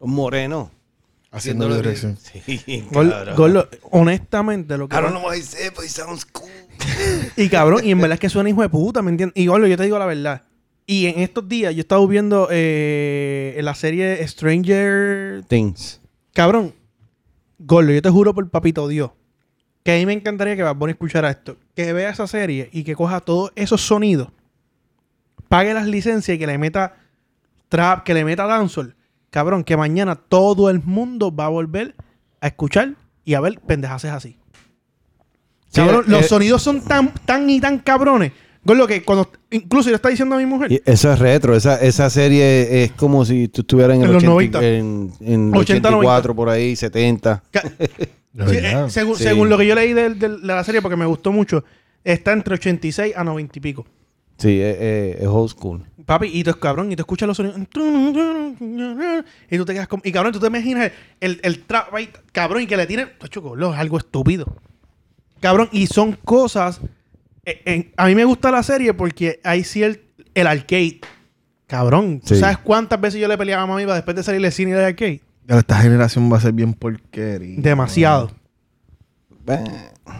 [SPEAKER 2] Los morenos.
[SPEAKER 3] Haciendo la dirección.
[SPEAKER 2] Sí,
[SPEAKER 1] Gol-
[SPEAKER 2] cabrón.
[SPEAKER 1] Gordo, honestamente, lo que.
[SPEAKER 2] I don't know what I said,
[SPEAKER 1] pues,
[SPEAKER 2] but it sounds cool.
[SPEAKER 1] <laughs> Y cabrón, y en verdad es que suena hijo de puta, ¿me entiendes? Y Gordo, yo te digo la verdad. Y en estos días yo he estado viendo eh, la serie Stranger.
[SPEAKER 2] Things.
[SPEAKER 1] Cabrón, Gordo, yo te juro por papito Dios que a mí me encantaría que Bad Bunny escuchara esto. Que vea esa serie y que coja todos esos sonidos, pague las licencias y que le meta trap, que le meta dancehall. Cabrón, que mañana todo el mundo va a volver a escuchar y a ver pendejaces así.
[SPEAKER 2] Sí,
[SPEAKER 1] Cabrón,
[SPEAKER 2] eh,
[SPEAKER 1] los
[SPEAKER 2] eh.
[SPEAKER 1] sonidos son tan, tan y tan cabrones. Con lo que cuando incluso yo le está diciendo a mi mujer.
[SPEAKER 2] Y eso es retro. Esa, esa serie es como si tú estuvieras en,
[SPEAKER 1] En
[SPEAKER 2] el
[SPEAKER 1] los
[SPEAKER 2] 80
[SPEAKER 1] 90.
[SPEAKER 2] En, en
[SPEAKER 1] 80,
[SPEAKER 2] 84, por ahí, 70. <laughs>
[SPEAKER 1] Ca-
[SPEAKER 3] De
[SPEAKER 1] Sí,
[SPEAKER 3] verdad.
[SPEAKER 1] eh, según,
[SPEAKER 2] Sí.
[SPEAKER 1] según lo que yo leí del- del- de, la serie, porque me gustó mucho, está entre 86 a 90 y pico.
[SPEAKER 2] Sí, es, es- es old school.
[SPEAKER 1] Papi, y tú es cabrón, y tú escuchas los sonidos. Y tú te quedas como. Y cabrón, tú te imaginas el, el trap ahí, cabrón, y que le tienen. Tacho, gordo, es algo estúpido. Cabrón, y son cosas. eh, en- a mí me gusta la serie porque hay cierto. El arcade. Cabrón, ¿tú
[SPEAKER 2] Sí.
[SPEAKER 1] ¿sabes cuántas veces yo le peleaba a mami para después de salir del cine del arcade?
[SPEAKER 3] Ya, Esta generación va a ser bien porquería.
[SPEAKER 1] Demasiado.
[SPEAKER 2] Eh,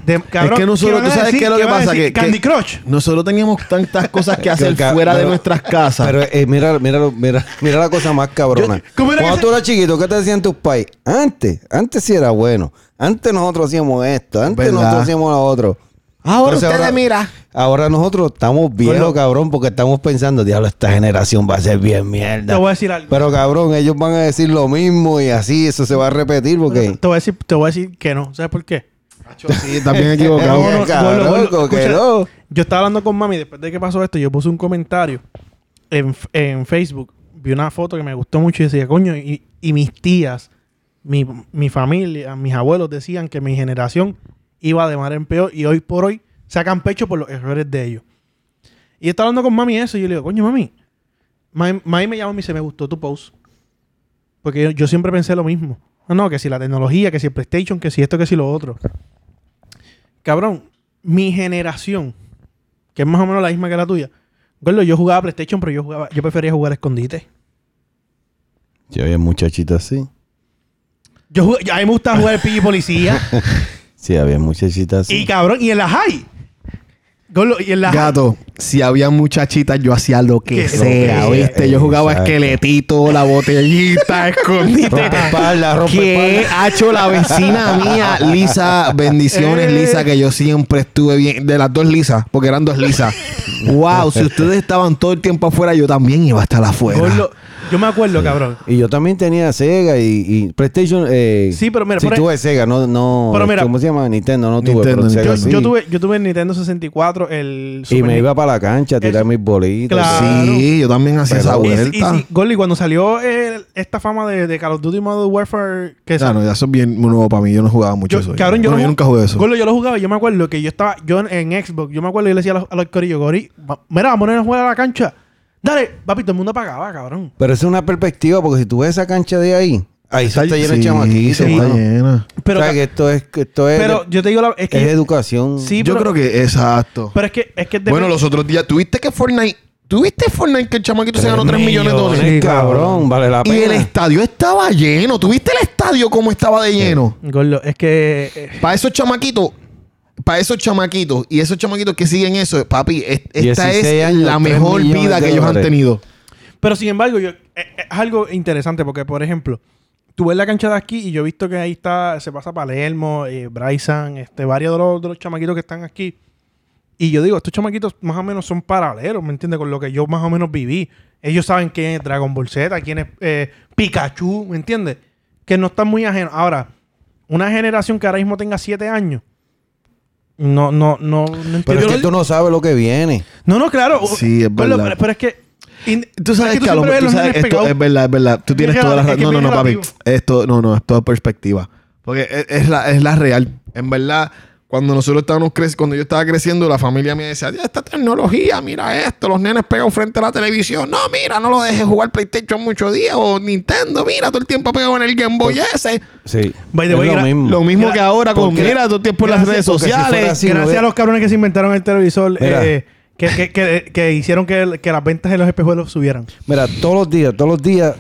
[SPEAKER 1] De- cabrón,
[SPEAKER 3] es que
[SPEAKER 1] ¿qué
[SPEAKER 3] nosotros,
[SPEAKER 1] van a
[SPEAKER 3] ¿tú sabes
[SPEAKER 1] decir?
[SPEAKER 3] qué es lo que
[SPEAKER 1] van a
[SPEAKER 3] pasa?
[SPEAKER 1] decir?
[SPEAKER 3] Que, que
[SPEAKER 1] Candy Crush.
[SPEAKER 3] Nosotros teníamos tantas
[SPEAKER 1] <laughs>
[SPEAKER 3] cosas que hacer
[SPEAKER 2] ca-
[SPEAKER 3] fuera de
[SPEAKER 2] pero-
[SPEAKER 3] nuestras casas.
[SPEAKER 2] Pero eh, mira, mira, lo- mira, mira la cosa más cabrona.
[SPEAKER 1] Yo- ¿cómo era
[SPEAKER 2] Cuando
[SPEAKER 1] que
[SPEAKER 2] tú eras chiquito, ¿qué te decían tus pais? Antes, antes sí era bueno. Antes nosotros hacíamos esto, antes
[SPEAKER 3] ¿Verdad?
[SPEAKER 2] nosotros hacíamos lo otro.
[SPEAKER 3] ahora
[SPEAKER 2] Entonces,
[SPEAKER 3] ustedes mira.
[SPEAKER 2] Ahora nosotros estamos viejos,
[SPEAKER 3] Bueno.
[SPEAKER 2] cabrón, porque estamos pensando, diablo, esta generación va a ser bien mierda.
[SPEAKER 1] Te voy a decir algo.
[SPEAKER 3] Pues-
[SPEAKER 2] Pero cabrón, ellos van a decir lo mismo y así, eso se va a repetir porque...
[SPEAKER 1] Te voy a decir, te voy a decir que no. ¿Sabes por qué?
[SPEAKER 3] Sí, está bien
[SPEAKER 2] equivocado.
[SPEAKER 3] equivocado.
[SPEAKER 1] No, no,
[SPEAKER 2] Eh, Cabrón,
[SPEAKER 1] Gordo, Gordo,
[SPEAKER 2] coquero.
[SPEAKER 1] escucha, Yo estaba hablando con mami después de que pasó esto. Yo puse un comentario en, f- en Facebook. Vi una foto que me gustó mucho y decía, coño, y, y mis tías, mi, mi familia, mis abuelos decían que mi generación iba de mar en peor y hoy por hoy sacan pecho por los errores de ellos. Y yo estaba hablando con mami eso y yo le digo, coño, mami. Mami, mami me llama y me dice, me gustó tu post. Porque yo, yo siempre pensé lo mismo. "Ah, No, no, que si la tecnología, que si el PlayStation, que si esto, que si lo otro cabrón, mi generación, que es más o menos la misma que la tuya, Gordo, yo jugaba PlayStation, pero yo jugaba, yo prefería jugar a escondite.
[SPEAKER 2] Yo había muchachitas así.
[SPEAKER 1] Yo, jug- a mí me gustaba jugar PG Policía.
[SPEAKER 2] <laughs> Sí, había muchachitas
[SPEAKER 1] y
[SPEAKER 2] así.
[SPEAKER 1] cabrón, y en la high. Gordo, y en la high.
[SPEAKER 3] Gato, si había muchachitas, yo hacía lo que,
[SPEAKER 1] Que
[SPEAKER 3] sea,
[SPEAKER 1] sea,
[SPEAKER 3] ¿viste? Yo jugaba
[SPEAKER 2] exacto.
[SPEAKER 3] esqueletito,
[SPEAKER 1] <laughs>
[SPEAKER 3] la botellita, escondite.
[SPEAKER 2] Rompe espalda, rompe
[SPEAKER 3] ¿Qué
[SPEAKER 2] espalda.
[SPEAKER 3] ha hecho la vecina mía, Lisa? Bendiciones,
[SPEAKER 1] Eh.
[SPEAKER 3] Lisa, que yo siempre estuve bien. De las dos Lisas, porque eran dos Lisas. wow, si ustedes estaban todo el tiempo afuera, yo también iba a estar afuera.
[SPEAKER 1] Gordo, yo me acuerdo, cabrón.
[SPEAKER 2] Y yo también tenía Sega y, y PlayStation. eh,
[SPEAKER 1] Sí, pero mira,
[SPEAKER 2] sí
[SPEAKER 1] por-
[SPEAKER 2] tuve Sega, no, no.
[SPEAKER 1] Pero mira-
[SPEAKER 2] ¿Cómo se llama? Nintendo, no tuve.
[SPEAKER 3] Nintendo,
[SPEAKER 2] pero Sega
[SPEAKER 1] Yo,
[SPEAKER 3] Nintendo.
[SPEAKER 2] sí.
[SPEAKER 1] yo tuve, yo tuve el Nintendo 64, el
[SPEAKER 2] Y
[SPEAKER 1] Super E
[SPEAKER 2] me
[SPEAKER 1] Ni-
[SPEAKER 2] iba para la cancha a tirar
[SPEAKER 1] Eso.
[SPEAKER 2] mis bolitas.
[SPEAKER 1] Claro.
[SPEAKER 3] Sí, yo también hacía
[SPEAKER 2] Pero-
[SPEAKER 3] esa
[SPEAKER 1] Y si-
[SPEAKER 3] vuelta.
[SPEAKER 1] y si- Gordo, y cuando salió el- esta fama de, de Call of Duty Modern Warfare, que
[SPEAKER 3] Ya,
[SPEAKER 1] sal-
[SPEAKER 3] no, ya eso es bien nuevo para mí. Yo no jugaba mucho
[SPEAKER 1] Yo,
[SPEAKER 3] eso.
[SPEAKER 1] cabrón, yo,
[SPEAKER 3] Bueno,
[SPEAKER 1] lo
[SPEAKER 3] yo
[SPEAKER 1] ju-
[SPEAKER 3] nunca jugué eso.
[SPEAKER 1] Gordo, yo lo jugaba y yo me acuerdo que yo estaba yo en, en Xbox. Yo me acuerdo y le decía a los, a los corillos, Gori, va- mira, vamos a poner a jugar a la cancha. Dale, papi, todo el mundo apagaba, cabrón.
[SPEAKER 2] Pero esa es una perspectiva, porque si tú ves esa cancha de ahí, Ahí se está lleno de chamaquitos,
[SPEAKER 3] se está
[SPEAKER 2] mano.
[SPEAKER 3] llena.
[SPEAKER 1] Pero,
[SPEAKER 2] o sea,
[SPEAKER 1] ca-
[SPEAKER 2] que esto es, que esto es,
[SPEAKER 1] pero yo te digo la es que
[SPEAKER 2] es educación.
[SPEAKER 1] Sí,
[SPEAKER 3] Yo
[SPEAKER 1] pero,
[SPEAKER 3] creo que exacto.
[SPEAKER 1] pero es que es que es de-
[SPEAKER 3] bueno, los otros días, ¿tuviste que Fortnite? ¿Tuviste Fortnite que el chamaquito se ganó 3 millones de dólares?
[SPEAKER 2] Sí, cabrón, vale la
[SPEAKER 3] Y
[SPEAKER 2] pena.
[SPEAKER 3] el estadio estaba lleno. ¿Tuviste el estadio como estaba de lleno?
[SPEAKER 1] Gordo, es que eh,
[SPEAKER 3] Para esos chamaquitos, para esos chamaquitos y esos chamaquitos que siguen eso, papi, es- esta
[SPEAKER 2] 16
[SPEAKER 3] es
[SPEAKER 2] años,
[SPEAKER 3] la
[SPEAKER 2] 3
[SPEAKER 3] mejor
[SPEAKER 2] millones
[SPEAKER 3] vida
[SPEAKER 2] de
[SPEAKER 3] que ellos han
[SPEAKER 2] dólares.
[SPEAKER 3] tenido.
[SPEAKER 1] pero sin embargo, yo eh, eh, es algo interesante porque por ejemplo, tú ves la cancha de aquí y yo he visto que ahí está se pasa Palermo, eh, Bryson, este varios de los, de los chamaquitos que están aquí. Y yo digo, estos chamaquitos más o menos son paralelos, ¿me entiendes? Con lo que yo más o menos viví. Ellos saben quién es Dragon Ball Z, quién es eh, Pikachu, ¿me entiendes? Que no están muy ajenos. Ahora, una generación que ahora mismo tenga siete años, no, no, no, no
[SPEAKER 2] Pero es
[SPEAKER 1] entiendo.
[SPEAKER 2] que tú no sabes lo que viene.
[SPEAKER 1] No, no, claro.
[SPEAKER 3] Sí, es
[SPEAKER 1] Pero-
[SPEAKER 3] verdad.
[SPEAKER 1] Pero, pero es que. in-
[SPEAKER 3] Tú
[SPEAKER 1] es
[SPEAKER 3] sabes que, a lo
[SPEAKER 1] siempre ves
[SPEAKER 3] tú
[SPEAKER 1] los
[SPEAKER 3] sabes,
[SPEAKER 1] nenes
[SPEAKER 3] esto
[SPEAKER 1] pegados.
[SPEAKER 3] es verdad, es verdad. Tú tienes
[SPEAKER 1] Es
[SPEAKER 3] toda la
[SPEAKER 1] relativo,
[SPEAKER 3] razón. No,
[SPEAKER 1] es
[SPEAKER 3] no, no, papi.
[SPEAKER 1] relativo.
[SPEAKER 3] Esto, no, no, es toda perspectiva. Porque es, es la, es la real. En verdad, cuando nosotros estábamos creciendo, cuando yo estaba creciendo, la familia me decía, "Ya, esta tecnología, mira esto, los nenes pegados frente a la televisión. No, mira, no lo dejes jugar PlayStation muchos días o Nintendo, mira, todo el tiempo pegado en el Game Boy ese.
[SPEAKER 2] Sí.
[SPEAKER 1] By the
[SPEAKER 2] es
[SPEAKER 1] way,
[SPEAKER 2] lo
[SPEAKER 1] gra-
[SPEAKER 2] mismo.
[SPEAKER 3] Lo mismo que ahora con,
[SPEAKER 2] porque-
[SPEAKER 3] mira, todo el tiempo en las redes
[SPEAKER 1] Mm. gracias,
[SPEAKER 2] porque si fuera
[SPEAKER 3] sociales.
[SPEAKER 2] así, no
[SPEAKER 1] Gracias
[SPEAKER 2] ve-
[SPEAKER 1] a los cabrones que se inventaron el televisor,
[SPEAKER 2] Mira.
[SPEAKER 1] eh, que, que- que- que hicieron que, que las ventas de los espejuelos subieran.
[SPEAKER 2] Mira, todos los días, todos los días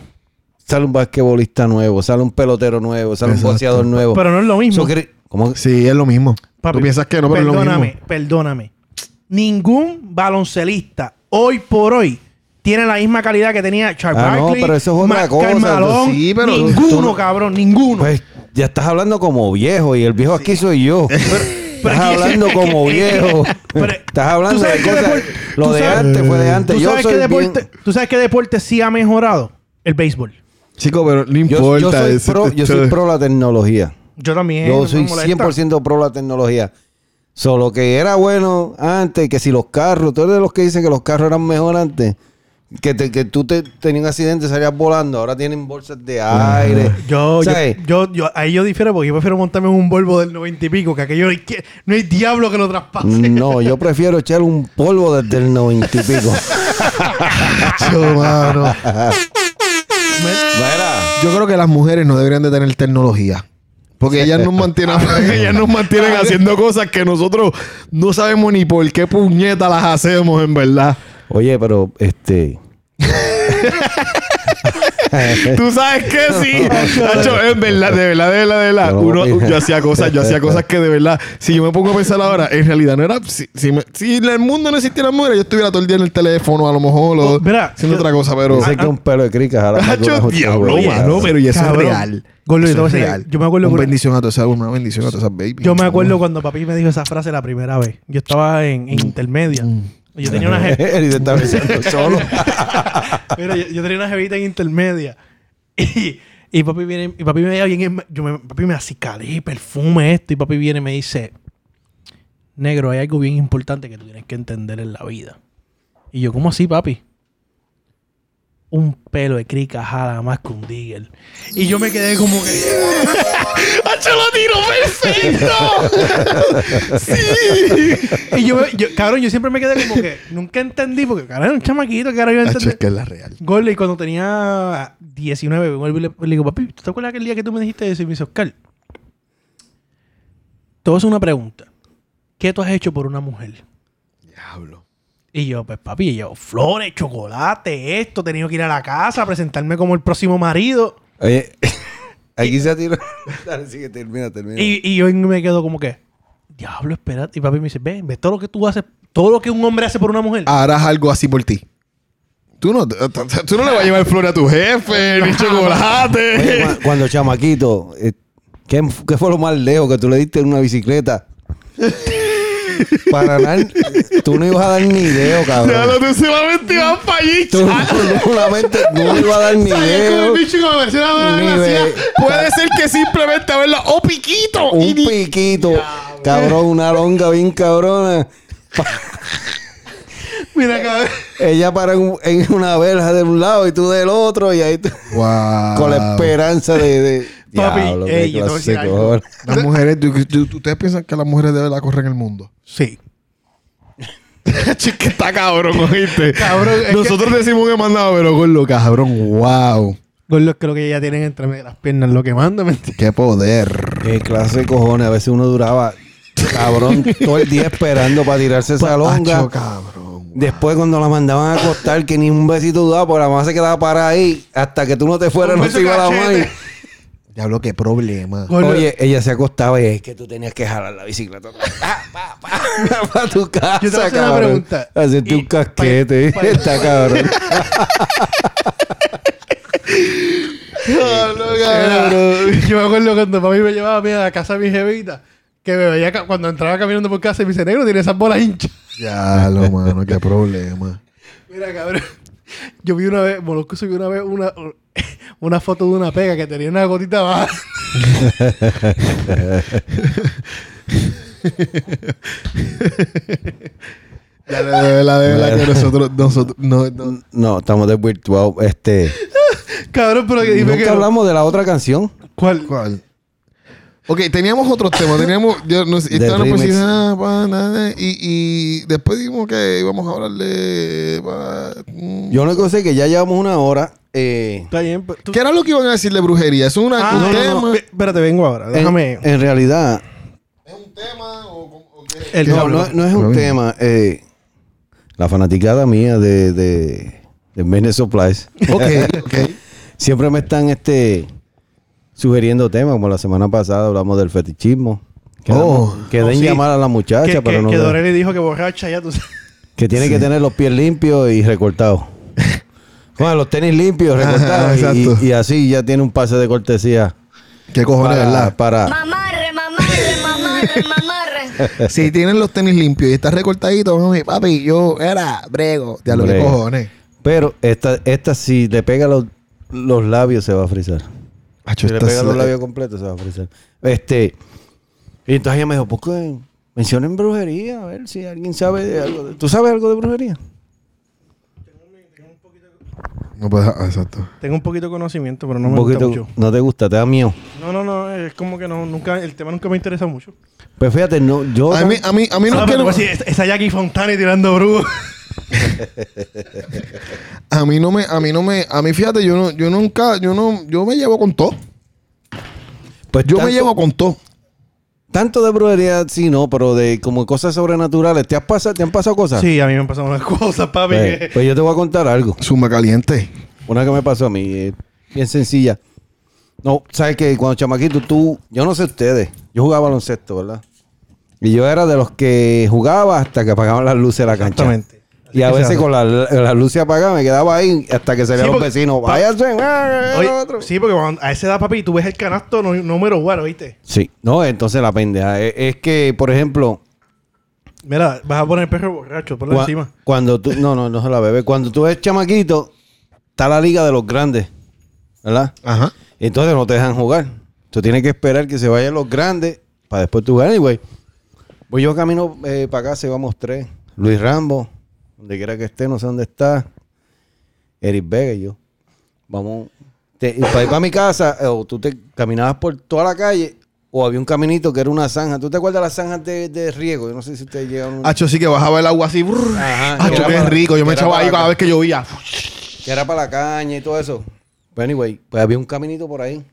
[SPEAKER 2] sale un basquetbolista nuevo, sale un pelotero nuevo, sale
[SPEAKER 3] Exacto.
[SPEAKER 2] un boxeador nuevo.
[SPEAKER 1] Pero no es lo mismo.
[SPEAKER 2] Eso cre- ¿Cómo?
[SPEAKER 3] Sí, es lo mismo.
[SPEAKER 1] Papi,
[SPEAKER 3] Tú piensas que no, pero es lo
[SPEAKER 1] perdóname,
[SPEAKER 3] mismo.
[SPEAKER 1] perdóname. Ningún baloncelista hoy por hoy tiene la misma calidad que tenía Charles
[SPEAKER 2] Ah, no, pero eso es otra cosa, eso
[SPEAKER 3] sí, pero tú-
[SPEAKER 1] ninguno,
[SPEAKER 3] tú-
[SPEAKER 1] cabrón, ninguno.
[SPEAKER 2] Pues ya estás hablando como viejo y el viejo aquí
[SPEAKER 1] <laughs>
[SPEAKER 2] soy yo. estás hablando como viejo.
[SPEAKER 1] Pero-
[SPEAKER 2] estás hablando
[SPEAKER 1] ¿tú
[SPEAKER 2] de
[SPEAKER 1] sabes qué
[SPEAKER 2] cosas.
[SPEAKER 1] deporte-
[SPEAKER 2] Lo
[SPEAKER 1] tú
[SPEAKER 2] de
[SPEAKER 1] sabes-
[SPEAKER 2] antes fue de
[SPEAKER 1] ¿Tú
[SPEAKER 2] antes. Yo
[SPEAKER 1] sabes,
[SPEAKER 2] soy
[SPEAKER 1] qué deporte,
[SPEAKER 2] bien-
[SPEAKER 1] ¿Tú sabes qué deporte sí ha mejorado? El béisbol.
[SPEAKER 3] Chico, pero no
[SPEAKER 2] yo-
[SPEAKER 3] importa.
[SPEAKER 2] yo soy
[SPEAKER 3] ese-
[SPEAKER 2] pro- yo soy pro la tecnología.
[SPEAKER 1] Yo también. no
[SPEAKER 2] Yo
[SPEAKER 1] me
[SPEAKER 2] soy
[SPEAKER 1] molesta.
[SPEAKER 2] 100% pro la tecnología. Solo que era bueno antes, que si los carros, tú eres de los que dicen que los carros eran mejor antes, que, te- que tú te, tenías un accidente, salías volando, ahora tienen bolsas de aire. eh,
[SPEAKER 1] Yo, yo,
[SPEAKER 2] ¿Sabes?
[SPEAKER 1] yo, yo- ahí yo difiero porque yo prefiero montarme en un Volvo del 90 y pico, que aquello hay que- no hay diablo que lo traspase.
[SPEAKER 2] No, yo prefiero echar un polvo desde el noventa y
[SPEAKER 3] <laughs>
[SPEAKER 2] pico.
[SPEAKER 3] Yo, mano.
[SPEAKER 2] Mira,
[SPEAKER 3] Yo creo que las mujeres no deberían de tener tecnología. Porque ellas
[SPEAKER 1] <laughs>
[SPEAKER 3] nos mantienen,
[SPEAKER 1] Ah,
[SPEAKER 3] ellas nos mantienen haciendo cosas que nosotros no sabemos ni por qué puñeta las hacemos, en verdad.
[SPEAKER 2] Oye, pero este.
[SPEAKER 1] Eh.
[SPEAKER 3] ¿Tú sabes qué?
[SPEAKER 1] <laughs>
[SPEAKER 3] Sí.
[SPEAKER 1] Ah,
[SPEAKER 3] Nacho, en verdad, de verdad, de verdad, de verdad.
[SPEAKER 2] No,
[SPEAKER 3] Ah, Uno-
[SPEAKER 2] mira.
[SPEAKER 3] yo hacía cosas, yo hacía cosas que de verdad, si yo me pongo a pensar ahora, en realidad no era... Si, si me- si en el mundo no existiera mujeres, yo estuviera todo el día en el teléfono, a lo mejor, o
[SPEAKER 1] Oh, mira,
[SPEAKER 3] haciendo
[SPEAKER 1] yo-
[SPEAKER 3] otra cosa, pero...
[SPEAKER 2] Dicen que un pelo de crica jala más que una
[SPEAKER 3] Nacho,
[SPEAKER 2] justa,
[SPEAKER 3] diablo,
[SPEAKER 2] güey.
[SPEAKER 3] mano, pero y eso
[SPEAKER 1] Cabrón.
[SPEAKER 3] es real.
[SPEAKER 1] Gordo, yo te
[SPEAKER 3] eso
[SPEAKER 1] voy a
[SPEAKER 3] es
[SPEAKER 1] decir,
[SPEAKER 3] real.
[SPEAKER 1] yo me acuerdo
[SPEAKER 3] Una
[SPEAKER 1] que-
[SPEAKER 3] bendición a todas esas, una bendición a todas esas babies.
[SPEAKER 1] Yo me acuerdo cuando papi me dijo esa frase la primera vez. Yo estaba en,
[SPEAKER 2] Mm.
[SPEAKER 1] en intermedia. Yo tenía
[SPEAKER 2] <laughs>
[SPEAKER 1] una je-
[SPEAKER 2] Él se está
[SPEAKER 3] <laughs>
[SPEAKER 2] besando solo.
[SPEAKER 1] <laughs> Mira, yo, yo tenía una jevita en intermedia. <laughs> Y, y papi viene, y papi me veía bien. en- Yo me, papi me acicalé, perfume esto. Y papi viene y me dice: Negro, hay algo bien importante que tú tienes que entender en la vida. Y yo, ¿cómo así, papi? Un pelo de crica jala más que un digger. Y yo me quedé como que. <laughs>
[SPEAKER 3] ¡Hacho lo tiro
[SPEAKER 1] <laughs>
[SPEAKER 3] perfecto! ¡Sí!
[SPEAKER 1] Y yo, me- yo- cabrón, yo siempre me quedé como que. Nunca entendí, porque, cabrón, era un chamaquito que ahora yo
[SPEAKER 3] Hacho,
[SPEAKER 1] entendí.
[SPEAKER 3] es que es la real.
[SPEAKER 1] Gordo, y cuando tenía 19, vuelvo y le, le digo, papi, ¿tú te acuerdas aquel día que tú me dijiste eso? Y me dice, Oscar, te voy a hacer una pregunta. ¿Qué tú has hecho por una mujer?
[SPEAKER 3] Diablo.
[SPEAKER 1] Y yo, pues papi, y yo, flores, chocolate, esto, he tenido que ir a la casa a presentarme como el próximo marido.
[SPEAKER 2] Oye, <laughs> aquí se tirado. <laughs> Dale, sigue, termina, termina.
[SPEAKER 1] Y, y yo me quedo como que, diablo, espérate. Y papi me dice, ven, ve todo lo que tú haces, todo lo que un hombre hace por una mujer.
[SPEAKER 3] Harás algo así por ti. Tú no, t- t- tú no le vas a llevar flores a tu jefe,
[SPEAKER 2] <laughs>
[SPEAKER 3] ni
[SPEAKER 2] Oye,
[SPEAKER 3] chocolate.
[SPEAKER 2] ma- cuando chamaquito, eh, ¿qué, f- qué fue lo más lejos que tú le diste en una bicicleta? Para nada, tú no ibas a dar ni ideo,
[SPEAKER 3] Ya
[SPEAKER 2] cabrón.
[SPEAKER 3] no te solamente vas para allí,
[SPEAKER 2] Tú
[SPEAKER 3] chaval.
[SPEAKER 2] <laughs> solamente no ibas a dar ni
[SPEAKER 3] Salió con el
[SPEAKER 2] ideo.
[SPEAKER 3] bicho y como me decía, "No, no,
[SPEAKER 2] Ni
[SPEAKER 3] no,
[SPEAKER 2] ve-
[SPEAKER 3] hacía". Puede ser que simplemente verla
[SPEAKER 4] ¡Oh,
[SPEAKER 3] o piquito. y
[SPEAKER 2] Un
[SPEAKER 3] ni-
[SPEAKER 2] piquito, cabrón, una longa bien cabrona.
[SPEAKER 1] Mira, cabrón.
[SPEAKER 2] Ella para en, un- en una verja de un lado y tú del otro, y ahí tú-
[SPEAKER 3] Wow.
[SPEAKER 2] con la esperanza de. de
[SPEAKER 1] Ah. <laughs> Papi,
[SPEAKER 2] qué
[SPEAKER 1] ey, yo te voy a decir
[SPEAKER 2] clásico,
[SPEAKER 1] algo.
[SPEAKER 2] cabrón.
[SPEAKER 3] Las mujeres, tú- tú- tú- ustedes piensan que las mujeres de verdad corren el <laughs> mundo.
[SPEAKER 1] Sí.
[SPEAKER 3] Che, que está cabrón, oíste.
[SPEAKER 1] Cabrón, es
[SPEAKER 3] Nosotros decimos que mandaba, pero con lo cabrón, wow.
[SPEAKER 1] Gordos creo que ya tienen entre medio de las piernas lo que manda, ¿me entiendes?
[SPEAKER 3] Qué poder.
[SPEAKER 2] Qué clase de cojones. A veces uno duraba, cabrón, todo el día esperando para
[SPEAKER 1] <laughs>
[SPEAKER 2] tirarse esa longa.
[SPEAKER 3] Acho, cabrón.
[SPEAKER 2] Después cuando la mandaban a acostar, que ni un besito daba, porque la mamá se quedaba parada ahí. Hasta que tú no te fueras,
[SPEAKER 1] Un
[SPEAKER 2] no
[SPEAKER 1] beso
[SPEAKER 2] se iba la
[SPEAKER 1] cachete.
[SPEAKER 2] mamá.
[SPEAKER 3] Diablo, qué problema.
[SPEAKER 1] Gordo,
[SPEAKER 2] Oye, ella se acostaba y es que tú tenías que jalar la bicicleta. <laughs> Pa, pa, pa, pa tu casa,
[SPEAKER 1] Yo te voy a hacer una
[SPEAKER 2] cabrón.
[SPEAKER 1] pregunta.
[SPEAKER 2] Hacerte
[SPEAKER 1] Y-
[SPEAKER 2] un casquete.
[SPEAKER 1] pa- pa-
[SPEAKER 2] <laughs> Está cabrón.
[SPEAKER 1] Era- <laughs> Yo me acuerdo cuando papi me llevaba a mí a la casa de mi jevita, que me veía ca- cuando entraba caminando por casa y me dice, negro, tiene esas bolas hinchas.
[SPEAKER 2] <laughs>
[SPEAKER 3] Ya, lo mano, qué problema.
[SPEAKER 1] Mira, cabrón. <laughs> Yo vi una vez, Molusco subió una vez una, <laughs> una foto de una pega que tenía una gotita baja. <laughs>
[SPEAKER 3] Ya, de verdad, de verdad que nosotros, nosotros, no, no.
[SPEAKER 2] No, estamos de virtual. Este,
[SPEAKER 1] Cabrón, pero que <laughs> dime que.
[SPEAKER 2] nunca
[SPEAKER 1] no.
[SPEAKER 2] hablamos de la otra canción.
[SPEAKER 1] ¿Cuál?
[SPEAKER 3] ¿Cuál? Ok, teníamos otros temas. Teníamos. Yo, no, sé,
[SPEAKER 2] Del
[SPEAKER 3] estábamos por
[SPEAKER 2] remix.
[SPEAKER 3] decir, ah, pa, na, na, y, y después dijimos que íbamos a hablar de. pa, mm.
[SPEAKER 2] Yo lo que sé es que ya llevamos una hora. Eh,
[SPEAKER 1] Está bien, pero tú-
[SPEAKER 3] ¿Qué era lo que iban a decir de brujería? ¿Es una,
[SPEAKER 1] Ah,
[SPEAKER 3] un
[SPEAKER 1] no, no,
[SPEAKER 3] tema?
[SPEAKER 1] no. Ve- Espérate, vengo ahora.
[SPEAKER 2] en-
[SPEAKER 1] Déjame.
[SPEAKER 2] En, realidad,
[SPEAKER 3] ¿Es un tema o, o- o qué?
[SPEAKER 1] el
[SPEAKER 2] no,
[SPEAKER 1] diablo.
[SPEAKER 2] no, no es un
[SPEAKER 3] Pero-
[SPEAKER 2] tema. eh, la fanaticada mía de, de, de
[SPEAKER 1] <laughs>
[SPEAKER 2] Menes Supplies
[SPEAKER 3] <laughs> Ok, ok.
[SPEAKER 2] siempre me están este, sugiriendo temas. Como la semana pasada hablamos del fetichismo. Quedamos-
[SPEAKER 3] Oh.
[SPEAKER 2] Quedé
[SPEAKER 1] Oh,
[SPEAKER 2] en
[SPEAKER 1] sí.
[SPEAKER 2] llamar a la muchacha,
[SPEAKER 1] que, que,
[SPEAKER 2] pero no.
[SPEAKER 1] que
[SPEAKER 2] le-
[SPEAKER 1] Dorelli dijo que borracha ya tú sabes.
[SPEAKER 2] que tiene que tener los pies limpios
[SPEAKER 1] <laughs>
[SPEAKER 2] y recortados. Bueno, los tenis limpios,
[SPEAKER 3] Ajá,
[SPEAKER 2] recortados. y-
[SPEAKER 3] exacto.
[SPEAKER 2] y, y así ya tiene un pase de cortesía.
[SPEAKER 3] ¿Qué cojones,
[SPEAKER 2] Para,
[SPEAKER 3] <laughs> verdad?
[SPEAKER 2] para
[SPEAKER 8] Mamarre, mamarre, mamarre, mamarre.
[SPEAKER 3] si tienen los tenis limpios y estás recortadito, mami, papi, yo era brego. Ya lo que
[SPEAKER 2] Brego.
[SPEAKER 3] cojones.
[SPEAKER 2] Pero esta, esta si le pega los, los labios se va a frizar.
[SPEAKER 3] Acho,
[SPEAKER 2] Si le
[SPEAKER 3] esta
[SPEAKER 2] pega
[SPEAKER 3] es
[SPEAKER 2] los
[SPEAKER 3] la-
[SPEAKER 2] labios completos se va a frizar. Este, y entonces ella me dijo, ¿por qué mencionen brujería? A ver si alguien sabe de algo. de- ¿Tú sabes algo de brujería?
[SPEAKER 3] No puedes, ah, exacto.
[SPEAKER 1] Tengo un poquito de conocimiento, pero no
[SPEAKER 2] Un
[SPEAKER 1] me
[SPEAKER 2] poquito-
[SPEAKER 1] gusta mucho.
[SPEAKER 2] no te gusta, te da miedo.
[SPEAKER 1] No, no, no, es como que no, nunca, el tema nunca me interesa mucho.
[SPEAKER 2] Pues fíjate, no, yo...
[SPEAKER 3] A
[SPEAKER 2] tan-
[SPEAKER 3] mí, a mí, a mí no
[SPEAKER 1] Ah,
[SPEAKER 3] es que
[SPEAKER 1] pero
[SPEAKER 3] no-
[SPEAKER 1] pues sí, es- esa Jackie Fontana tirando brujo.
[SPEAKER 3] A mí no me, a mí no me, a mí fíjate, yo no, yo nunca, yo no, yo me llevo con todo.
[SPEAKER 2] pues
[SPEAKER 3] Yo me
[SPEAKER 2] tanto-
[SPEAKER 3] llevo con todo.
[SPEAKER 2] Tanto de brujería, sí, no, pero de como cosas sobrenaturales. ¿Te, has pasado, te han pasado cosas?
[SPEAKER 1] Sí, a mí me han pasado unas cosas, papi.
[SPEAKER 2] Pues, pues yo te voy a contar algo.
[SPEAKER 3] Suma caliente.
[SPEAKER 2] Una que me pasó a mí, eh, bien sencilla. No, sabes que cuando chamaquito tú, yo no sé ustedes, yo jugaba baloncesto, ¿verdad? Y yo era de los que jugaba hasta que apagaban las luces de la cancha.
[SPEAKER 1] Exactamente. Así
[SPEAKER 2] Y a
[SPEAKER 1] que se
[SPEAKER 2] veces
[SPEAKER 1] hace.
[SPEAKER 2] con la- las luces apagadas me quedaba ahí hasta que salían
[SPEAKER 1] Sí,
[SPEAKER 2] los
[SPEAKER 1] porque-
[SPEAKER 2] vecinos.
[SPEAKER 1] pa-
[SPEAKER 2] Váyanse, eh,
[SPEAKER 1] Oye,
[SPEAKER 2] el otro".
[SPEAKER 1] sí, porque cuando- a esa edad, papi, tú ves el canasto no- número uno, ¿viste?
[SPEAKER 2] Sí, no, entonces la pendeja. Es, es que, por ejemplo,
[SPEAKER 1] Mira, vas a poner el perro borracho, ponlo
[SPEAKER 2] cua-
[SPEAKER 1] encima.
[SPEAKER 2] cuando tú, no, no, no se la bebe. Cuando tú eres chamaquito, está la liga de los grandes, ¿verdad?
[SPEAKER 3] Ajá.
[SPEAKER 2] Entonces no te dejan jugar. Tú tienes que esperar que se vayan los grandes para después tú jugar. Anyway, voy yo camino para acá, se vamos tres. Luis Rambo, donde quiera que esté, no sé dónde está. Eric Vega y yo. Vamos. para ir para mi casa, eh, o tú te caminabas por toda la calle, o había un caminito que era una zanja. ¿Tú te acuerdas las zanjas de, de riego? Yo no sé si ustedes llegaron.
[SPEAKER 3] Acho, sí que bajaba el agua así. brrr.
[SPEAKER 2] Ajá, que
[SPEAKER 3] Acho,
[SPEAKER 2] era
[SPEAKER 3] qué
[SPEAKER 2] para-
[SPEAKER 3] ah, rico. Yo
[SPEAKER 2] que
[SPEAKER 3] me
[SPEAKER 2] era
[SPEAKER 3] echaba ahí
[SPEAKER 2] para
[SPEAKER 3] cada
[SPEAKER 2] acá.
[SPEAKER 3] vez que llovía.
[SPEAKER 2] que era para la caña y todo eso. Pero anyway, pues había un caminito por ahí.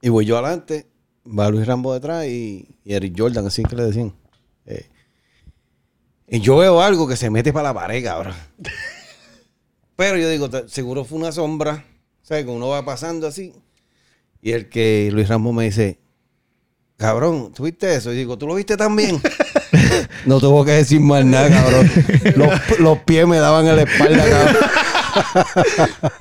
[SPEAKER 2] Y voy yo adelante, va Luis Rambo detrás y, y Eric Jordan, así que le decían. Eh, y yo veo algo que se mete para la pared, cabrón. Pero yo digo, "Ta- seguro fue una sombra. ¿Sabes? Que uno va pasando así. Y el que Luis Rambo me dice, cabrón, ¿tú viste eso? Y digo, ¿tú lo viste también? no tuvo que decir más nada, cabrón. Los, los pies me daban en la espalda, cabrón.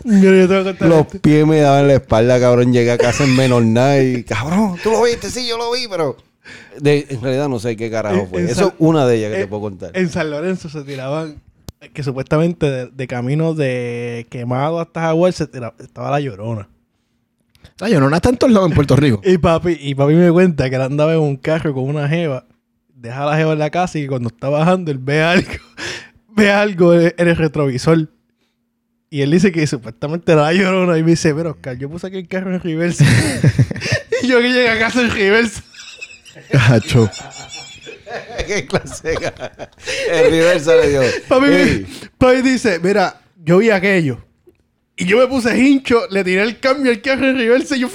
[SPEAKER 1] Mira, yo te voy a contar
[SPEAKER 2] Los
[SPEAKER 1] esto.
[SPEAKER 2] pies me daban la espalda, cabrón. Llegué a casa en menor nada y, cabrón, tú lo viste, sí, yo lo vi, pero. de- en realidad no sé qué carajo
[SPEAKER 1] En-
[SPEAKER 2] fue.
[SPEAKER 1] en
[SPEAKER 2] Eso es
[SPEAKER 1] San-
[SPEAKER 2] una de ellas que
[SPEAKER 1] Eh,
[SPEAKER 2] te puedo contar.
[SPEAKER 1] En San Lorenzo se tiraban, eh, que supuestamente de, de camino de quemado hasta Jaguar se tira- estaba la llorona.
[SPEAKER 3] Ah, yo no nada tanto lados en Puerto <laughs> Rico.
[SPEAKER 1] <laughs> Y papi, y papi me cuenta que él andaba en un carro con una jeva, deja a la jeva en la casa y que cuando está bajando él ve algo, <laughs> ve algo en en el retrovisor. Y él dice que supuestamente era la llorona. Y me dice, pero Oscar, yo puse aquí el carro en <laughs> reversa. y yo que llegué a casa en reversa.
[SPEAKER 3] Acho.
[SPEAKER 2] ¿Qué clase de cara? El reverso le dio.
[SPEAKER 1] Papi,
[SPEAKER 2] "Ey,
[SPEAKER 1] papi dice, mira, yo vi aquello. Y yo me puse hincho, le tiré el cambio al carro en reversa y yo...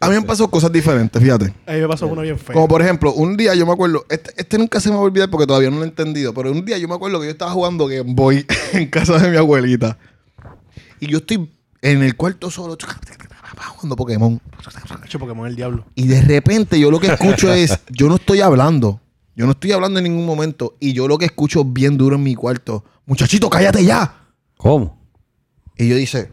[SPEAKER 3] A mí me han pasado cosas diferentes, fíjate.
[SPEAKER 1] Ahí me pasó una bien fea.
[SPEAKER 3] Como por ejemplo, un día yo me acuerdo, este, este nunca se me va a olvidar porque todavía no lo he entendido, pero un día yo me acuerdo que yo estaba jugando Game Boy <laughs> en casa de mi abuelita. Y yo estoy en el cuarto solo <laughs> jugando Pokémon.
[SPEAKER 1] Hacho, Pokémon el diablo.
[SPEAKER 3] Y de repente yo lo que escucho es, yo no estoy hablando. Yo no estoy hablando en ningún momento. Y yo lo que escucho bien duro en mi cuarto, muchachito, cállate ya.
[SPEAKER 2] ¿Cómo?
[SPEAKER 3] Y yo dice,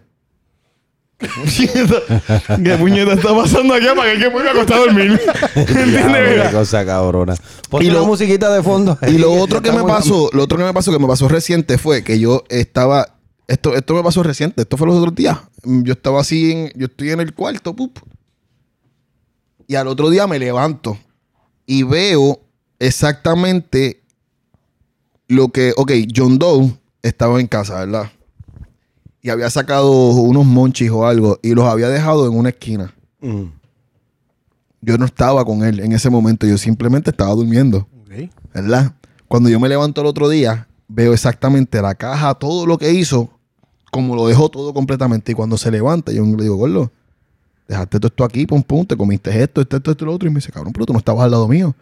[SPEAKER 3] <laughs> ¿qué puñeta, qué puñeta está pasando aquí? ¿Para qué, qué me voy a acostar a dormir? <laughs>
[SPEAKER 2] Diablo,
[SPEAKER 3] ¿Entiendes?
[SPEAKER 2] qué cosa cabrona. Ponte
[SPEAKER 3] Y lo-
[SPEAKER 2] una musiquita de fondo. <laughs>
[SPEAKER 3] Y lo
[SPEAKER 2] Ya
[SPEAKER 3] otro que me
[SPEAKER 2] estamos-
[SPEAKER 3] pasó, lo otro que me pasó, que me pasó reciente fue que yo estaba, esto, esto me pasó reciente, esto fue los otros días. Mm, Yo estaba así, en, yo estoy en el cuarto, pup. Y al otro día me levanto y veo exactamente lo que, ok, John Doe estaba en casa, ¿verdad? Y había sacado unos monchis o algo y los había dejado en una esquina.
[SPEAKER 2] Mm.
[SPEAKER 3] Yo no estaba con él en ese momento, yo simplemente estaba durmiendo. ¿verdad? Cuando yo me levanto el otro día, veo exactamente la caja, todo lo que hizo, como lo dejó todo completamente. Y cuando se levanta, yo le digo, Gordo, dejaste todo esto aquí, pum, pum, te comiste esto, esto, esto, esto, lo otro. Y me dice, cabrón, pero tú no estabas al lado mío.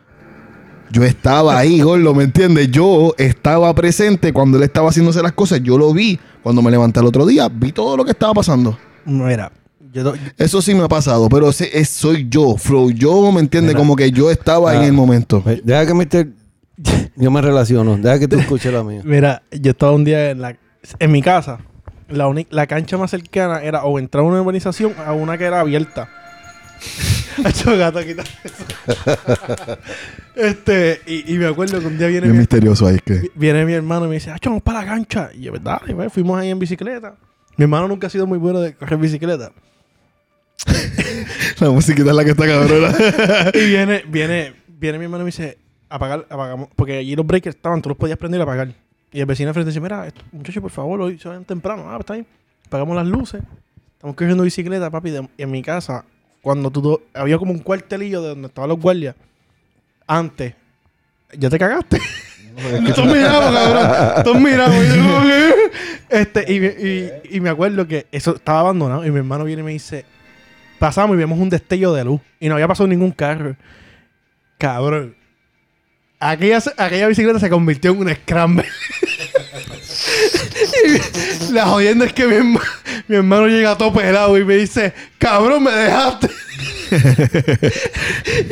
[SPEAKER 3] Yo estaba ahí, <laughs> Gordo, ¿me entiendes? Yo estaba presente cuando él estaba haciéndose las cosas. Yo lo vi cuando me levanté el otro día, vi todo lo que estaba pasando.
[SPEAKER 1] Mira, yo... do-
[SPEAKER 3] Eso sí me ha pasado, pero ese- es- soy yo, Flow, yo, ¿me entiendes? Como que yo estaba en
[SPEAKER 2] Ah.
[SPEAKER 3] el momento.
[SPEAKER 2] Eh, Deja que Mister... Yo me relaciono. Deja que tú escuches la mía.
[SPEAKER 1] Mira, yo estaba un día en la en mi casa. La, uni- la cancha más cercana era o entrar a una urbanización a una que era abierta. <laughs> Hacho, gato, quita eso. <laughs> este, y, y me acuerdo que un día viene
[SPEAKER 3] Bien
[SPEAKER 1] mi,
[SPEAKER 3] misterioso ahí, es que...
[SPEAKER 1] viene mi hermano y me dice, Hacho, vamos para la cancha. Y yo, ¿verdad? Y bueno, fuimos ahí en bicicleta. Mi hermano nunca ha sido muy bueno de correr bicicleta.
[SPEAKER 3] La musiquita es la que está
[SPEAKER 2] <laughs>
[SPEAKER 3] cabrona.
[SPEAKER 1] Y viene, viene, viene mi hermano y me dice, apagar, apagamos. Porque allí los breakers estaban, tú los podías prender y apagar. Y el vecino al frente dice, mira, esto- muchachos, por favor, hoy se vayan temprano. Ah, está bien. Apagamos las luces. Estamos cogiendo bicicleta, papi, de- en mi casa. Cuando tú, do- había como un cuartelillo de donde estaban los guardias. Antes. Ya te cagaste. <laughs> Todos miramos, cabrón. Todos miramos. Y yo como que- Este, y, me- y- y me acuerdo que eso estaba abandonado. Y mi hermano viene y me dice: Pasamos y vemos un destello de luz. Y no había pasado ningún carro. Cabrón. Aquella, se- aquella bicicleta se convirtió en un scramble. <laughs> Y la jodienda es que mi, herma- mi hermano llega todo pelado y me dice: Cabrón, me dejaste. <laughs>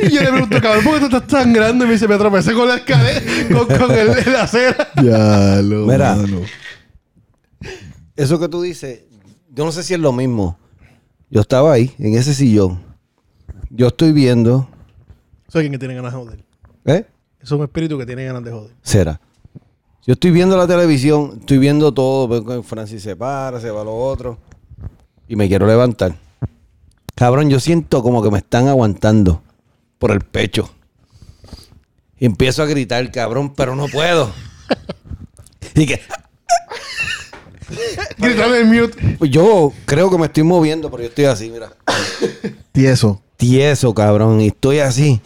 [SPEAKER 1] y yo le pregunto, cabrón, ¿por qué tú estás tan grande? Y me dice: Me tropecé con la escalera, con, con el, la acera.
[SPEAKER 3] ya lo.
[SPEAKER 2] Mira. Eso que tú dices, yo no sé si es lo mismo. Yo estaba ahí, en ese sillón. Yo estoy viendo...
[SPEAKER 1] Soy quien que tiene ganas de joder.
[SPEAKER 2] ¿Eh?
[SPEAKER 1] Es un espíritu que tiene ganas de joder.
[SPEAKER 2] será. Yo estoy viendo la televisión, estoy viendo todo, veo que Francis se para, se va lo otro, y me quiero levantar. Cabrón, yo siento como que me están aguantando por el pecho. Y empiezo a gritar, cabrón, pero no puedo. y que
[SPEAKER 1] Gritarle en mute.
[SPEAKER 2] pues yo creo que me estoy moviendo, pero yo estoy así, mira.
[SPEAKER 3] Tieso.
[SPEAKER 2] tieso, cabrón. Y estoy así.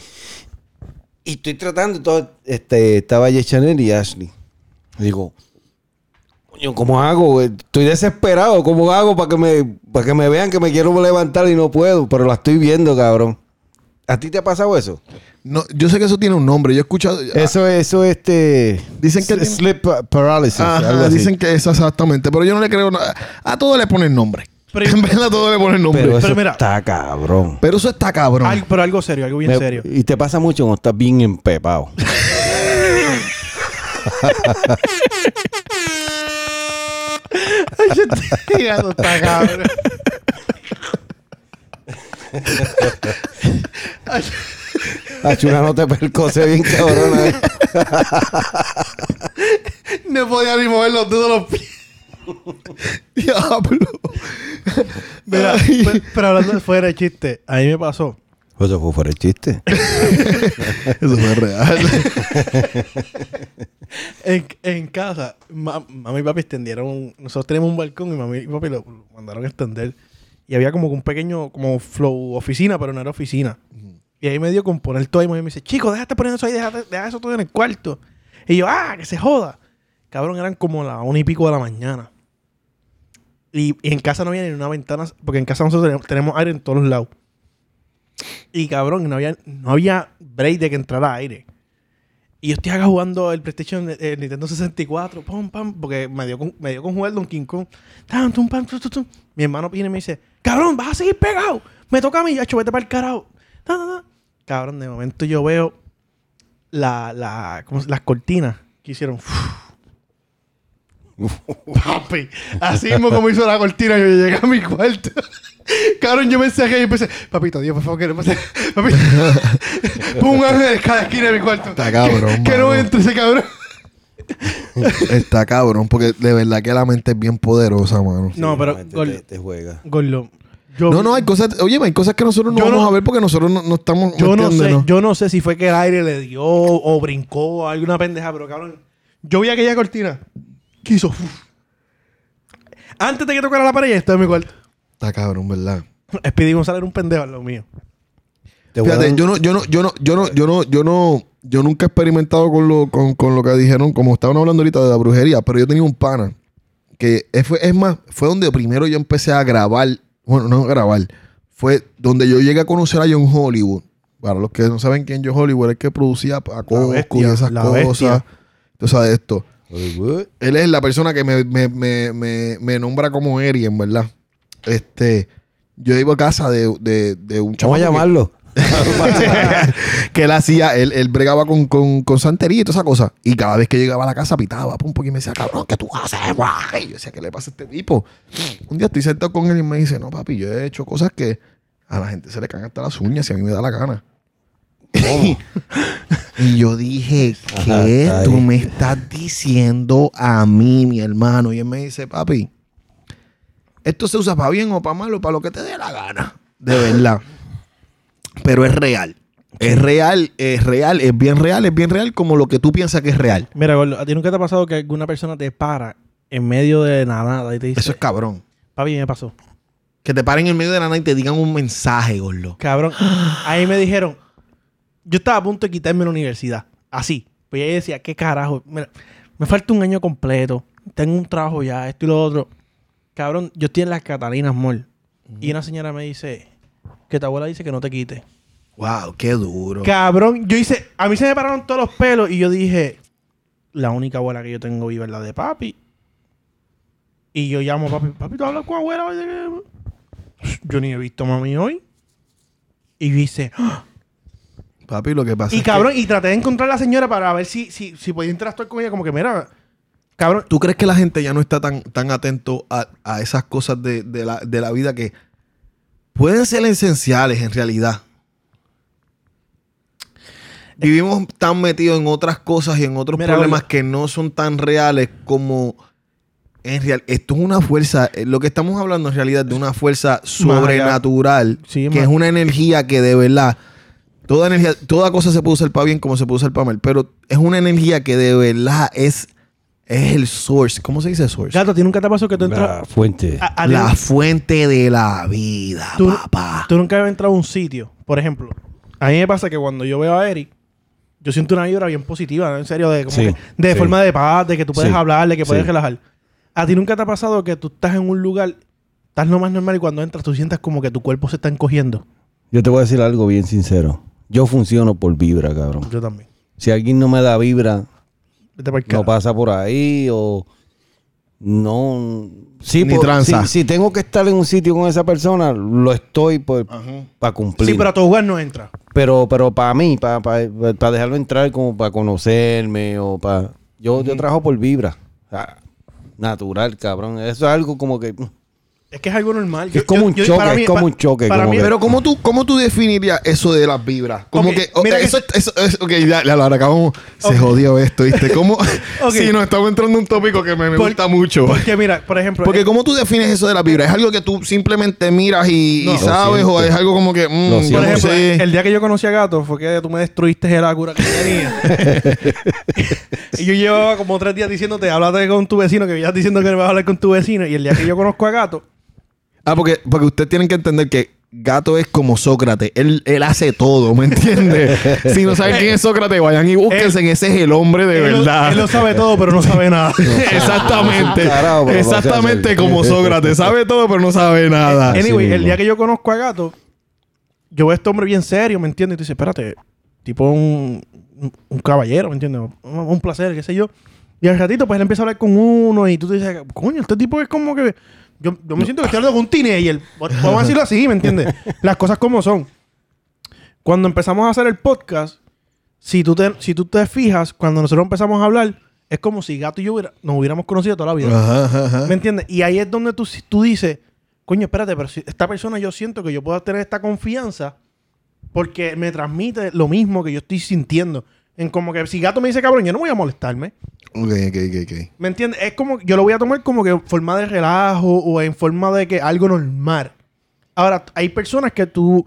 [SPEAKER 2] Y estoy tratando todo. Este, estaba Yechanel y Ashley. Y digo, coño, ¿cómo hago? güey? Estoy desesperado. ¿Cómo hago para que me, para que me vean que me quiero levantar y no puedo? Pero la estoy viendo, cabrón. ¿A ti te ha pasado eso?
[SPEAKER 3] No, yo sé que eso tiene un nombre. Yo he escuchado.
[SPEAKER 2] Eso, eso, este.
[SPEAKER 3] Ah. Dicen que
[SPEAKER 2] s-
[SPEAKER 3] tiene-
[SPEAKER 2] Sleep pa- paralysis.
[SPEAKER 3] Ah, Ajá,
[SPEAKER 2] algo así.
[SPEAKER 3] dicen que eso exactamente. Pero yo no le creo nada. A todo le ponen nombre.
[SPEAKER 1] Pero-
[SPEAKER 3] en verdad a todo le ponen nombre.
[SPEAKER 2] Pero
[SPEAKER 3] Pero,
[SPEAKER 2] eso
[SPEAKER 1] mira-
[SPEAKER 2] está cabrón.
[SPEAKER 3] eso está cabrón.
[SPEAKER 1] Al- pero algo serio, algo bien
[SPEAKER 2] Me-
[SPEAKER 1] serio. <laughs>
[SPEAKER 2] Y te pasa mucho cuando estás bien
[SPEAKER 3] <laughs>
[SPEAKER 2] empepado.
[SPEAKER 1] Ay, yo estoy llegando hasta cabrón.
[SPEAKER 2] Achuna no te percose bien, cabrón.
[SPEAKER 1] No podía ni mover los dedos de los pies.
[SPEAKER 3] <laughs> Diablo.
[SPEAKER 1] Mira,
[SPEAKER 4] pues,
[SPEAKER 1] pe- pero hablando de fuera de chiste, a mí me pasó.
[SPEAKER 2] Eso fue fuera el chiste.
[SPEAKER 3] Eso fue real.
[SPEAKER 1] En, en casa, ma- mami y papi extendieron. un- Nosotros tenemos un balcón y mami y papi lo lo mandaron a extender. Y había como que un pequeño, como flow oficina, pero no era oficina. Y ahí me dio con poner todo y mami me dice, chico, déjate poner eso ahí, déjate, deja eso todo en el cuarto. Y yo, ah, que se joda. Cabrón, eran como las una y pico de la mañana. Y, y en casa no había ni una ventana, porque en casa nosotros tenemos, tenemos aire en todos los lados. Y cabrón, no había, no había break de que entrara aire. Y yo estoy acá jugando el PlayStation, eh, el Nintendo 64, pam, pam, porque me dio con, me dio con jugar Donkey Kong. Tan, tum, pam, tum, tum, tum. Mi hermano viene y me dice, cabrón, vas a seguir pegado. Me toca a mí, ya vete para el carajo. Tan, tan, tan. Cabrón, de momento yo veo la, la, ¿cómo se- las cortinas que hicieron.
[SPEAKER 4] Papi, <laughs> así mismo como hizo la cortina, yo llegué a mi cuarto. Cabrón, yo mensajé y empecé, <laughs> papito, Dios, por favor, que no
[SPEAKER 1] <laughs>
[SPEAKER 4] pase. Papito, <laughs> pon un ángel en cada esquina de mi cuarto.
[SPEAKER 3] Está cabrón,
[SPEAKER 4] Que, que no
[SPEAKER 3] mano.
[SPEAKER 4] entre ese cabrón.
[SPEAKER 3] Está cabrón, porque de verdad que la mente es bien poderosa, mano.
[SPEAKER 1] no, pero,
[SPEAKER 2] Normalmente
[SPEAKER 1] Gordo,
[SPEAKER 2] Te, te juega.
[SPEAKER 1] Gordo, yo-
[SPEAKER 3] No, no, hay cosas, oye, hay cosas que nosotros no
[SPEAKER 1] Yo
[SPEAKER 3] vamos
[SPEAKER 1] no-
[SPEAKER 3] a ver porque nosotros no, no estamos. ¿me
[SPEAKER 1] Yo no,
[SPEAKER 3] entiendes,
[SPEAKER 1] sé, yo no sé si fue que el aire le dio o brincó o alguna pendeja, pero cabrón. Yo vi aquella cortina. ¿Qué hizo? Uf. Antes de que tocara la pared, ya estaba en mi cuarto.
[SPEAKER 3] Está cabrón, ¿verdad?
[SPEAKER 1] Speedy González era un pendejo, lo mío.
[SPEAKER 2] Te
[SPEAKER 3] Fíjate,
[SPEAKER 2] juegan-
[SPEAKER 3] yo no, yo no, yo no, yo no, yo no, yo no, yo nunca he experimentado con lo, con, con lo que dijeron, como estaban hablando ahorita de la brujería, pero yo tenía un pana que es, fue- es más, fue donde primero yo empecé a grabar, bueno, no grabar, fue donde yo llegué a conocer a John Hollywood. Para los que no saben quién John Hollywood es el que producía a Cosco y
[SPEAKER 1] bestia,
[SPEAKER 3] esas
[SPEAKER 1] la
[SPEAKER 3] cosas.
[SPEAKER 1] bestia.
[SPEAKER 3] Tú sabes esto.
[SPEAKER 2] Hollywood.
[SPEAKER 3] Él es la persona que me, me, me, me, me nombra como Erien, ¿verdad? Este, yo iba a casa de, de, de un
[SPEAKER 2] Vamos a
[SPEAKER 3] chamaco que-
[SPEAKER 2] llamarlo.
[SPEAKER 3] <laughs> que él hacía, él, él bregaba con, con, con santería y toda esa cosa. Y cada vez que llegaba a la casa pitaba, pum, porque me decía, cabrón, ¿qué tú haces, guay? Y yo decía, ¿qué le pasa a este tipo? Un día estoy sentado con él y me dice, no, papi, yo he hecho cosas que a la gente se le caen hasta las uñas si a mí me da la gana. <laughs> y yo dije,
[SPEAKER 2] Ajá,
[SPEAKER 3] ¿qué
[SPEAKER 2] está
[SPEAKER 3] tú
[SPEAKER 2] bien.
[SPEAKER 3] me estás diciendo a mí, mi hermano? Y él me dice, papi, esto se usa para bien o para mal o para lo que te dé la gana. De verdad. Pero es real. Es real, es real, es bien real, es bien real como lo que tú piensas que es real.
[SPEAKER 1] Mira, Gordo, ¿a ti nunca te ha pasado que alguna persona te para en medio de la nada y te dice,
[SPEAKER 3] Eso es cabrón.
[SPEAKER 1] papi, me pasó?
[SPEAKER 3] Que te paren en medio de la nada y te digan un mensaje, gordo.
[SPEAKER 1] Cabrón, ahí me dijeron, yo estaba a punto de quitarme la universidad, así. Pues ella decía, ¿qué carajo? Mira, me falta un año completo, tengo un trabajo ya, esto y lo otro. Cabrón, yo estoy en las Catalinas Mall y una señora me dice, que tu abuela dice que no te quite.
[SPEAKER 3] Wow, qué duro.
[SPEAKER 1] Cabrón, yo hice, a mí se me pararon todos los pelos y yo dije, la única abuela que yo tengo viva es la de papi. Y yo llamo a papi, papi, ¿tú hablas con abuela? hoy de qué?" Yo ni he visto a mami hoy. Y yo hice, "¡Ah!".
[SPEAKER 3] Papi, lo que pasa
[SPEAKER 1] y
[SPEAKER 3] es que-
[SPEAKER 1] cabrón, y traté de encontrar a la señora para ver si, si, si podía interactuar con ella, como que mira, cabrón,
[SPEAKER 3] ¿Tú crees que la gente ya no está tan, tan atento a, a esas cosas de, de la, de la vida que pueden ser esenciales en realidad? Vivimos tan metidos en otras cosas y en otros
[SPEAKER 1] Mira,
[SPEAKER 3] problemas
[SPEAKER 1] Gordo.
[SPEAKER 3] que no son tan reales como en real. Esto es una fuerza, eh, lo que estamos hablando en realidad es de una fuerza sobrenatural,
[SPEAKER 1] Sí,
[SPEAKER 3] que
[SPEAKER 1] más-
[SPEAKER 3] es una energía que de verdad Toda energía, toda cosa se puede usar para bien como se puede usar para mal, pero es una energía que de verdad es, es el source. ¿Cómo se dice source?
[SPEAKER 1] gato, ¿a ti nunca te pasó que tú entras...
[SPEAKER 2] La fuente.
[SPEAKER 1] a- a-
[SPEAKER 3] La fuente de la vida,
[SPEAKER 1] Tú-
[SPEAKER 3] papá.
[SPEAKER 1] Tú nunca habías entrado a un sitio, por ejemplo. A mí me pasa que cuando yo veo a Eric, yo siento una vibra bien positiva, ¿no? en serio, de, como
[SPEAKER 2] Sí,
[SPEAKER 1] que- de
[SPEAKER 2] sí.
[SPEAKER 1] forma de paz, de que tú puedes
[SPEAKER 2] Sí,
[SPEAKER 1] hablar, de que puedes
[SPEAKER 2] sí.
[SPEAKER 1] relajar. ¿A ti nunca te ha pasado que tú estás en un lugar, estás lo más normal y cuando entras tú sientas como que tu cuerpo se está encogiendo?
[SPEAKER 2] Yo te voy a decir algo bien sincero. Yo funciono por vibra, cabrón.
[SPEAKER 1] Yo también.
[SPEAKER 2] Si alguien no me da vibra,
[SPEAKER 1] Vete pa'l
[SPEAKER 2] no
[SPEAKER 1] carajo.
[SPEAKER 2] pasa por ahí o no sí,
[SPEAKER 3] Ni
[SPEAKER 2] por-
[SPEAKER 3] tranza.
[SPEAKER 2] si, si tengo que estar en un sitio con esa persona lo estoy para cumplir
[SPEAKER 1] sí, pero a tu hogar no entra.
[SPEAKER 2] pero pero para mí para dejarlo entrar como para conocerme o para yo yo trabajo por vibra Ah, natural cabrón eso es algo como que
[SPEAKER 1] Es que es algo normal.
[SPEAKER 2] Es como un choque,
[SPEAKER 1] para
[SPEAKER 2] es como
[SPEAKER 1] pa-
[SPEAKER 2] un choque,
[SPEAKER 1] Para
[SPEAKER 2] como
[SPEAKER 1] mí,
[SPEAKER 2] que-
[SPEAKER 3] Pero ¿cómo tú, ¿cómo tú definirías eso de las vibras? Como
[SPEAKER 1] Ok,
[SPEAKER 3] que... oh,
[SPEAKER 1] mira que-
[SPEAKER 3] eso, es- eso es- ok, ya, ya lo acabamos. Se
[SPEAKER 1] Ok.
[SPEAKER 3] jodió
[SPEAKER 1] <laughs>
[SPEAKER 3] esto, ¿viste? ¿Cómo?
[SPEAKER 1] Ok.
[SPEAKER 3] Sí, nos estamos entrando en un tópico que me, me
[SPEAKER 1] Por-
[SPEAKER 3] gusta mucho. Porque,
[SPEAKER 1] porque mira, por ejemplo, eh,
[SPEAKER 3] ¿cómo tú defines eso de las vibras? ¿Es algo que tú simplemente miras y, y
[SPEAKER 1] No. Lo
[SPEAKER 3] sabes? ¿O
[SPEAKER 2] siento.
[SPEAKER 3] es algo como que... mm,
[SPEAKER 2] Lo
[SPEAKER 3] yo
[SPEAKER 2] siento.
[SPEAKER 1] por
[SPEAKER 3] no
[SPEAKER 1] ejemplo,
[SPEAKER 3] sé?
[SPEAKER 1] el día que yo conocí a Gato fue que tú me destruiste la cura que tenía.
[SPEAKER 2] <laughs>
[SPEAKER 1] Y yo llevaba como tres días diciéndote, háblate con tu vecino, que me ibas diciendo que no vas a hablar con tu vecino. Y el día que yo conozco a Gato,
[SPEAKER 3] Ah, porque, porque ustedes tienen que entender que Gato es como Sócrates. Él, él hace todo, ¿me <laughs> entiendes? si no saben quién es Sócrates, vayan y búsquense. ese es el hombre de
[SPEAKER 1] él, lo-
[SPEAKER 3] verdad.
[SPEAKER 1] él lo sabe todo, pero no sabe nada.
[SPEAKER 3] Exactamente.
[SPEAKER 2] Ah, Carajo, pero lo
[SPEAKER 3] Exactamente
[SPEAKER 2] hace
[SPEAKER 3] <laughs> como
[SPEAKER 2] hacer.
[SPEAKER 3] Sócrates. Sabe todo, pero no sabe nada.
[SPEAKER 2] Así
[SPEAKER 1] Ah, Anyway, el
[SPEAKER 2] mismo.
[SPEAKER 1] día que yo conozco a Gato, yo veo a este hombre bien serio, ¿me entiendes? Y tú dices, espérate, tipo un, un- un caballero, ¿me entiendes? Un, un placer, qué sé yo. Y al ratito, pues él empieza a hablar con uno y tú te dices, coño, este tipo es como que. Yo, yo me siento que estoy hablando con un teenager.
[SPEAKER 2] <laughs>
[SPEAKER 1] Vamos a decirlo así, ¿me entiendes? Las cosas como son. Cuando empezamos a hacer el podcast, si tú te, si tú te fijas, cuando nosotros empezamos a hablar, es como si Gato y yo hubiera- nos hubiéramos conocido toda la vida.
[SPEAKER 3] Ajá, ajá, ajá.
[SPEAKER 1] ¿Me entiendes? Y ahí es donde tú, tú dices, coño, espérate, pero si esta persona yo siento que yo puedo tener esta confianza porque me transmite lo mismo que yo estoy sintiendo. En como que si gato me dice cabrón, yo no voy a molestarme.
[SPEAKER 3] Ok, ok, ok, ok.
[SPEAKER 1] ¿Me entiendes? Es como, yo lo voy a tomar como que en forma de relajo o en forma de que algo normal. Ahora, hay personas que tú,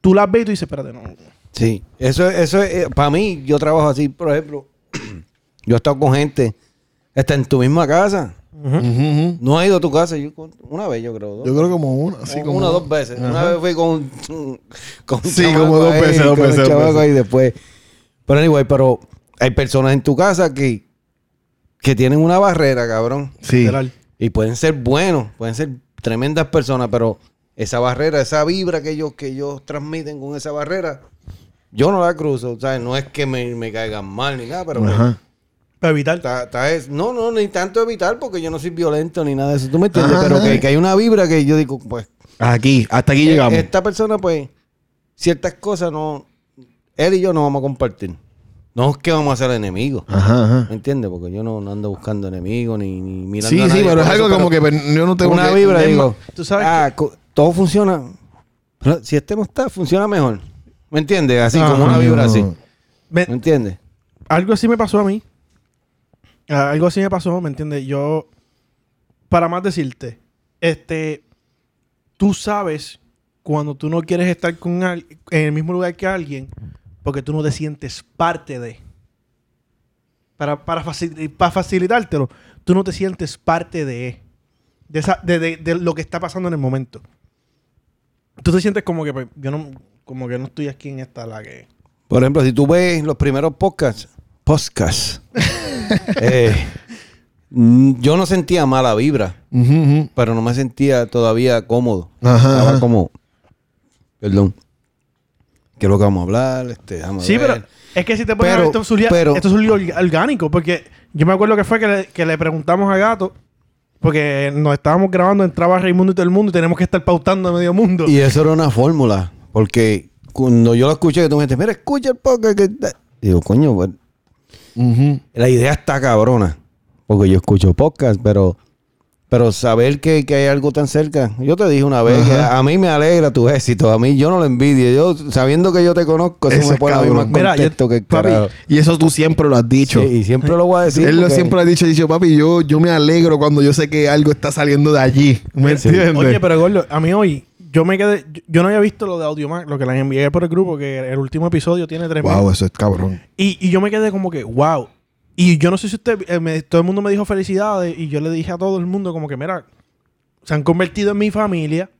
[SPEAKER 1] tú las ves y tú dices, espérate, no.
[SPEAKER 2] Sí, eso, eso es, eh, para mí, yo trabajo así, por ejemplo, <clears throat> yo he estado con gente, está en tu misma casa,
[SPEAKER 3] Ujú, ujú.
[SPEAKER 2] no ha ido a tu casa, yo con- una vez yo creo, dos.
[SPEAKER 3] Yo creo como una, así como
[SPEAKER 2] una o dos veces. Una vez fui con, <laughs> con un
[SPEAKER 3] Sí,
[SPEAKER 2] chamaco
[SPEAKER 3] como dos
[SPEAKER 2] ahí,
[SPEAKER 3] veces, dos
[SPEAKER 2] con un
[SPEAKER 3] veces, dos
[SPEAKER 2] chamaco
[SPEAKER 3] veces.
[SPEAKER 2] ahí después. Pero anyway, pero hay personas en tu casa que, que tienen una barrera, cabrón.
[SPEAKER 3] Sí.
[SPEAKER 1] Literal.
[SPEAKER 2] Y pueden ser buenos, pueden ser tremendas personas, pero esa barrera, esa vibra que ellos, que ellos transmiten con esa barrera, yo no la cruzo. ¿sabes? No es que me, me caigan mal ni nada, pero
[SPEAKER 3] Ajá.
[SPEAKER 1] Para evitar.
[SPEAKER 2] está- está es- no, no, ni tanto evitar porque yo no soy violento ni nada de eso. ¿Tú me entiendes?
[SPEAKER 3] Ajá.
[SPEAKER 2] Pero que, que hay una vibra que yo digo, pues, e,
[SPEAKER 3] Aquí, hasta aquí llegamos.
[SPEAKER 2] esta persona, pues, ciertas cosas no, él y yo no vamos a compartir. No es que vamos a ser enemigos.
[SPEAKER 3] Ajá, ajá.
[SPEAKER 2] ¿Me entiendes? Porque yo no, no ando buscando enemigos ni, ni mirando
[SPEAKER 3] Sí,
[SPEAKER 2] a
[SPEAKER 3] sí,
[SPEAKER 2] nadie
[SPEAKER 3] pero
[SPEAKER 2] por
[SPEAKER 3] es algo
[SPEAKER 2] eso,
[SPEAKER 3] como
[SPEAKER 2] pero-
[SPEAKER 3] que pero yo no tengo
[SPEAKER 2] una
[SPEAKER 3] que-
[SPEAKER 2] vibra,
[SPEAKER 3] es
[SPEAKER 2] digo.
[SPEAKER 3] más-
[SPEAKER 1] tú sabes
[SPEAKER 2] ah, co- todo funciona. Pero Si este no está, funciona mejor. ¿Me entiendes? Así
[SPEAKER 3] Ah,
[SPEAKER 2] como una vibra así. ¿Me
[SPEAKER 1] Me-
[SPEAKER 2] entiendes?
[SPEAKER 1] algo así me pasó a mí. Ah, Algo así me pasó, ¿me entiendes? Yo, para más decirte, este, tú sabes cuando tú no quieres estar con al- en el mismo lugar que alguien porque tú no te sientes parte de. Para, para, facil- para facilitártelo, tú no te sientes parte de, de, esa- de- de- de lo que está pasando en el momento. Tú te sientes como que pues, yo no, como que no estoy aquí en esta la que.
[SPEAKER 2] Por ejemplo, si tú ves los primeros podcasts,
[SPEAKER 3] <laughs>
[SPEAKER 2] podcasts, eh, mm, yo no sentía mala vibra,
[SPEAKER 3] Ujú, ujú.
[SPEAKER 2] pero no me sentía todavía cómodo.
[SPEAKER 3] Ajá,
[SPEAKER 2] Estaba
[SPEAKER 3] ajá.
[SPEAKER 2] como, perdón, ¿qué es lo que vamos a hablar? Este, déjame
[SPEAKER 1] Sí,
[SPEAKER 2] ver.
[SPEAKER 1] pero es que si te pones a ver,
[SPEAKER 2] Pero-
[SPEAKER 1] esto surgió,
[SPEAKER 2] pero-
[SPEAKER 1] esto surgió org- orgánico, porque yo me acuerdo que fue que le, que le preguntamos a Gato, porque nos estábamos grabando, entraba Raimundo y todo el mundo, y tenemos que estar pautando a medio mundo.
[SPEAKER 3] <laughs>
[SPEAKER 2] Y eso era una fórmula, porque cuando yo lo escuché, que tú me dijiste, mira, escucha el podcast. Que... ta-". Digo, coño, pues,
[SPEAKER 3] Ujú.
[SPEAKER 2] la idea está cabrona, porque yo escucho podcast, pero, pero saber que, que hay algo tan cerca. Yo te dije una vez, que a, a mí me alegra tu éxito, a mí yo no lo envidio. Yo, sabiendo que yo te conozco, eso
[SPEAKER 3] Eso
[SPEAKER 2] me
[SPEAKER 3] es
[SPEAKER 2] pone a mí más
[SPEAKER 3] cabrón.
[SPEAKER 1] Mira, yo-
[SPEAKER 2] contento que el
[SPEAKER 1] papi,
[SPEAKER 2] carajo.
[SPEAKER 3] Y eso tú siempre lo has dicho.
[SPEAKER 2] Sí, y siempre lo voy a decir.
[SPEAKER 3] Él lo
[SPEAKER 2] porque-
[SPEAKER 3] siempre ha dicho, ha dicho, papi, yo, yo me alegro cuando yo sé que algo está saliendo de allí. ¿Me entiendes?
[SPEAKER 1] Oye, pero Gordo, a mí hoy, yo me quedé, yo, yo no había visto lo de Audiomac, lo que les envié por el grupo, que el último episodio tiene tres
[SPEAKER 3] Wow, eso es cabrón.
[SPEAKER 1] Y, y yo me quedé como que, wow. Y yo no sé si usted, eh, me- todo el mundo me dijo felicidades y yo le dije a todo el mundo como que, mira, se han convertido en mi familia.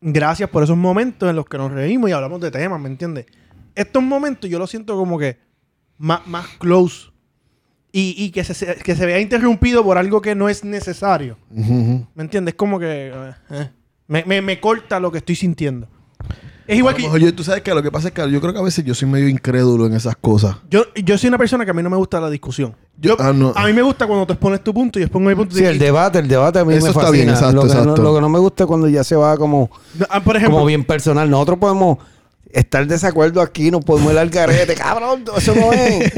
[SPEAKER 1] Gracias por esos momentos en los que nos reímos y hablamos de temas, ¿me entiendes? Estos momentos yo los siento como que más, más close y, y que, se- se, que se vea interrumpido por algo que no es necesario. ¿Me entiendes? Como que eh, eh, me, me- me corta lo que estoy sintiendo. Es igual que...
[SPEAKER 3] A lo mejor yo- tú sabes que lo que pasa es que yo creo que a veces yo soy medio incrédulo en esas cosas.
[SPEAKER 1] Yo, yo soy una persona que a mí no me gusta la discusión. Yo,
[SPEAKER 3] Ah, no.
[SPEAKER 1] A mí me gusta cuando tú expones tu punto y yo expongo mi punto.
[SPEAKER 2] Sí,
[SPEAKER 1] y-
[SPEAKER 2] el debate, el debate a mí
[SPEAKER 3] Eso
[SPEAKER 2] me
[SPEAKER 3] está
[SPEAKER 2] fascina.
[SPEAKER 3] bien, exacto,
[SPEAKER 2] lo, que
[SPEAKER 3] exacto.
[SPEAKER 2] No, lo que no me gusta es cuando ya se va como...
[SPEAKER 1] Ah, por ejemplo,
[SPEAKER 2] como bien personal. Nosotros podemos estar en desacuerdo aquí, nos podemos ir al garete, cabrón, eso
[SPEAKER 1] <laughs>
[SPEAKER 2] no es.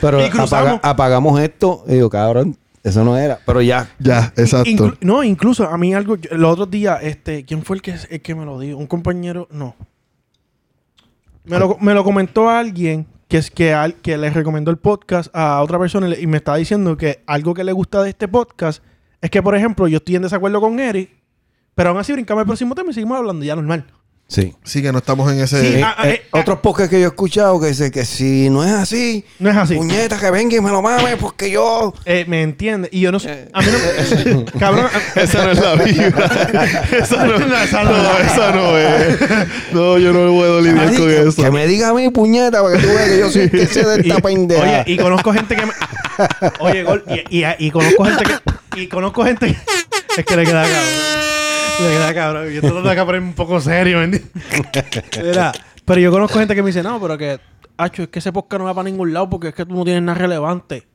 [SPEAKER 2] Pero
[SPEAKER 1] Y cruzamos.
[SPEAKER 2] apaga- apagamos esto, y digo, cabrón, eso no era. Pero ya.
[SPEAKER 3] Ya, exacto.
[SPEAKER 1] inclu- no, incluso a mí algo... yo- los otros días, este, ¿quién fue el que, el que me lo dijo? ¿Un compañero? No. Me lo, me lo comentó alguien que es que, al- que le recomendó el podcast a otra persona y, le- y me estaba diciendo que algo que le gusta de este podcast es que, por ejemplo, yo estoy en desacuerdo con Eric, pero aún así brincamos el próximo tema y seguimos hablando ya normal.
[SPEAKER 2] Sí.
[SPEAKER 3] Sí, que no estamos en ese.
[SPEAKER 1] Sí,
[SPEAKER 2] Eh,
[SPEAKER 1] ah, ah,
[SPEAKER 2] eh,
[SPEAKER 1] eh, ah.
[SPEAKER 2] otros podcasts que yo he escuchado que dicen que si no es así,
[SPEAKER 1] No es así.
[SPEAKER 2] puñeta, que venga y me lo mames porque yo.
[SPEAKER 1] Eh, ¿Me entiende Y yo no sé. A mí no. cabrón. a-
[SPEAKER 3] Esa no es
[SPEAKER 2] <laughs>
[SPEAKER 3] la vibra.
[SPEAKER 1] <laughs>
[SPEAKER 3] esa no, esa no, esa no es.
[SPEAKER 2] <laughs>
[SPEAKER 3] No, yo no puedo lidiar con
[SPEAKER 2] Marica,
[SPEAKER 3] eso.
[SPEAKER 2] Que me diga a mí, puñeta, para que tú veas que yo soy que sé de esta pendeja.
[SPEAKER 1] Oye, <laughs> y conozco gente que me- Oye, Gol, y, y- y conozco gente que. Y conozco gente que. Es que le queda cabrón. Le queda cabrón. Yo estoy tratando de acá ponerme un poco serio, ¿entiendes? Mira, pero yo conozco gente que me dice, no, pero que. Hacho, es que ese podcast no va para ningún lado porque es que tú no tienes nada relevante.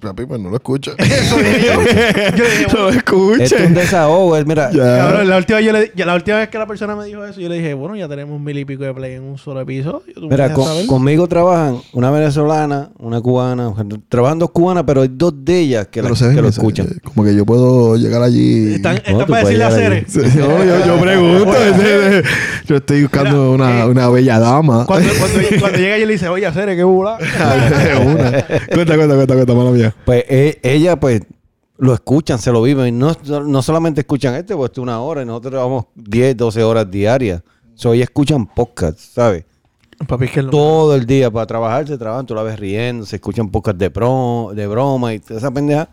[SPEAKER 3] Papi, pues no
[SPEAKER 1] <laughs>
[SPEAKER 3] lo escucho.
[SPEAKER 1] Yo dije,
[SPEAKER 3] no lo
[SPEAKER 2] Esto es un
[SPEAKER 3] escuches.
[SPEAKER 2] desahogo, es- mira.
[SPEAKER 3] Ya.
[SPEAKER 1] Cabrón, la última, yo le- ya la última vez que la persona me dijo eso, yo le dije, bueno, ya tenemos mil y pico de play en un solo episodio. ¿Tú me
[SPEAKER 2] Mira,
[SPEAKER 1] dejas
[SPEAKER 2] con-
[SPEAKER 1] saber?
[SPEAKER 2] conmigo trabajan una venezolana, una cubana, trabajan dos cubanas, pero hay dos de ellas que, la-
[SPEAKER 3] Pero se ven
[SPEAKER 2] que lo
[SPEAKER 3] esa-
[SPEAKER 2] escuchan.
[SPEAKER 3] eh, Como que yo puedo llegar allí.
[SPEAKER 1] Están, están
[SPEAKER 2] No, tú
[SPEAKER 1] para
[SPEAKER 2] puedes
[SPEAKER 1] decirle a
[SPEAKER 2] llegar
[SPEAKER 1] Cere.
[SPEAKER 2] allí.
[SPEAKER 3] Sí, no, yo, yo pregunto. <laughs> ese- ese- yo estoy buscando
[SPEAKER 1] Mira,
[SPEAKER 3] una,
[SPEAKER 1] eh,
[SPEAKER 3] una bella dama. <laughs>
[SPEAKER 1] Cuando, cuando, cuando llega yo le dice, oye, Cere, qué bula.
[SPEAKER 3] Una. Cuenta, cuenta, cuenta, cuenta, mala mía.
[SPEAKER 2] Pues e- ella, pues, lo escuchan, se lo viven. No, no solamente escuchan este, pues, una hora, y nosotros vamos 10, 12 horas diarias. So, ellas escuchan podcast, ¿sabes?
[SPEAKER 1] Papi, es que es lo
[SPEAKER 2] Todo el día para trabajar, se trabajan, tú la ves riendo, se escuchan podcast de, pro, de broma y toda esa pendeja.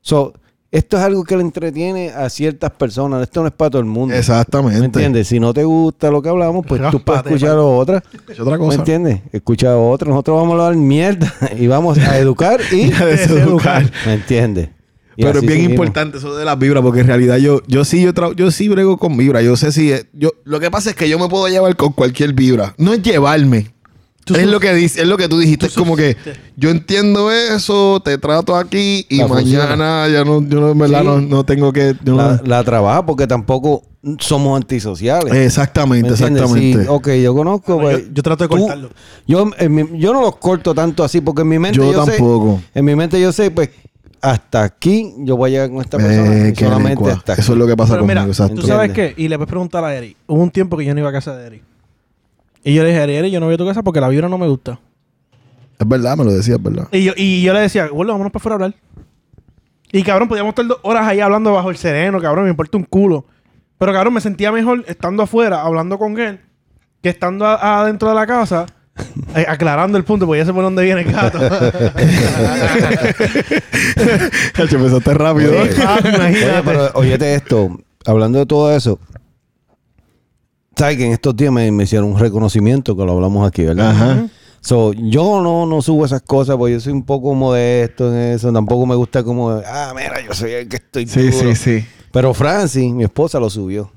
[SPEAKER 2] So, esto es algo que le entretiene a ciertas personas. Esto no es para todo el mundo.
[SPEAKER 3] Exactamente.
[SPEAKER 2] ¿Me entiendes? Si no te gusta lo que hablamos, pues tú puedes
[SPEAKER 1] Ráspate,
[SPEAKER 2] escuchar
[SPEAKER 1] pa-
[SPEAKER 2] otra.
[SPEAKER 3] Es otra
[SPEAKER 2] ¿Me
[SPEAKER 3] cosa.
[SPEAKER 2] entiendes? Escucha otra. Nosotros vamos a hablar mierda <laughs> y vamos a educar y
[SPEAKER 3] A deseducar.
[SPEAKER 2] ¿Me entiendes? Y así
[SPEAKER 3] Pero es bien
[SPEAKER 2] seguimos.
[SPEAKER 3] importante eso de las vibras, porque en realidad yo, yo sí, yo, tra- yo sí brego con vibra. Yo sé si. eh, Yo, lo que pasa es que yo me puedo llevar con cualquier vibra. No es llevarme. Es lo, que dice, es lo que tú dijiste. Es como que yo entiendo eso, te trato aquí y
[SPEAKER 2] La
[SPEAKER 3] mañana ya no, yo no, en verdad
[SPEAKER 2] Sí.
[SPEAKER 3] no, no tengo que. yo no-
[SPEAKER 2] La, la trabaja porque tampoco somos antisociales.
[SPEAKER 3] Eh, exactamente,
[SPEAKER 2] ¿Me entiendes?
[SPEAKER 3] exactamente.
[SPEAKER 2] Sí, ok, yo conozco.
[SPEAKER 1] Bueno,
[SPEAKER 2] pues,
[SPEAKER 1] yo- yo trato de
[SPEAKER 2] tú-
[SPEAKER 1] cortarlo.
[SPEAKER 2] Yo, en mi- yo no los corto tanto así porque en mi mente
[SPEAKER 3] Yo
[SPEAKER 2] yo, sé-
[SPEAKER 3] tampoco.
[SPEAKER 2] en mi mente yo sé, pues, hasta aquí yo voy a llegar con esta persona.
[SPEAKER 3] Eh,
[SPEAKER 2] y
[SPEAKER 3] qué
[SPEAKER 2] solamente
[SPEAKER 3] licua.
[SPEAKER 2] hasta aquí.
[SPEAKER 3] Eso es lo que pasa
[SPEAKER 1] Pero
[SPEAKER 3] conmigo,
[SPEAKER 1] mira,
[SPEAKER 3] exacto.
[SPEAKER 1] tú sabes qué, y le puedes preguntar a Eri. Hubo un tiempo que yo no iba a casa de Eri. Y yo le dije, Eri, Eri, yo no voy a tu casa porque la vibra no me gusta.
[SPEAKER 3] Es verdad, me lo decías, es verdad.
[SPEAKER 1] Y yo, y yo le decía, bueno, vámonos para afuera a hablar. Y cabrón, podíamos estar dos horas ahí hablando bajo el sereno, cabrón, me importa un culo. Pero cabrón, me sentía mejor estando afuera, hablando con él, que estando a- adentro de la casa,
[SPEAKER 3] <laughs>
[SPEAKER 1] eh, aclarando el punto, porque ya sé por dónde viene el gato. <laughs>
[SPEAKER 3] Hacho, empezaste rápido.
[SPEAKER 2] Oye,
[SPEAKER 1] Ah,
[SPEAKER 2] <laughs> Oye,
[SPEAKER 1] imagínate.
[SPEAKER 2] pero óyete esto, hablando de todo eso, sabes que en estos días me, me hicieron un reconocimiento que lo hablamos aquí, ¿verdad?
[SPEAKER 3] Ajá.
[SPEAKER 2] So, yo no, no subo esas cosas porque yo soy un poco modesto en eso, tampoco me gusta como, ah, mira, yo soy el que estoy
[SPEAKER 3] Sí,
[SPEAKER 2] duro".
[SPEAKER 3] sí, sí.
[SPEAKER 2] Pero Francis, mi esposa, lo subió.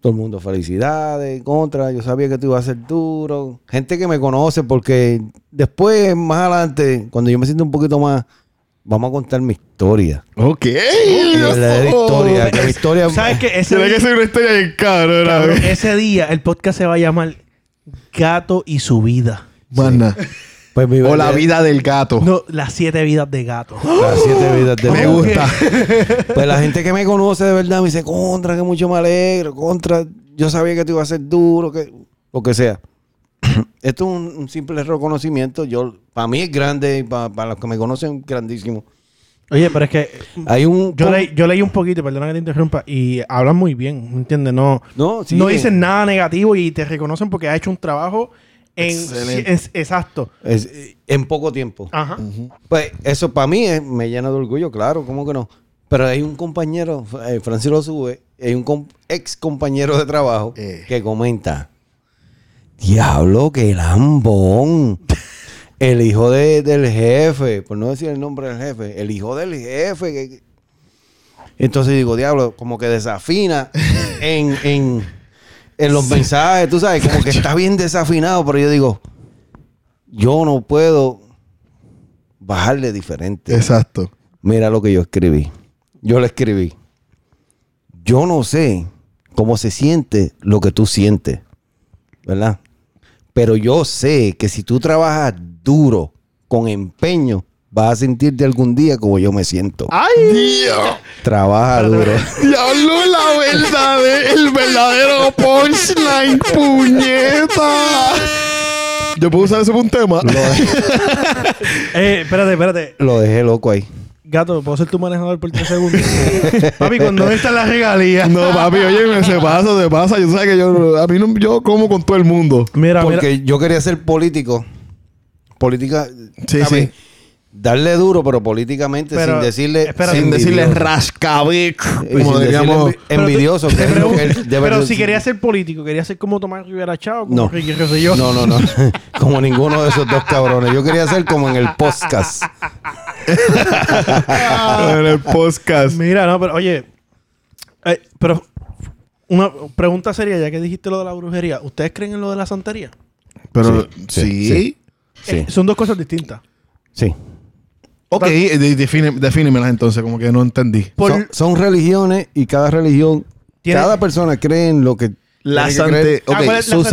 [SPEAKER 2] Todo el mundo, felicidades, contra, yo sabía que tú ibas a ser duro. Gente que me conoce, porque después, más adelante, cuando yo me siento un poquito más, vamos a contar mi historia.
[SPEAKER 3] <laughs> Ok.
[SPEAKER 2] Mi verdadera historia, que mi historia...
[SPEAKER 1] ¿Sabes qué? Ese
[SPEAKER 3] Tiene que
[SPEAKER 1] día,
[SPEAKER 3] ser una historia bien cabrón.
[SPEAKER 1] cabrón,
[SPEAKER 3] ¿verdad?
[SPEAKER 1] ese día el podcast se va a llamar Gato y su vida.
[SPEAKER 2] <laughs>
[SPEAKER 3] Mana.
[SPEAKER 2] Pues mi
[SPEAKER 3] O la
[SPEAKER 2] verdadera-
[SPEAKER 3] vida del
[SPEAKER 2] Oh.
[SPEAKER 3] gato.
[SPEAKER 1] No, las siete vidas de
[SPEAKER 2] <gasps>
[SPEAKER 1] gato.
[SPEAKER 2] Las siete vidas de
[SPEAKER 3] Me
[SPEAKER 2] gato.
[SPEAKER 3] gusta.
[SPEAKER 2] <laughs> Pues la gente que me conoce de verdad me dice, contra, que mucho me alegro, contra, yo sabía que te iba a ser duro, que lo que sea. <clears throat> Esto es un, un simple reconocimiento. Yo, para mí es grande y para, los que me conocen, grandísimo.
[SPEAKER 1] Oye, pero es que
[SPEAKER 2] Hay un
[SPEAKER 1] yo, leí- yo leí un poquito, perdona que te interrumpa, y hablan muy bien, ¿entiendes? No,
[SPEAKER 2] No, sí.
[SPEAKER 1] no dicen nada negativo y te reconocen porque has hecho un trabajo en,
[SPEAKER 3] Excelente.
[SPEAKER 1] es- exacto.
[SPEAKER 2] es- eh, en poco tiempo.
[SPEAKER 1] Ajá.
[SPEAKER 2] Pues eso para mí es- me llena de orgullo, claro, ¿cómo que no? Pero hay un compañero, eh, Francis lo sube, hay un com- ex compañero de trabajo
[SPEAKER 3] Eh.
[SPEAKER 2] que comenta, diablo, que lambón. El hijo de- del jefe, por no decir el nombre del jefe, el hijo del jefe. que- que-". Entonces digo, diablo, como que desafina en, en- en los mensajes, tú sabes, como que está bien desafinado, pero yo digo, yo no puedo bajarle diferente.
[SPEAKER 3] Exacto.
[SPEAKER 2] Mira lo que yo escribí. Yo le escribí. Yo no sé cómo se siente lo que tú sientes, ¿verdad? Pero yo sé que si tú trabajas duro, con empeño, vas a sentirte algún día como yo me siento.
[SPEAKER 1] Ah,
[SPEAKER 3] ¡Ay! Dios.
[SPEAKER 2] Trabaja duro. <laughs>
[SPEAKER 3] Diablo, la verdad, el verdadero punchline, puñeta. Yo puedo usar eso para un tema.
[SPEAKER 2] Lo, de-
[SPEAKER 1] Eh, espérate, espérate.
[SPEAKER 2] lo dejé loco ahí.
[SPEAKER 1] Gato, ¿puedo ser tu manejador por tres <laughs> segundos?
[SPEAKER 4] Papi, cuando están las regalías.
[SPEAKER 3] No, papi, oye, se pasa, se pasa. Yo sabes que yo, a mí no, yo como con todo el mundo.
[SPEAKER 1] mira, mira.
[SPEAKER 2] Porque yo quería ser político. Política.
[SPEAKER 3] Sí,
[SPEAKER 2] ¿sabes?
[SPEAKER 3] sí.
[SPEAKER 2] Darle duro, pero políticamente,
[SPEAKER 1] Pero,
[SPEAKER 2] sin decirle.
[SPEAKER 1] espérate.
[SPEAKER 3] Sin decirle
[SPEAKER 2] envidioso.
[SPEAKER 3] rascabic,
[SPEAKER 2] Y
[SPEAKER 3] como
[SPEAKER 2] sin decirle
[SPEAKER 3] diríamos.
[SPEAKER 2] envi- envidioso. que es lo que él debe
[SPEAKER 1] Pero
[SPEAKER 2] de-
[SPEAKER 1] si quería ser político, quería ser como Tomás Rivera Chao, como
[SPEAKER 2] No.
[SPEAKER 1] Ricky <laughs> Rosselló.
[SPEAKER 2] No, no, no. Como ninguno de esos dos cabrones. Yo quería ser como en el podcast.
[SPEAKER 3] en el podcast.
[SPEAKER 1] Mira, no, pero oye, eh, pero una pregunta seria, ya que dijiste lo de la brujería, ¿ustedes creen en lo de la santería?
[SPEAKER 3] Pero
[SPEAKER 2] Sí,
[SPEAKER 3] sí.
[SPEAKER 2] sí, sí. Sí.
[SPEAKER 1] Eh, son dos cosas distintas.
[SPEAKER 2] Sí.
[SPEAKER 3] Ok, eh, de- define, defínemelas entonces, como que no entendí.
[SPEAKER 1] Por-
[SPEAKER 2] son, son religiones y cada religión,
[SPEAKER 1] Tiene-
[SPEAKER 2] cada persona cree en lo que.
[SPEAKER 3] La,
[SPEAKER 2] tiene que creer.
[SPEAKER 3] sante- ok,
[SPEAKER 1] Ah, ¿cuál es la
[SPEAKER 3] su
[SPEAKER 1] santería?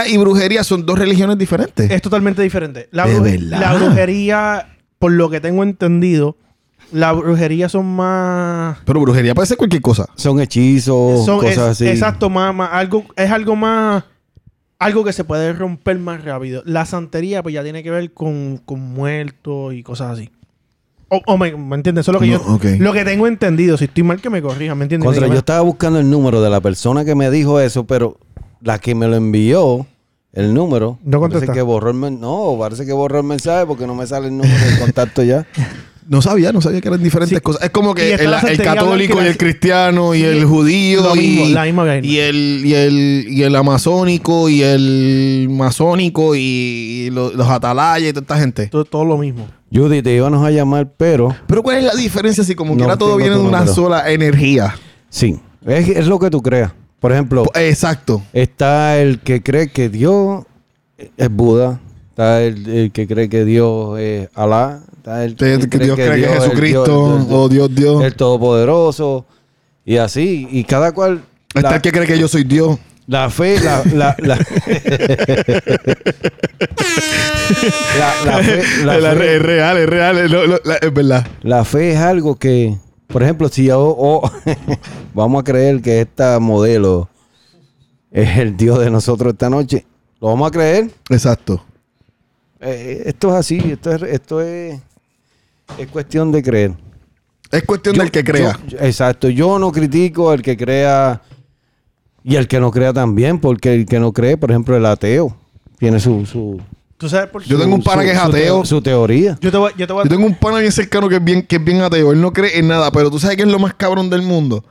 [SPEAKER 3] santería y brujería son dos religiones diferentes.
[SPEAKER 1] es totalmente diferente. La,
[SPEAKER 3] De
[SPEAKER 1] bru-
[SPEAKER 3] verdad.
[SPEAKER 1] la brujería, por lo que tengo entendido, la brujería son más...
[SPEAKER 3] Pero brujería puede ser cualquier cosa.
[SPEAKER 2] Son hechizos,
[SPEAKER 1] son-
[SPEAKER 2] cosas
[SPEAKER 1] es-
[SPEAKER 2] así.
[SPEAKER 1] Exacto, más, más algo, es algo más... Algo que se puede romper más rápido. La santería, pues ya tiene que ver con, con muertos y cosas así. O, o me, ¿me entiendes? Eso es lo que
[SPEAKER 3] No,
[SPEAKER 1] yo...
[SPEAKER 3] ok.
[SPEAKER 1] Lo que tengo entendido. Si estoy mal, que me corrijan, ¿me entiendes?
[SPEAKER 2] Contra,
[SPEAKER 1] Dígame.
[SPEAKER 2] yo estaba buscando el número de la persona que me dijo eso, pero la que me lo envió, el número.
[SPEAKER 1] No contesta.
[SPEAKER 2] Parece que borró el men- no, parece que borró el mensaje porque no me sale el número de
[SPEAKER 1] <laughs>
[SPEAKER 2] contacto ya.
[SPEAKER 3] No sabía, no sabía que eran diferentes cosas. Es como
[SPEAKER 1] Y
[SPEAKER 3] que
[SPEAKER 1] está
[SPEAKER 3] el,
[SPEAKER 1] la
[SPEAKER 3] el
[SPEAKER 1] santería
[SPEAKER 3] católico
[SPEAKER 1] blanca y
[SPEAKER 3] y
[SPEAKER 1] la-
[SPEAKER 3] el cristiano y
[SPEAKER 1] Sí,
[SPEAKER 3] el judío
[SPEAKER 1] lo mismo,
[SPEAKER 3] y,
[SPEAKER 1] la misma vaina.
[SPEAKER 3] y el y el y el amazónico y el masónico y, y lo- los atalayas y toda esta gente.
[SPEAKER 1] todo, todo lo mismo.
[SPEAKER 2] Judy, te íbamos a llamar, pero
[SPEAKER 3] Pero ¿cuál es la diferencia si como
[SPEAKER 2] No
[SPEAKER 3] que quiera todo
[SPEAKER 2] tengo
[SPEAKER 3] viene
[SPEAKER 2] tu
[SPEAKER 3] de una
[SPEAKER 2] número.
[SPEAKER 3] sola energía?
[SPEAKER 2] sí, es, es lo que tú creas. Por ejemplo,
[SPEAKER 3] Exacto.
[SPEAKER 2] Está el que cree que Dios es Buda. Está el, el que cree que Dios es Alá. Está el
[SPEAKER 3] Te- que Dios cree que
[SPEAKER 2] es el
[SPEAKER 3] Jesucristo
[SPEAKER 2] Dios-
[SPEAKER 3] o Dios Dios.
[SPEAKER 2] El Todopoderoso. Y así. Y cada cual.
[SPEAKER 3] Está
[SPEAKER 2] La,
[SPEAKER 3] el que cree que yo soy Dios.
[SPEAKER 2] la fe, la, la,
[SPEAKER 3] <laughs>
[SPEAKER 2] la, La- la fe, la fe-
[SPEAKER 3] real, es real, es, lo- lo- la- es verdad.
[SPEAKER 2] La fe es algo que, por ejemplo, si yo o- <laughs> vamos a creer que esta modelo es el Dios de nosotros esta noche, lo vamos a creer.
[SPEAKER 3] Exacto.
[SPEAKER 2] Eh, esto es así, esto es, esto es, es cuestión de creer.
[SPEAKER 3] Es cuestión del que crea.
[SPEAKER 2] Yo- yo- exacto, yo no critico al que crea y al que no crea también, porque el que no cree, por ejemplo, el ateo, tiene su... su
[SPEAKER 1] ¿Tú sabes por qué?
[SPEAKER 3] Yo tengo un
[SPEAKER 2] su-
[SPEAKER 3] pana que es
[SPEAKER 2] su
[SPEAKER 3] ateo.
[SPEAKER 2] teo- Su teoría.
[SPEAKER 1] Yo te voy, yo te voy a-
[SPEAKER 3] Yo tengo un pana bien cercano que es bien, que es bien ateo. Él no cree en nada, pero tú sabes que es lo más cabrón del mundo.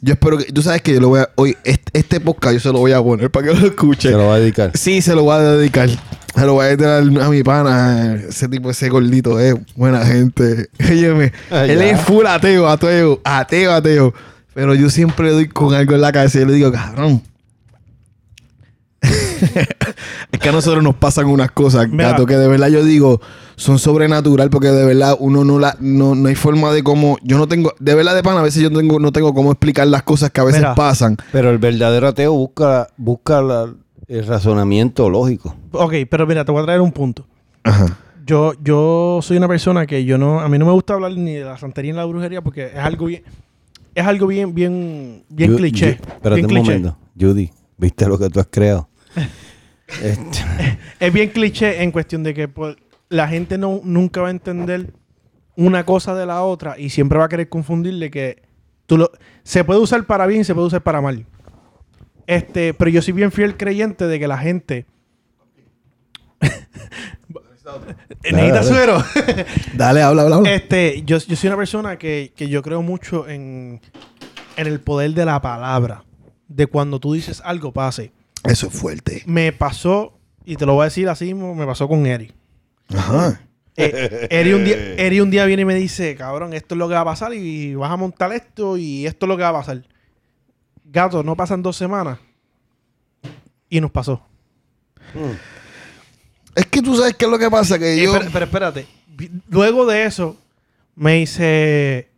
[SPEAKER 3] Yo espero que. Tú sabes que yo lo voy a. Hoy, este, este podcast yo se lo voy a poner para que lo escuche.
[SPEAKER 2] Se lo va a dedicar.
[SPEAKER 3] Sí, se lo voy a dedicar. Se lo voy a dedicar a mi pana. Ese tipo, ese gordito, eh. Buena gente. <laughs> Óyeme.
[SPEAKER 2] Ah,
[SPEAKER 3] él
[SPEAKER 2] ya.
[SPEAKER 3] es full ateo, ateo, ateo, ateo. Pero yo siempre le doy con algo en la cabeza y yo le digo, cabrón. <laughs> es que a nosotros nos pasan unas cosas,
[SPEAKER 1] Mira.
[SPEAKER 3] gato, que de verdad yo digo, son sobrenatural porque de verdad uno no la, no, no hay forma de cómo, yo no tengo, de verdad de pana, a veces yo tengo, no tengo cómo explicar las cosas que a veces
[SPEAKER 1] Mira.
[SPEAKER 3] pasan.
[SPEAKER 2] Pero el verdadero ateo busca, busca la- el razonamiento lógico.
[SPEAKER 1] Ok, pero mira, te voy a traer un punto.
[SPEAKER 3] Ajá.
[SPEAKER 1] Yo, yo soy una persona que yo no, a mí no me gusta hablar ni de la santería ni de la brujería porque es algo bien, es algo bien, bien, bien
[SPEAKER 2] Yo-
[SPEAKER 1] cliché.
[SPEAKER 2] yo- espérate
[SPEAKER 1] bien
[SPEAKER 2] un
[SPEAKER 1] cliché.
[SPEAKER 2] momento. Judy, ¿viste lo que tú has
[SPEAKER 1] <laughs>
[SPEAKER 2] creado? Este,
[SPEAKER 1] Es bien cliché en cuestión de que pues, la gente no, nunca va a entender una cosa de la otra y siempre va a querer confundirle que tú lo, se puede usar para bien y se puede usar para mal. Este, pero yo soy bien fiel creyente de que la gente <laughs> necesita
[SPEAKER 2] dale.
[SPEAKER 1] suero. <laughs>
[SPEAKER 3] Dale, habla, habla, habla.
[SPEAKER 1] Este, yo, yo soy una persona que, que yo creo mucho en, en el poder de la palabra. De cuando tú dices algo, pase.
[SPEAKER 3] Eso es fuerte.
[SPEAKER 1] Me pasó, y te lo voy a decir así mismo, me pasó con Eri.
[SPEAKER 3] Ajá.
[SPEAKER 1] Eh, Eri, un día, Eri un día viene y me dice, cabrón, esto es lo que va a pasar y vas a montar esto y esto es lo que va a pasar. Gato, no pasan dos semanas. Y nos pasó.
[SPEAKER 3] Es que tú sabes qué es lo que pasa, que
[SPEAKER 1] Eh,
[SPEAKER 3] yo...
[SPEAKER 1] pero, pero espérate. Vi- Luego de eso, me dice,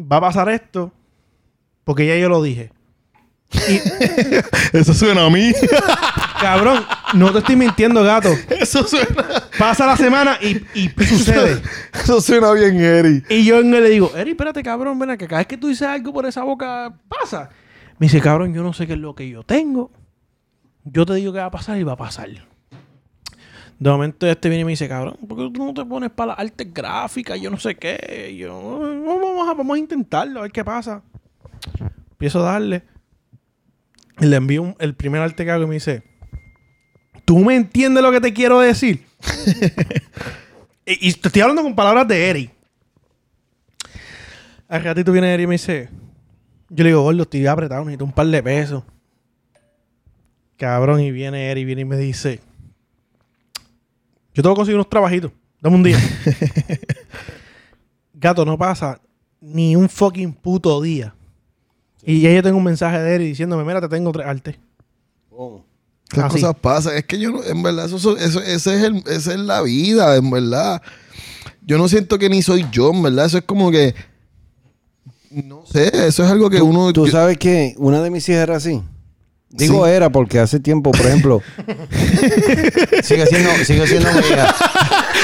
[SPEAKER 1] va a pasar esto, porque ya yo lo dije. Y,
[SPEAKER 3] Eso suena a mí. <laughs>
[SPEAKER 1] cabrón, no te estoy mintiendo, gato.
[SPEAKER 3] Eso suena...
[SPEAKER 1] Pasa la semana y,
[SPEAKER 3] <laughs>
[SPEAKER 1] y sucede.
[SPEAKER 3] Eso suena bien, Eri.
[SPEAKER 1] Y yo en- le digo, Eri, espérate, cabrón, ven acá. Cada vez que tú dices algo por esa boca, pasa. Me dice, cabrón, yo no sé qué es lo que yo tengo. Yo te digo que va a pasar y va a pasar. De momento este viene y me dice, cabrón, ¿por qué tú no te pones para las artes gráficas? Yo no sé qué. Y yo, "No, vamos a, vamos a intentarlo, a ver qué pasa. Empiezo a darle. Y le envío un- el primer arte que hago y me dice, ¿tú me entiendes lo que te quiero decir? <laughs> y, y te estoy hablando con palabras de Eri. Al ratito viene Eri y me dice, yo le digo, gordo, estoy apretado, necesito un par de pesos. Cabrón, y viene Eri, viene y me dice, yo tengo que conseguir unos trabajitos. Dame
[SPEAKER 3] <laughs>
[SPEAKER 1] un día. Gato, no pasa ni un fucking puto día. Y ya yo tengo un mensaje de él diciéndome, mira, te tengo tres artes.
[SPEAKER 3] Esas
[SPEAKER 2] Ah,
[SPEAKER 1] Así.
[SPEAKER 3] cosas pasan. Es que yo, no- en verdad, eso, eso- eso- ese es el, esa es la vida, en verdad. Yo no siento que ni soy yo, en verdad. Eso es como que. No sé, eso es algo que uno.
[SPEAKER 2] Tú
[SPEAKER 3] yo-
[SPEAKER 2] sabes que una de mis hijas era así. Digo
[SPEAKER 3] Sí.
[SPEAKER 2] era porque hace tiempo, por ejemplo. <laughs> sigue siendo, sigue siendo mi hija.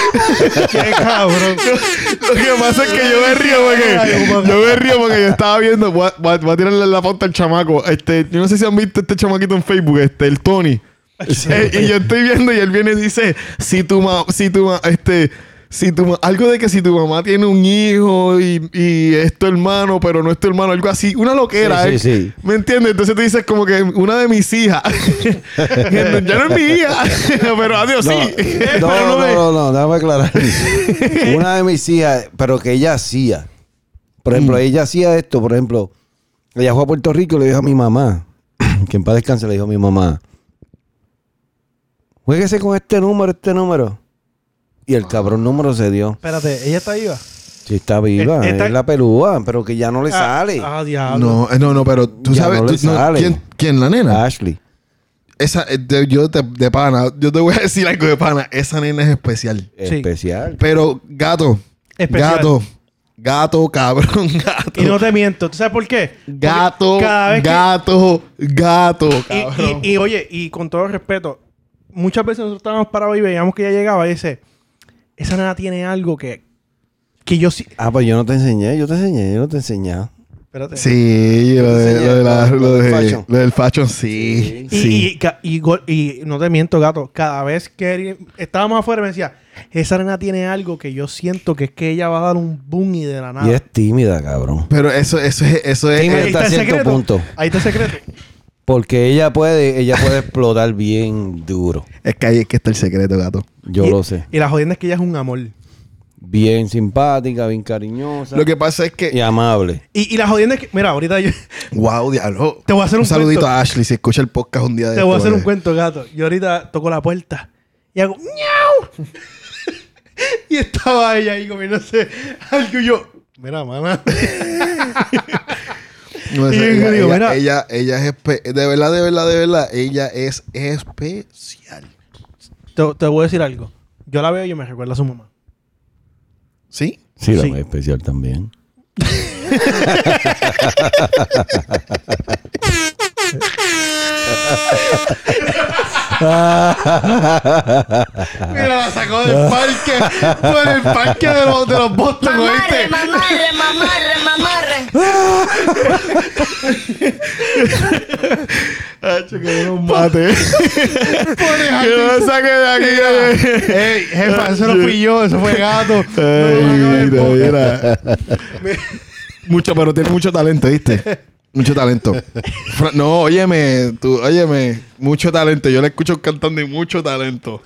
[SPEAKER 3] <laughs>
[SPEAKER 1] ¡Qué cabrón!
[SPEAKER 3] Lo que pasa es que yo me río porque yo me río porque yo estaba viendo voy a, voy a- voy a tirarle la pauta al chamaco este yo no sé si han visto este chamaquito en Facebook este el Tony <laughs> Eh, y yo estoy viendo y él viene y dice si tu ma, si tu ma, este si tu ma- algo de que si tu mamá tiene un hijo y, y es tu hermano pero no es tu hermano algo así una loquera
[SPEAKER 2] Sí,
[SPEAKER 3] ¿eh?
[SPEAKER 2] sí, sí.
[SPEAKER 3] ¿me entiendes? entonces tú dices como que una de mis
[SPEAKER 2] <laughs>
[SPEAKER 3] hijas <laughs> ya no es mi hija pero adiós
[SPEAKER 2] No,
[SPEAKER 3] sí
[SPEAKER 2] no,
[SPEAKER 3] <laughs> Pero
[SPEAKER 2] no,
[SPEAKER 3] me-
[SPEAKER 2] no, no, déjame
[SPEAKER 3] <laughs>
[SPEAKER 2] aclarar. Una de mis hijas, pero que ella hacía. Por ejemplo, ella hacía esto, por ejemplo, ella fue a Puerto Rico y le dijo a mi mamá, <clears throat> que en paz descanse, le dijo a mi mamá, juéguese con este número, este número. Y el cabrón número se dio.
[SPEAKER 1] Espérate, ¿ella está viva?
[SPEAKER 2] Si está viva,
[SPEAKER 1] Eh, esta-
[SPEAKER 2] es la pelúa, pero que ya no le Pues sale.
[SPEAKER 1] ¡Ah, diablo!
[SPEAKER 3] No, eh, no, no, pero tú
[SPEAKER 2] Ya
[SPEAKER 3] sabes
[SPEAKER 2] no le
[SPEAKER 3] tú- no,
[SPEAKER 2] sale. Ah.
[SPEAKER 3] ¿quién, quién la nena.
[SPEAKER 2] Ashley.
[SPEAKER 3] Esa, eh, de- yo te- de pana, yo te voy a decir algo de pana. Esa nena es especial.
[SPEAKER 1] Sí.
[SPEAKER 2] Especial.
[SPEAKER 3] Pero gato,
[SPEAKER 1] Especial.
[SPEAKER 3] gato, gato, cabrón, <laughs> gato,
[SPEAKER 1] Y no te miento. ¿Tú sabes por qué? Porque
[SPEAKER 3] gato,
[SPEAKER 1] cada vez que-
[SPEAKER 3] gato, gato,
[SPEAKER 1] Y-
[SPEAKER 3] cabrón.
[SPEAKER 1] Y, y, oye, y con todo respeto, muchas veces nosotros estábamos parados y veíamos que ella llegaba y dice, esa nena tiene algo que, que yo sí...
[SPEAKER 2] Ah, pues yo no te enseñé, yo te enseñé, yo no te enseñé.
[SPEAKER 1] Espérate.
[SPEAKER 3] Sí, lo, de, lo, de la- lo de-
[SPEAKER 2] Lo del fashion.
[SPEAKER 3] lo del fashion, sí.
[SPEAKER 1] Y,
[SPEAKER 3] sí.
[SPEAKER 1] y ca- y go- y no te miento, gato. Cada vez que Eri- estábamos afuera, me decía: Esa nena tiene algo que yo siento que es que ella va a dar un boom y de la
[SPEAKER 3] Ah.
[SPEAKER 1] nada.
[SPEAKER 2] Y es tímida, cabrón.
[SPEAKER 3] Pero eso, eso es, eso es.
[SPEAKER 2] Sí,
[SPEAKER 1] Ahí
[SPEAKER 2] me-
[SPEAKER 3] eh,
[SPEAKER 2] hasta cierto punto.
[SPEAKER 1] Ahí está el secreto.
[SPEAKER 2] Porque ella puede, ella puede <laughs> explotar bien duro.
[SPEAKER 3] es que ahí es que está el secreto, gato.
[SPEAKER 2] Yo
[SPEAKER 1] Y-
[SPEAKER 2] lo sé.
[SPEAKER 1] Y la jodienda es que ella es un amor. Y,
[SPEAKER 2] Bien simpática, bien cariñosa
[SPEAKER 3] Lo que pasa es
[SPEAKER 2] y
[SPEAKER 3] que.
[SPEAKER 2] amable.
[SPEAKER 1] y la jodienda es que. Mira, ahorita yo.
[SPEAKER 3] Wow, diablo.
[SPEAKER 1] Te voy a hacer un
[SPEAKER 3] saludito
[SPEAKER 1] cuento.
[SPEAKER 3] a Ashley si escucha el podcast un día de
[SPEAKER 1] Te voy a
[SPEAKER 3] esto,
[SPEAKER 1] hacer un
[SPEAKER 3] eh.
[SPEAKER 1] cuento, gato. Yo ahorita toco la puerta y hago
[SPEAKER 4] <laughs>
[SPEAKER 1] ¡Miau! y estaba ella ahí comiéndose algo y yo. Mira, mana.
[SPEAKER 3] No,
[SPEAKER 1] Y yo
[SPEAKER 3] esa- ella,
[SPEAKER 1] digo,
[SPEAKER 3] ella-
[SPEAKER 1] mira.
[SPEAKER 3] ella- ella es espe- de verdad, de verdad, de verdad, ella es especial.
[SPEAKER 1] te, te voy a decir algo. Yo la veo y me recuerda a su mamá.
[SPEAKER 3] ¿Sí?
[SPEAKER 2] Sí, la
[SPEAKER 1] Sí.
[SPEAKER 2] más especial también.
[SPEAKER 4] Mira, la sacó del parque. Por el parque de los, de los Boston,
[SPEAKER 8] Mamarre,
[SPEAKER 4] ¿oíste?
[SPEAKER 8] mamarre, mamarre, mamarre.
[SPEAKER 4] <laughs>
[SPEAKER 3] Mate. que no me saque de aquí.
[SPEAKER 4] Ey, jefa, eso no fui yo, eso
[SPEAKER 3] <laughs>
[SPEAKER 4] fue gato. No, no, no, no, no. <laughs>
[SPEAKER 3] mucho, pero tiene mucho talento, ¿viste? Mucho talento. Fra- No, óyeme, tú, óyeme, mucho talento. Yo la escucho cantando y mucho talento.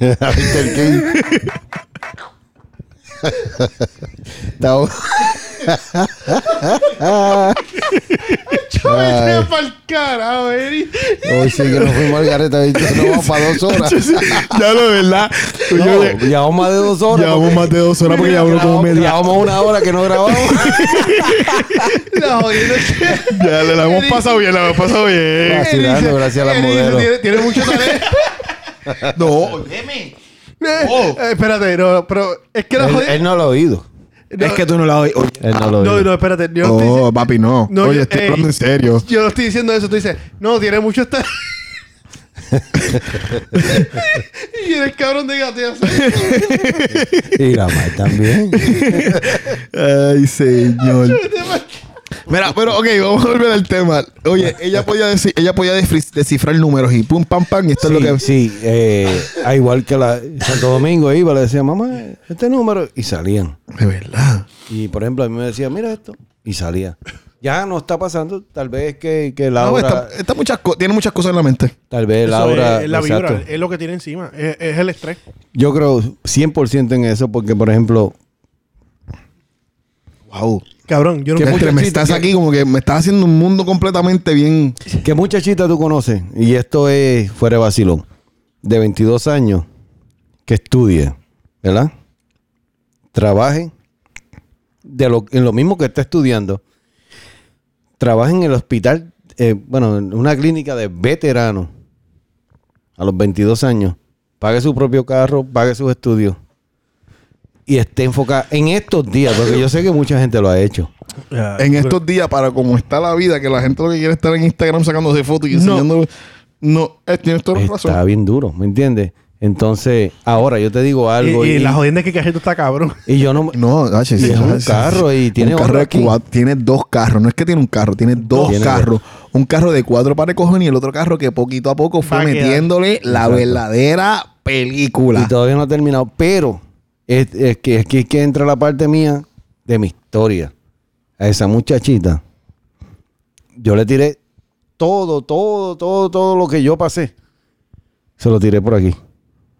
[SPEAKER 2] Mr. King. <laughs> Estamos-
[SPEAKER 4] Vete <laughs> pa'l carajo, Eri.
[SPEAKER 2] Hoy sí que nos fuimos al garete, ¿viste? Nos vamos para dos
[SPEAKER 3] <laughs>
[SPEAKER 2] horas.
[SPEAKER 3] ya lo de verdad. Pues
[SPEAKER 2] No,
[SPEAKER 3] yo le-
[SPEAKER 2] llevamos más de dos horas.
[SPEAKER 3] Llevamos
[SPEAKER 2] porque-
[SPEAKER 3] más de dos horas porque llevamos
[SPEAKER 2] Grabamos-
[SPEAKER 3] como media.
[SPEAKER 2] Llevamos una hora que no grabamos.
[SPEAKER 4] La jodiendo es
[SPEAKER 2] <laughs>
[SPEAKER 4] que.
[SPEAKER 3] Ya le la hemos pasado bien, la hemos pasado bien.
[SPEAKER 4] Eri
[SPEAKER 2] Vacilando,
[SPEAKER 4] dice-
[SPEAKER 2] gracias a las
[SPEAKER 4] Eri dice,
[SPEAKER 2] modelos.
[SPEAKER 4] Tiene, tiene
[SPEAKER 2] <laughs>
[SPEAKER 4] mucho talento.
[SPEAKER 3] No, oye.
[SPEAKER 4] Eh, eh, espérate, no, pero es que la
[SPEAKER 2] Oh. él,
[SPEAKER 4] jodienda.
[SPEAKER 2] él no lo ha oído.
[SPEAKER 3] Es que tú no la oyes.
[SPEAKER 2] Él no lo ha
[SPEAKER 4] No,
[SPEAKER 2] oído.
[SPEAKER 4] no, espérate. Yo no estoy
[SPEAKER 3] Oh,
[SPEAKER 4] diciendo-
[SPEAKER 3] papi, no.
[SPEAKER 4] No,
[SPEAKER 3] Oye,
[SPEAKER 4] yo-
[SPEAKER 3] estoy
[SPEAKER 4] ey.
[SPEAKER 3] hablando en serio.
[SPEAKER 4] Yo no estoy diciendo eso, tú dices, no, tiene mucho esta.
[SPEAKER 2] <laughs>
[SPEAKER 4] <laughs> y eres cabrón de gato, ya sé.
[SPEAKER 2] Y la más también.
[SPEAKER 3] Ay, señor. Mira, pero ok, vamos a volver al tema. Oye, ella podía decir, ella podía desfri- descifrar números y pum pam pam y esto es lo que
[SPEAKER 2] Sí, eh, ah, igual que la Santo Domingo iba, le decía, mamá, este número, y salían.
[SPEAKER 3] De verdad.
[SPEAKER 2] Y por ejemplo, a mí me decía, mira esto, y salía. Ya no está pasando, tal vez que, que Laura.
[SPEAKER 3] No, pues, está, está muchas co- tiene muchas cosas en la mente.
[SPEAKER 2] Tal vez
[SPEAKER 1] Eso
[SPEAKER 2] Laura.
[SPEAKER 1] es, es la
[SPEAKER 2] exacto.
[SPEAKER 1] vibra, es lo que tiene encima, es, es el estrés.
[SPEAKER 2] Yo creo 100% en eso, porque por ejemplo,
[SPEAKER 3] Wow.
[SPEAKER 1] Cabrón, yo no
[SPEAKER 2] Qué
[SPEAKER 1] puedo-
[SPEAKER 3] Este, me
[SPEAKER 2] muchachito,
[SPEAKER 3] estás
[SPEAKER 2] que-
[SPEAKER 3] aquí como que me estás haciendo un mundo completamente bien.
[SPEAKER 2] ¿qué muchachita tú conoces? Y esto es fuera de vacilón. De 22 años, que estudie, ¿verdad? Trabaje de lo, en lo mismo que está estudiando. Trabaje en el hospital, eh, bueno, en una clínica de veteranos a los 22 años. Pague su propio carro, pague sus estudios. Y esté enfocada en estos días, porque yo sé que mucha gente lo ha hecho. pues,
[SPEAKER 1] Ah,
[SPEAKER 3] en
[SPEAKER 1] pero-
[SPEAKER 3] estos días, para como está la vida, que la gente lo que quiere es estar en Instagram sacándose fotos y
[SPEAKER 1] No.
[SPEAKER 3] enseñando. No, eh, tienes toda la
[SPEAKER 2] Está
[SPEAKER 3] razón.
[SPEAKER 2] bien duro, ¿me entiendes? Entonces, ahora yo te digo
[SPEAKER 1] Y,
[SPEAKER 2] algo. Y,
[SPEAKER 1] y la jodienda es que Cajeto está cabrón.
[SPEAKER 2] y yo no.
[SPEAKER 3] No, H,
[SPEAKER 2] Y es un carro y tiene
[SPEAKER 3] un carro
[SPEAKER 2] otro
[SPEAKER 3] de
[SPEAKER 2] aquí.
[SPEAKER 3] cuatro- tiene dos carros, no es que tiene un carro, tiene dos
[SPEAKER 2] Tiene
[SPEAKER 3] carros, un carro de cuatro pares de cojones y el otro carro que poquito a poco fue
[SPEAKER 1] Va a quedar.
[SPEAKER 3] metiéndole la verdadera película.
[SPEAKER 2] Y todavía no ha terminado. Pero es, es que aquí es que entra la parte mía de mi historia. A esa muchachita. Yo le tiré todo, todo, todo, todo lo que yo pasé. Se lo tiré por aquí.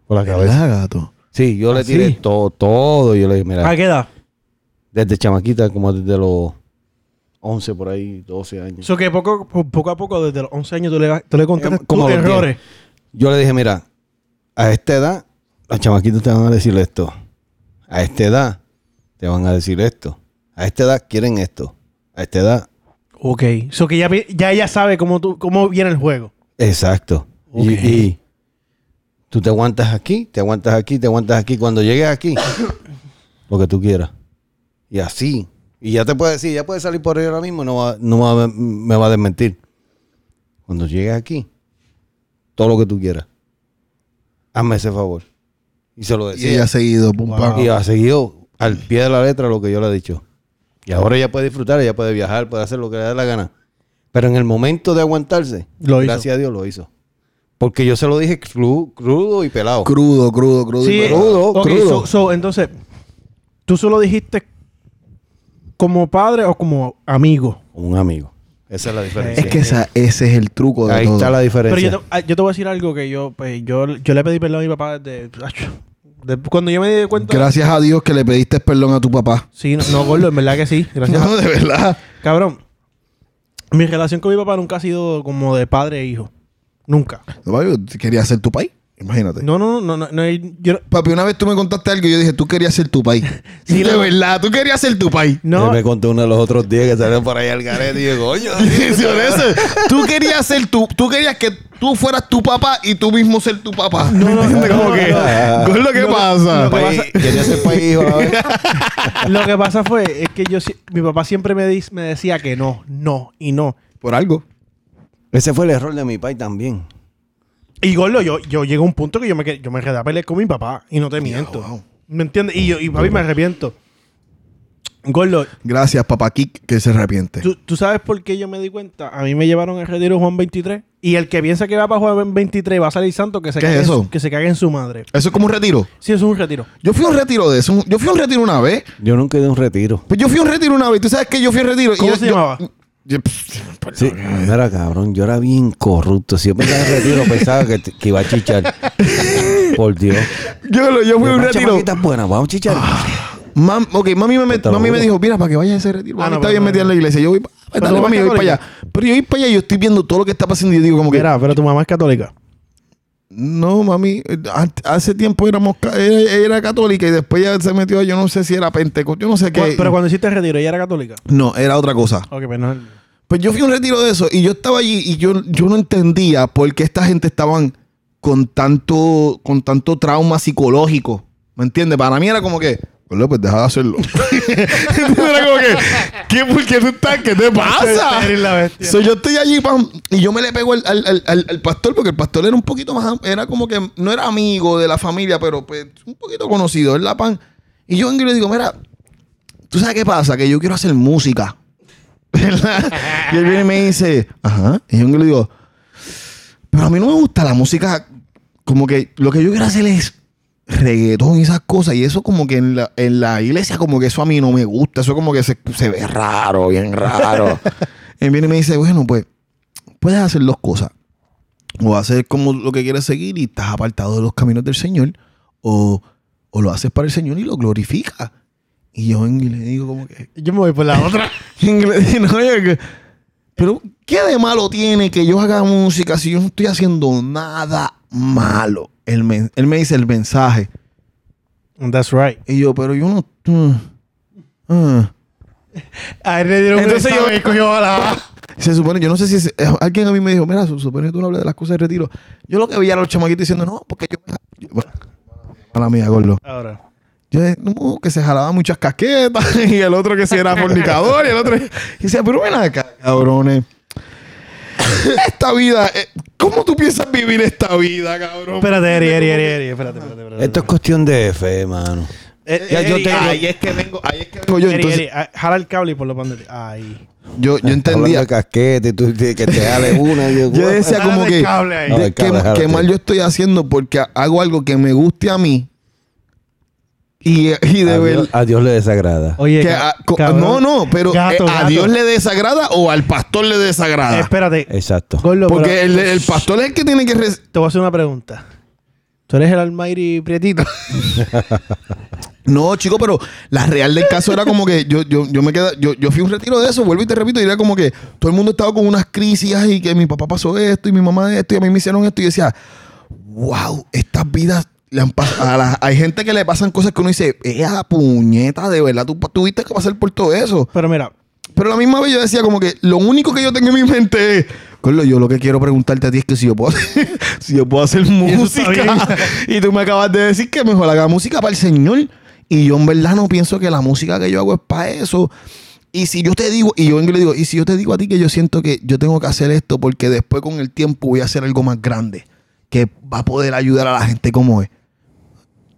[SPEAKER 2] Por la cabeza.
[SPEAKER 3] ¿Verdad, gato?
[SPEAKER 2] Sí, yo le
[SPEAKER 1] ¿Ah,
[SPEAKER 2] tiré
[SPEAKER 1] sí? Ah,
[SPEAKER 2] todo, todo. Yo le dije, mira,
[SPEAKER 1] ¿A qué edad?
[SPEAKER 2] desde chamaquita, como desde los 11 por ahí, 12 años.
[SPEAKER 1] Eso que poco, po- poco a poco, desde los 11 años, tú le, tú le contaste
[SPEAKER 2] Como
[SPEAKER 1] tus
[SPEAKER 2] los
[SPEAKER 1] errores.
[SPEAKER 2] Yo le dije, mira, a esta edad, las chamaquitas te van a decir esto. A esta edad, te van a decir esto. A esta edad, quieren esto. A esta edad,
[SPEAKER 1] Ok. Eso que ya, vi- ya ella sabe cómo, tú, cómo viene el juego.
[SPEAKER 2] exacto. Y-
[SPEAKER 1] Ok.
[SPEAKER 2] Y, tú te aguantas aquí, te aguantas aquí, te aguantas aquí. Cuando llegues aquí, <coughs> lo que tú quieras. Y así. Y ya te puedo decir, ya puedes salir por ahí ahora mismo, no, va- no va- me va a desmentir. Cuando llegues aquí, todo lo que tú quieras. Hazme ese favor. Y se lo
[SPEAKER 3] Y
[SPEAKER 2] decía.
[SPEAKER 3] ella ha seguido, pum, pam.
[SPEAKER 2] Y ha seguido al pie de la letra lo que yo le he dicho. Y ahora ella puede disfrutar, ella puede viajar, puede hacer lo que le dé la gana. Pero en el momento de aguantarse,
[SPEAKER 1] Lo hizo.
[SPEAKER 2] gracias a Dios lo hizo. Porque yo se lo dije cru- crudo y pelado.
[SPEAKER 3] Crudo, crudo, crudo. y
[SPEAKER 1] Sí,
[SPEAKER 3] pelado.
[SPEAKER 2] crudo,
[SPEAKER 1] ok,
[SPEAKER 2] crudo.
[SPEAKER 1] so- so, entonces, tú solo dijiste como padre o como amigo.
[SPEAKER 2] Como un amigo. Esa es la diferencia.
[SPEAKER 3] Es que esa- ese es el truco de
[SPEAKER 2] Ahí
[SPEAKER 3] todo.
[SPEAKER 2] está la
[SPEAKER 1] Pero
[SPEAKER 2] diferencia.
[SPEAKER 1] yo te, ah, yo te voy a decir algo que yo, pues, yo, yo le pedí perdón a mi papá desde. acho, de- cuando yo me di cuenta.
[SPEAKER 3] Gracias a Dios que le pediste perdón a tu papá.
[SPEAKER 1] Sí, no, no, gordo, en verdad que sí. Gracias.
[SPEAKER 3] <laughs> No, de verdad.
[SPEAKER 1] Cabrón, mi relación con mi papá nunca ha sido como de padre e hijo. Nunca.
[SPEAKER 3] No, papi, tú querías ser tu país. Imagínate.
[SPEAKER 1] No, no, no, no. no, yo-
[SPEAKER 3] Papi, una vez tú me contaste algo y yo dije, tú querías ser tu país.
[SPEAKER 1] Sí,
[SPEAKER 3] de
[SPEAKER 1] la-
[SPEAKER 3] verdad, tú querías ser
[SPEAKER 1] <laughs>
[SPEAKER 3] tu país.
[SPEAKER 1] no,
[SPEAKER 2] Él me contó uno de los otros días que salió por ahí al garete y yo, coño.
[SPEAKER 3] Por eso, tú querías ser tu, tú querías que tú fueras tu papá y tú mismo ser tu papá. No, no,
[SPEAKER 1] no,
[SPEAKER 3] que,
[SPEAKER 1] no,
[SPEAKER 2] no.
[SPEAKER 3] ¿Qué es lo que pasa?
[SPEAKER 1] lo que
[SPEAKER 2] Ah, País- Quería ser país, hijo, a la vez.
[SPEAKER 1] lo que pasa fue es que yo si- mi papá siempre me, dis- me decía que no, no y no.
[SPEAKER 3] <laughs> Por algo.
[SPEAKER 2] Ese fue el error de mi país también.
[SPEAKER 1] Y gordo, yo, yo llegué a un punto que yo me, que- yo me quedé a pelear con mi papá y no te miento.
[SPEAKER 3] wow.
[SPEAKER 1] ¿Me entiendes? Y yo, y papi, me arrepiento. Gordo,
[SPEAKER 3] Gracias, papá Kik, que se arrepiente.
[SPEAKER 1] ¿tú, tú sabes por qué yo me di cuenta? A mí me llevaron al retiro Juan 23 y el que piensa que va para Juan 23 va a salir santo que se,
[SPEAKER 3] ¿Qué es
[SPEAKER 1] cague, en
[SPEAKER 3] eso?
[SPEAKER 1] su- que se cague en su madre.
[SPEAKER 3] Eso es como un retiro.
[SPEAKER 1] Sí, eso es un retiro.
[SPEAKER 3] Yo fui a un retiro de eso. Yo fui a un retiro una vez.
[SPEAKER 2] Yo nunca de un retiro.
[SPEAKER 3] Pues yo fui a un retiro una vez. Tú sabes que yo fui a un retiro. y
[SPEAKER 1] ¿Cómo
[SPEAKER 3] yo-
[SPEAKER 1] se
[SPEAKER 3] yo-
[SPEAKER 1] llamaba?
[SPEAKER 3] yo- pff,
[SPEAKER 2] Sí, no era cabrón, yo era bien corrupto. Si yo pensaba en retiro, pensaba que, te- que iba a <laughs> chichar. Por Dios.
[SPEAKER 3] yo, yo fui a un
[SPEAKER 2] Más
[SPEAKER 3] retiro.
[SPEAKER 2] chamaquitas buenas, vamos a chichar.
[SPEAKER 3] Mam, ok, mami me, met-
[SPEAKER 2] Te lo
[SPEAKER 3] mami me
[SPEAKER 2] juro.
[SPEAKER 3] dijo, mira, para que vayas a ese retiro.
[SPEAKER 1] Ah,
[SPEAKER 3] Mami
[SPEAKER 1] no,
[SPEAKER 3] está
[SPEAKER 1] pero
[SPEAKER 3] bien
[SPEAKER 1] no,
[SPEAKER 3] metida en la iglesia. Yo voy, pa-
[SPEAKER 1] Pero
[SPEAKER 3] dale,
[SPEAKER 1] tú
[SPEAKER 3] mami, yo
[SPEAKER 1] vas
[SPEAKER 3] voy para allá. Pero yo voy para allá y yo estoy viendo todo lo que está pasando y yo digo como que...
[SPEAKER 1] Mira, pero tu mamá es católica.
[SPEAKER 3] No, mami, eh, an- hace tiempo éramos, ca- ella, ella era católica y después ya se metió, a- yo no sé si era pentecostal, yo no sé
[SPEAKER 1] Cu-
[SPEAKER 3] qué.
[SPEAKER 1] Pero cuando hiciste el retiro, ella era católica.
[SPEAKER 3] No, era otra cosa.
[SPEAKER 1] Ok, pero no.
[SPEAKER 3] Pues yo fui a un retiro de eso y yo estaba allí y yo, yo no entendía por qué esta gente estaban con tanto, con tanto trauma psicológico. ¿Me entiendes? Para mí era como que, "Bueno, pues deja de hacerlo. Entonces era como que, ¿qué, ¿por qué tú estás? ¿Qué te pasa?
[SPEAKER 1] Eres la bestia.
[SPEAKER 3] So, yo estoy allí pam, y yo me le pego al, al- al- al- al pastor porque el pastor era un poquito más, am- era como que no era amigo de la familia, pero pues, un poquito conocido, ¿verdad, pan? Y yo vengo y le digo, mira, ¿tú sabes qué pasa? Que yo quiero hacer música. <laughs> ¿verdad? y él viene y me dice, ajá. Y yo le digo, pero a mí no me gusta la música. Como que lo que yo quiero hacer es reggaetón y esas cosas. Y eso como que en la, en la iglesia como que eso a mí no me gusta. Eso como que se, se ve raro, bien raro. y él viene y me dice, bueno, pues puedes hacer dos cosas. O hacer como lo que quieres seguir y estás apartado de los caminos del Señor. O, o lo haces para el Señor y lo glorifica. Y yo en inglés digo como que... <laughs>
[SPEAKER 1] Yo me voy por <laughs> la otra.
[SPEAKER 3] En inglés, y no, yo que- pero, ¿qué de malo tiene que yo haga música si yo no estoy haciendo nada malo? Él me, él me dice el mensaje.
[SPEAKER 1] That's right.
[SPEAKER 3] Y yo, pero yo no. mm, mm.
[SPEAKER 1] A él le dieron
[SPEAKER 3] Entonces yo-
[SPEAKER 1] y cogió a la...
[SPEAKER 3] Se supone, yo no sé si es- eh, alguien a mí me dijo, mira, se supone que tú no hablas de las cosas de retiro. Yo lo que veía a los chamaquitos diciendo, no, porque yo. yo- bueno, mala mía, gordo.
[SPEAKER 1] Ahora.
[SPEAKER 3] Yo, eh, no, que se jalaba muchas casquetas <laughs> y el otro que se era fornicador y el otro. Y decía, pero ven acá, cabrones. Esta vida, eh, ¿cómo tú piensas vivir esta vida, cabrón?
[SPEAKER 1] Espérate, Eri, Eri, Eri, Eri. Espérate, espérate, espérate.
[SPEAKER 2] Esto es cuestión de fe, mano.
[SPEAKER 1] Eh,
[SPEAKER 2] Ya, yo
[SPEAKER 1] Eri,
[SPEAKER 2] tengo-
[SPEAKER 1] ay,
[SPEAKER 3] ahí es que vengo, ahí es que vengo yo.
[SPEAKER 1] Eri,
[SPEAKER 3] Entonces,
[SPEAKER 1] Eri, ah, jala el cable y por lo pande. Ay.
[SPEAKER 3] yo, yo
[SPEAKER 2] Está hablando
[SPEAKER 3] entendía.
[SPEAKER 2] de casquete, tú dices que te jales una. y
[SPEAKER 3] Yo decía
[SPEAKER 1] Jálate
[SPEAKER 3] como
[SPEAKER 1] el
[SPEAKER 3] que.
[SPEAKER 1] cable ahí.
[SPEAKER 3] de-
[SPEAKER 2] Jálate el
[SPEAKER 3] qué-
[SPEAKER 2] cable, jálate.
[SPEAKER 3] qué mal yo estoy haciendo porque hago algo que me guste a mí. Y, y de
[SPEAKER 2] a,
[SPEAKER 3] verdad.
[SPEAKER 2] Dios, a Dios le desagrada.
[SPEAKER 1] Oye,
[SPEAKER 3] que
[SPEAKER 1] ca-
[SPEAKER 3] a- co-
[SPEAKER 1] cabrón.
[SPEAKER 3] no, no, pero eh,
[SPEAKER 1] Gato,
[SPEAKER 3] a
[SPEAKER 1] gato.
[SPEAKER 3] Dios le desagrada o al pastor le desagrada.
[SPEAKER 1] Espérate.
[SPEAKER 2] Exacto.
[SPEAKER 1] Gordo,
[SPEAKER 3] Eh, Porque
[SPEAKER 1] pero-
[SPEAKER 3] el, el pastor es el que tiene que. re-
[SPEAKER 1] Te voy a hacer una pregunta. Tú eres el Almighty Prietito. <laughs>
[SPEAKER 3] No, chico, pero la real del caso era como que yo, yo, yo me queda, yo, yo fui a un retiro de eso, vuelvo y te repito, y era como que todo el mundo estaba con unas crisis ay, y que mi papá pasó esto y mi mamá esto y a mí me hicieron esto y yo decía, wow, estas vidas le han pas- a la- hay gente que le pasan cosas que uno dice, ¡Ea, puñeta, de verdad, tú pa- tuviste que pasar por todo eso.
[SPEAKER 1] Pero mira,
[SPEAKER 3] Pero a la misma vez yo decía como que lo único que yo tengo en mi mente es, Carlos, yo lo que quiero preguntarte a ti es que si yo puedo hacer, <laughs> si yo puedo hacer música. <laughs> Y tú me acabas de decir que mejor haga música para el Señor. Y yo en verdad no pienso que la música que yo hago es para eso. Y si yo te digo, y yo vengo y le digo, y si yo te digo a ti que yo siento que yo tengo que hacer esto porque después con el tiempo voy a hacer algo más grande que va a poder ayudar a la gente como es.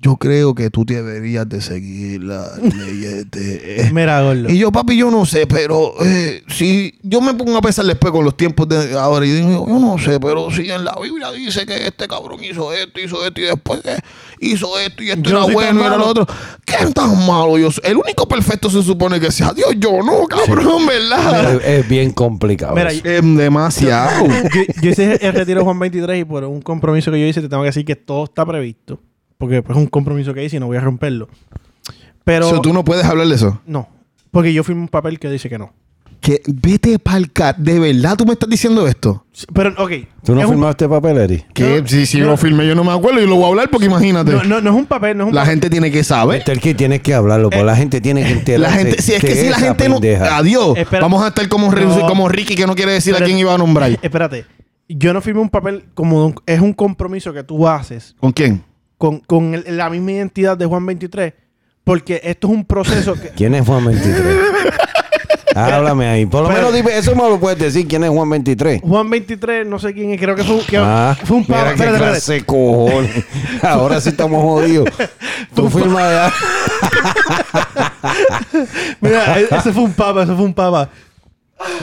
[SPEAKER 3] Yo creo que tú deberías de seguir las <laughs> leyes de...
[SPEAKER 1] mira, Gordo.
[SPEAKER 3] <laughs> Y yo, papi, yo no sé, pero eh, si yo me pongo a pensar después con los tiempos de ahora, y digo, yo no sé, pero si en la Biblia dice que este cabrón hizo esto, hizo esto, y después eh, hizo esto, y esto
[SPEAKER 1] Yo no
[SPEAKER 3] era
[SPEAKER 1] soy tan
[SPEAKER 3] bueno, y era lo
[SPEAKER 1] malo.
[SPEAKER 3] otro. ¿Qué tan malo yo soy? El único perfecto se supone que sea Dios, yo no, cabrón, ¿verdad?
[SPEAKER 2] Es, es bien complicado.
[SPEAKER 1] Mira,
[SPEAKER 2] eso.
[SPEAKER 3] Em, <laughs> demasiado.
[SPEAKER 1] yo, yo hice el retiro Juan 23 y por un compromiso que yo hice te tengo que decir que todo está previsto. Porque pues, es un compromiso que hice y no voy a romperlo. Pero...
[SPEAKER 3] O sea, tú no puedes hablar de eso.
[SPEAKER 1] No. Porque yo firmé un papel que dice que no.
[SPEAKER 3] Que vete pa'l cat, ¿de verdad tú me estás diciendo esto?
[SPEAKER 1] Sí, Pero, ok.
[SPEAKER 2] ¿Tú
[SPEAKER 1] es
[SPEAKER 2] no
[SPEAKER 1] un-
[SPEAKER 2] firmaste papel, Eri?
[SPEAKER 3] Que
[SPEAKER 1] No,
[SPEAKER 3] si, si
[SPEAKER 1] no.
[SPEAKER 3] lo firmé yo no me acuerdo, yo lo voy a hablar porque imagínate.
[SPEAKER 1] No, no, no es un papel, no es un
[SPEAKER 3] La
[SPEAKER 1] papel.
[SPEAKER 3] gente tiene que saber.
[SPEAKER 2] Terqui, tienes que hablarlo, porque Eh, la gente tiene que enterarse.
[SPEAKER 3] La gente, si es que si la
[SPEAKER 2] esa
[SPEAKER 3] gente no.
[SPEAKER 2] pendeja-
[SPEAKER 3] Adiós.
[SPEAKER 1] Espera.
[SPEAKER 3] Vamos a estar como, re-
[SPEAKER 1] No.
[SPEAKER 3] como Ricky que no quiere decir a
[SPEAKER 1] Espérate.
[SPEAKER 3] quién iba a nombrar. <laughs>
[SPEAKER 1] Espérate. Yo no firmé un papel como... un- es un compromiso que tú haces
[SPEAKER 3] ¿Con quién?
[SPEAKER 1] con, con el- la misma identidad de Juan 23. Porque esto es un proceso que...
[SPEAKER 2] ¿Quién es Juan 23?
[SPEAKER 1] <laughs>
[SPEAKER 2] Háblame ahí. Por lo
[SPEAKER 1] Pero-
[SPEAKER 2] menos dime, eso me lo puedes decir. ¿Quién es Juan 23?
[SPEAKER 1] Juan 23, no sé quién es, creo que fue, un- que
[SPEAKER 2] Ah,
[SPEAKER 1] fue un pavo.
[SPEAKER 2] mira qué
[SPEAKER 1] Espérate, espérate.
[SPEAKER 2] clase de
[SPEAKER 1] <laughs>
[SPEAKER 2] cojones. Ahora sí estamos jodidos. Tú firma ya.
[SPEAKER 1] Mira, e- ese fue un papa, ese fue un papa.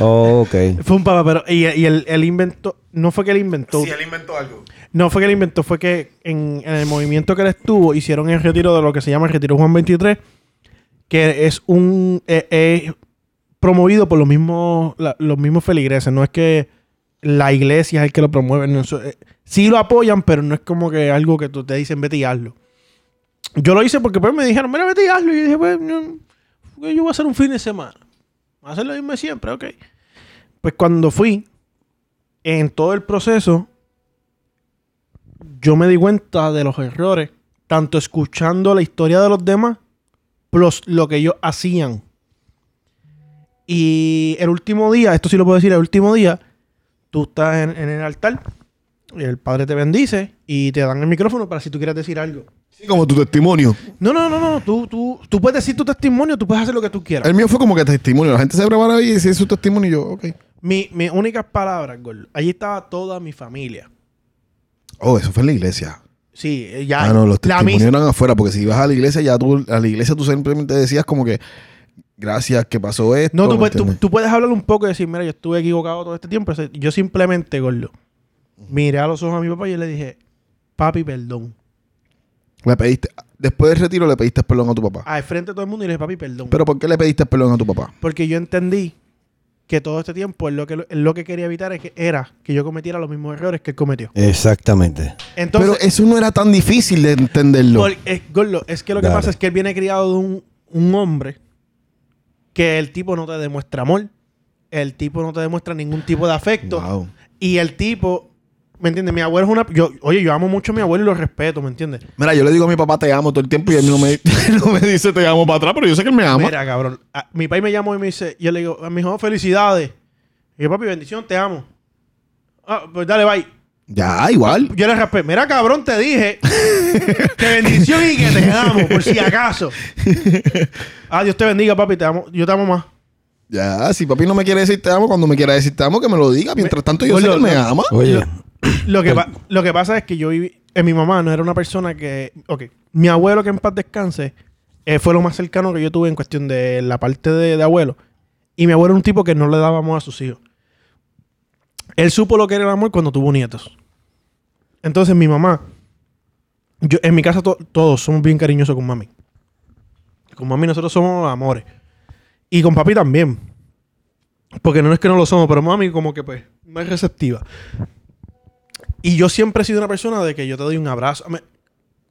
[SPEAKER 2] Oh, ok.
[SPEAKER 1] Fue un papa, pero. Y, y él, él inventó. No fue que él inventó.
[SPEAKER 3] él inventó algo.
[SPEAKER 1] No fue que él inventó, fue que en, en el movimiento que él estuvo, hicieron el retiro de lo que se llama el Retiro Juan 23, que es un. eh, es promovido por los mismos, la- los mismos feligreses. No es que la iglesia es el que lo promueve. no, eso, eh, sí lo apoyan, pero no es como que algo que tú te dicen, vete y hazlo. Yo lo hice porque pues me dijeron, mira, vete y hazlo. Y yo dije, pues, no, yo voy a hacer un fin de semana. Voy a hacer lo mismo de siempre, ok. Pues cuando fui, en todo el proceso, yo me di cuenta de los errores, tanto escuchando la historia de los demás, plus lo que ellos hacían. Y el último día, esto sí lo puedo decir, el último día, tú estás en, en el altar, y el padre te bendice y te dan el micrófono para si tú quieres decir algo.
[SPEAKER 3] Sí, como tu testimonio.
[SPEAKER 1] No, no, no, no, tú, tú, tú puedes decir tu testimonio, tú puedes hacer lo que tú quieras.
[SPEAKER 3] El mío fue como que testimonio. La gente se prepara y dice su testimonio y yo, ok.
[SPEAKER 1] Mi- mis únicas palabras, gordo, allí estaba toda mi familia.
[SPEAKER 3] Oh, eso fue en la iglesia.
[SPEAKER 1] Sí, eh, ya.
[SPEAKER 3] Ah, no, los
[SPEAKER 1] la
[SPEAKER 3] testimonios
[SPEAKER 1] misa-
[SPEAKER 3] eran afuera, porque si ibas a la iglesia, ya tú, a la iglesia tú simplemente decías como que gracias, que pasó esto.
[SPEAKER 1] No, tú,
[SPEAKER 3] ¿me
[SPEAKER 1] puedes- tú-
[SPEAKER 3] entiendes?
[SPEAKER 1] tú puedes hablar un poco y decir, mira, yo estuve equivocado todo este tiempo. O sea, Yo simplemente, gordo, miré a los ojos a mi papá y yo le dije, papi, perdón.
[SPEAKER 3] Le pediste, después del retiro le pediste perdón a tu papá.
[SPEAKER 1] Al frente de todo el mundo y le dije, papi, perdón.
[SPEAKER 3] ¿Pero por qué le pediste perdón a tu papá?
[SPEAKER 1] Porque yo entendí que todo este tiempo él lo que, él lo que quería evitar es que, era que yo cometiera los mismos errores que él cometió.
[SPEAKER 2] Exactamente.
[SPEAKER 1] Entonces,
[SPEAKER 3] Pero eso no era tan difícil de entenderlo.
[SPEAKER 1] Por- es, gordo, es que lo que
[SPEAKER 2] Dale.
[SPEAKER 1] pasa es que él viene criado de un, un hombre que el tipo no te demuestra amor, el tipo no te demuestra ningún tipo de afecto
[SPEAKER 3] Wow.
[SPEAKER 1] y el tipo, ¿me entiendes? Mi abuelo es una... Yo, oye, yo amo mucho a mi abuelo y lo respeto, ¿me entiendes?
[SPEAKER 3] Mira, yo le digo a mi papá te amo todo el tiempo y él no me, <laughs> no me dice te amo para atrás, pero yo sé que él me ama.
[SPEAKER 1] Mira, cabrón, a- mi país me llamó y me dice, yo le digo, a mi hijo, felicidades. Y yo, papi, bendición, te amo. Ah, pues dale, bye.
[SPEAKER 3] Ya, igual.
[SPEAKER 1] Yo le raspé, mira cabrón, te dije que bendición y que te amo, por si acaso. Ah, Dios te bendiga, papi, te amo, yo te amo más.
[SPEAKER 3] Ya, si papi no me quiere decir te amo, cuando me quiera decir te amo, que me lo diga. Mientras tanto, yo
[SPEAKER 1] Pues
[SPEAKER 3] sé
[SPEAKER 1] lo-
[SPEAKER 3] que él me
[SPEAKER 1] lo-
[SPEAKER 3] ama.
[SPEAKER 2] Oye,
[SPEAKER 1] Lo que, pa- lo que pasa es que yo viví. eh, mi mamá no era una persona que. Ok, mi abuelo, que en paz descanse, eh, fue lo más cercano que yo tuve en cuestión de la parte de, de abuelo. Y mi abuelo era un tipo que no le dábamos a sus hijos. Él supo lo que era el amor cuando tuvo nietos. Entonces, mi mamá. Yo, en mi casa to- todos somos bien cariñosos con mami. Con mami nosotros somos amores. Y con papi también. Porque no es que no lo somos, pero mami como que pues no es receptiva. Y yo siempre he sido una persona de que yo te doy un abrazo. Me-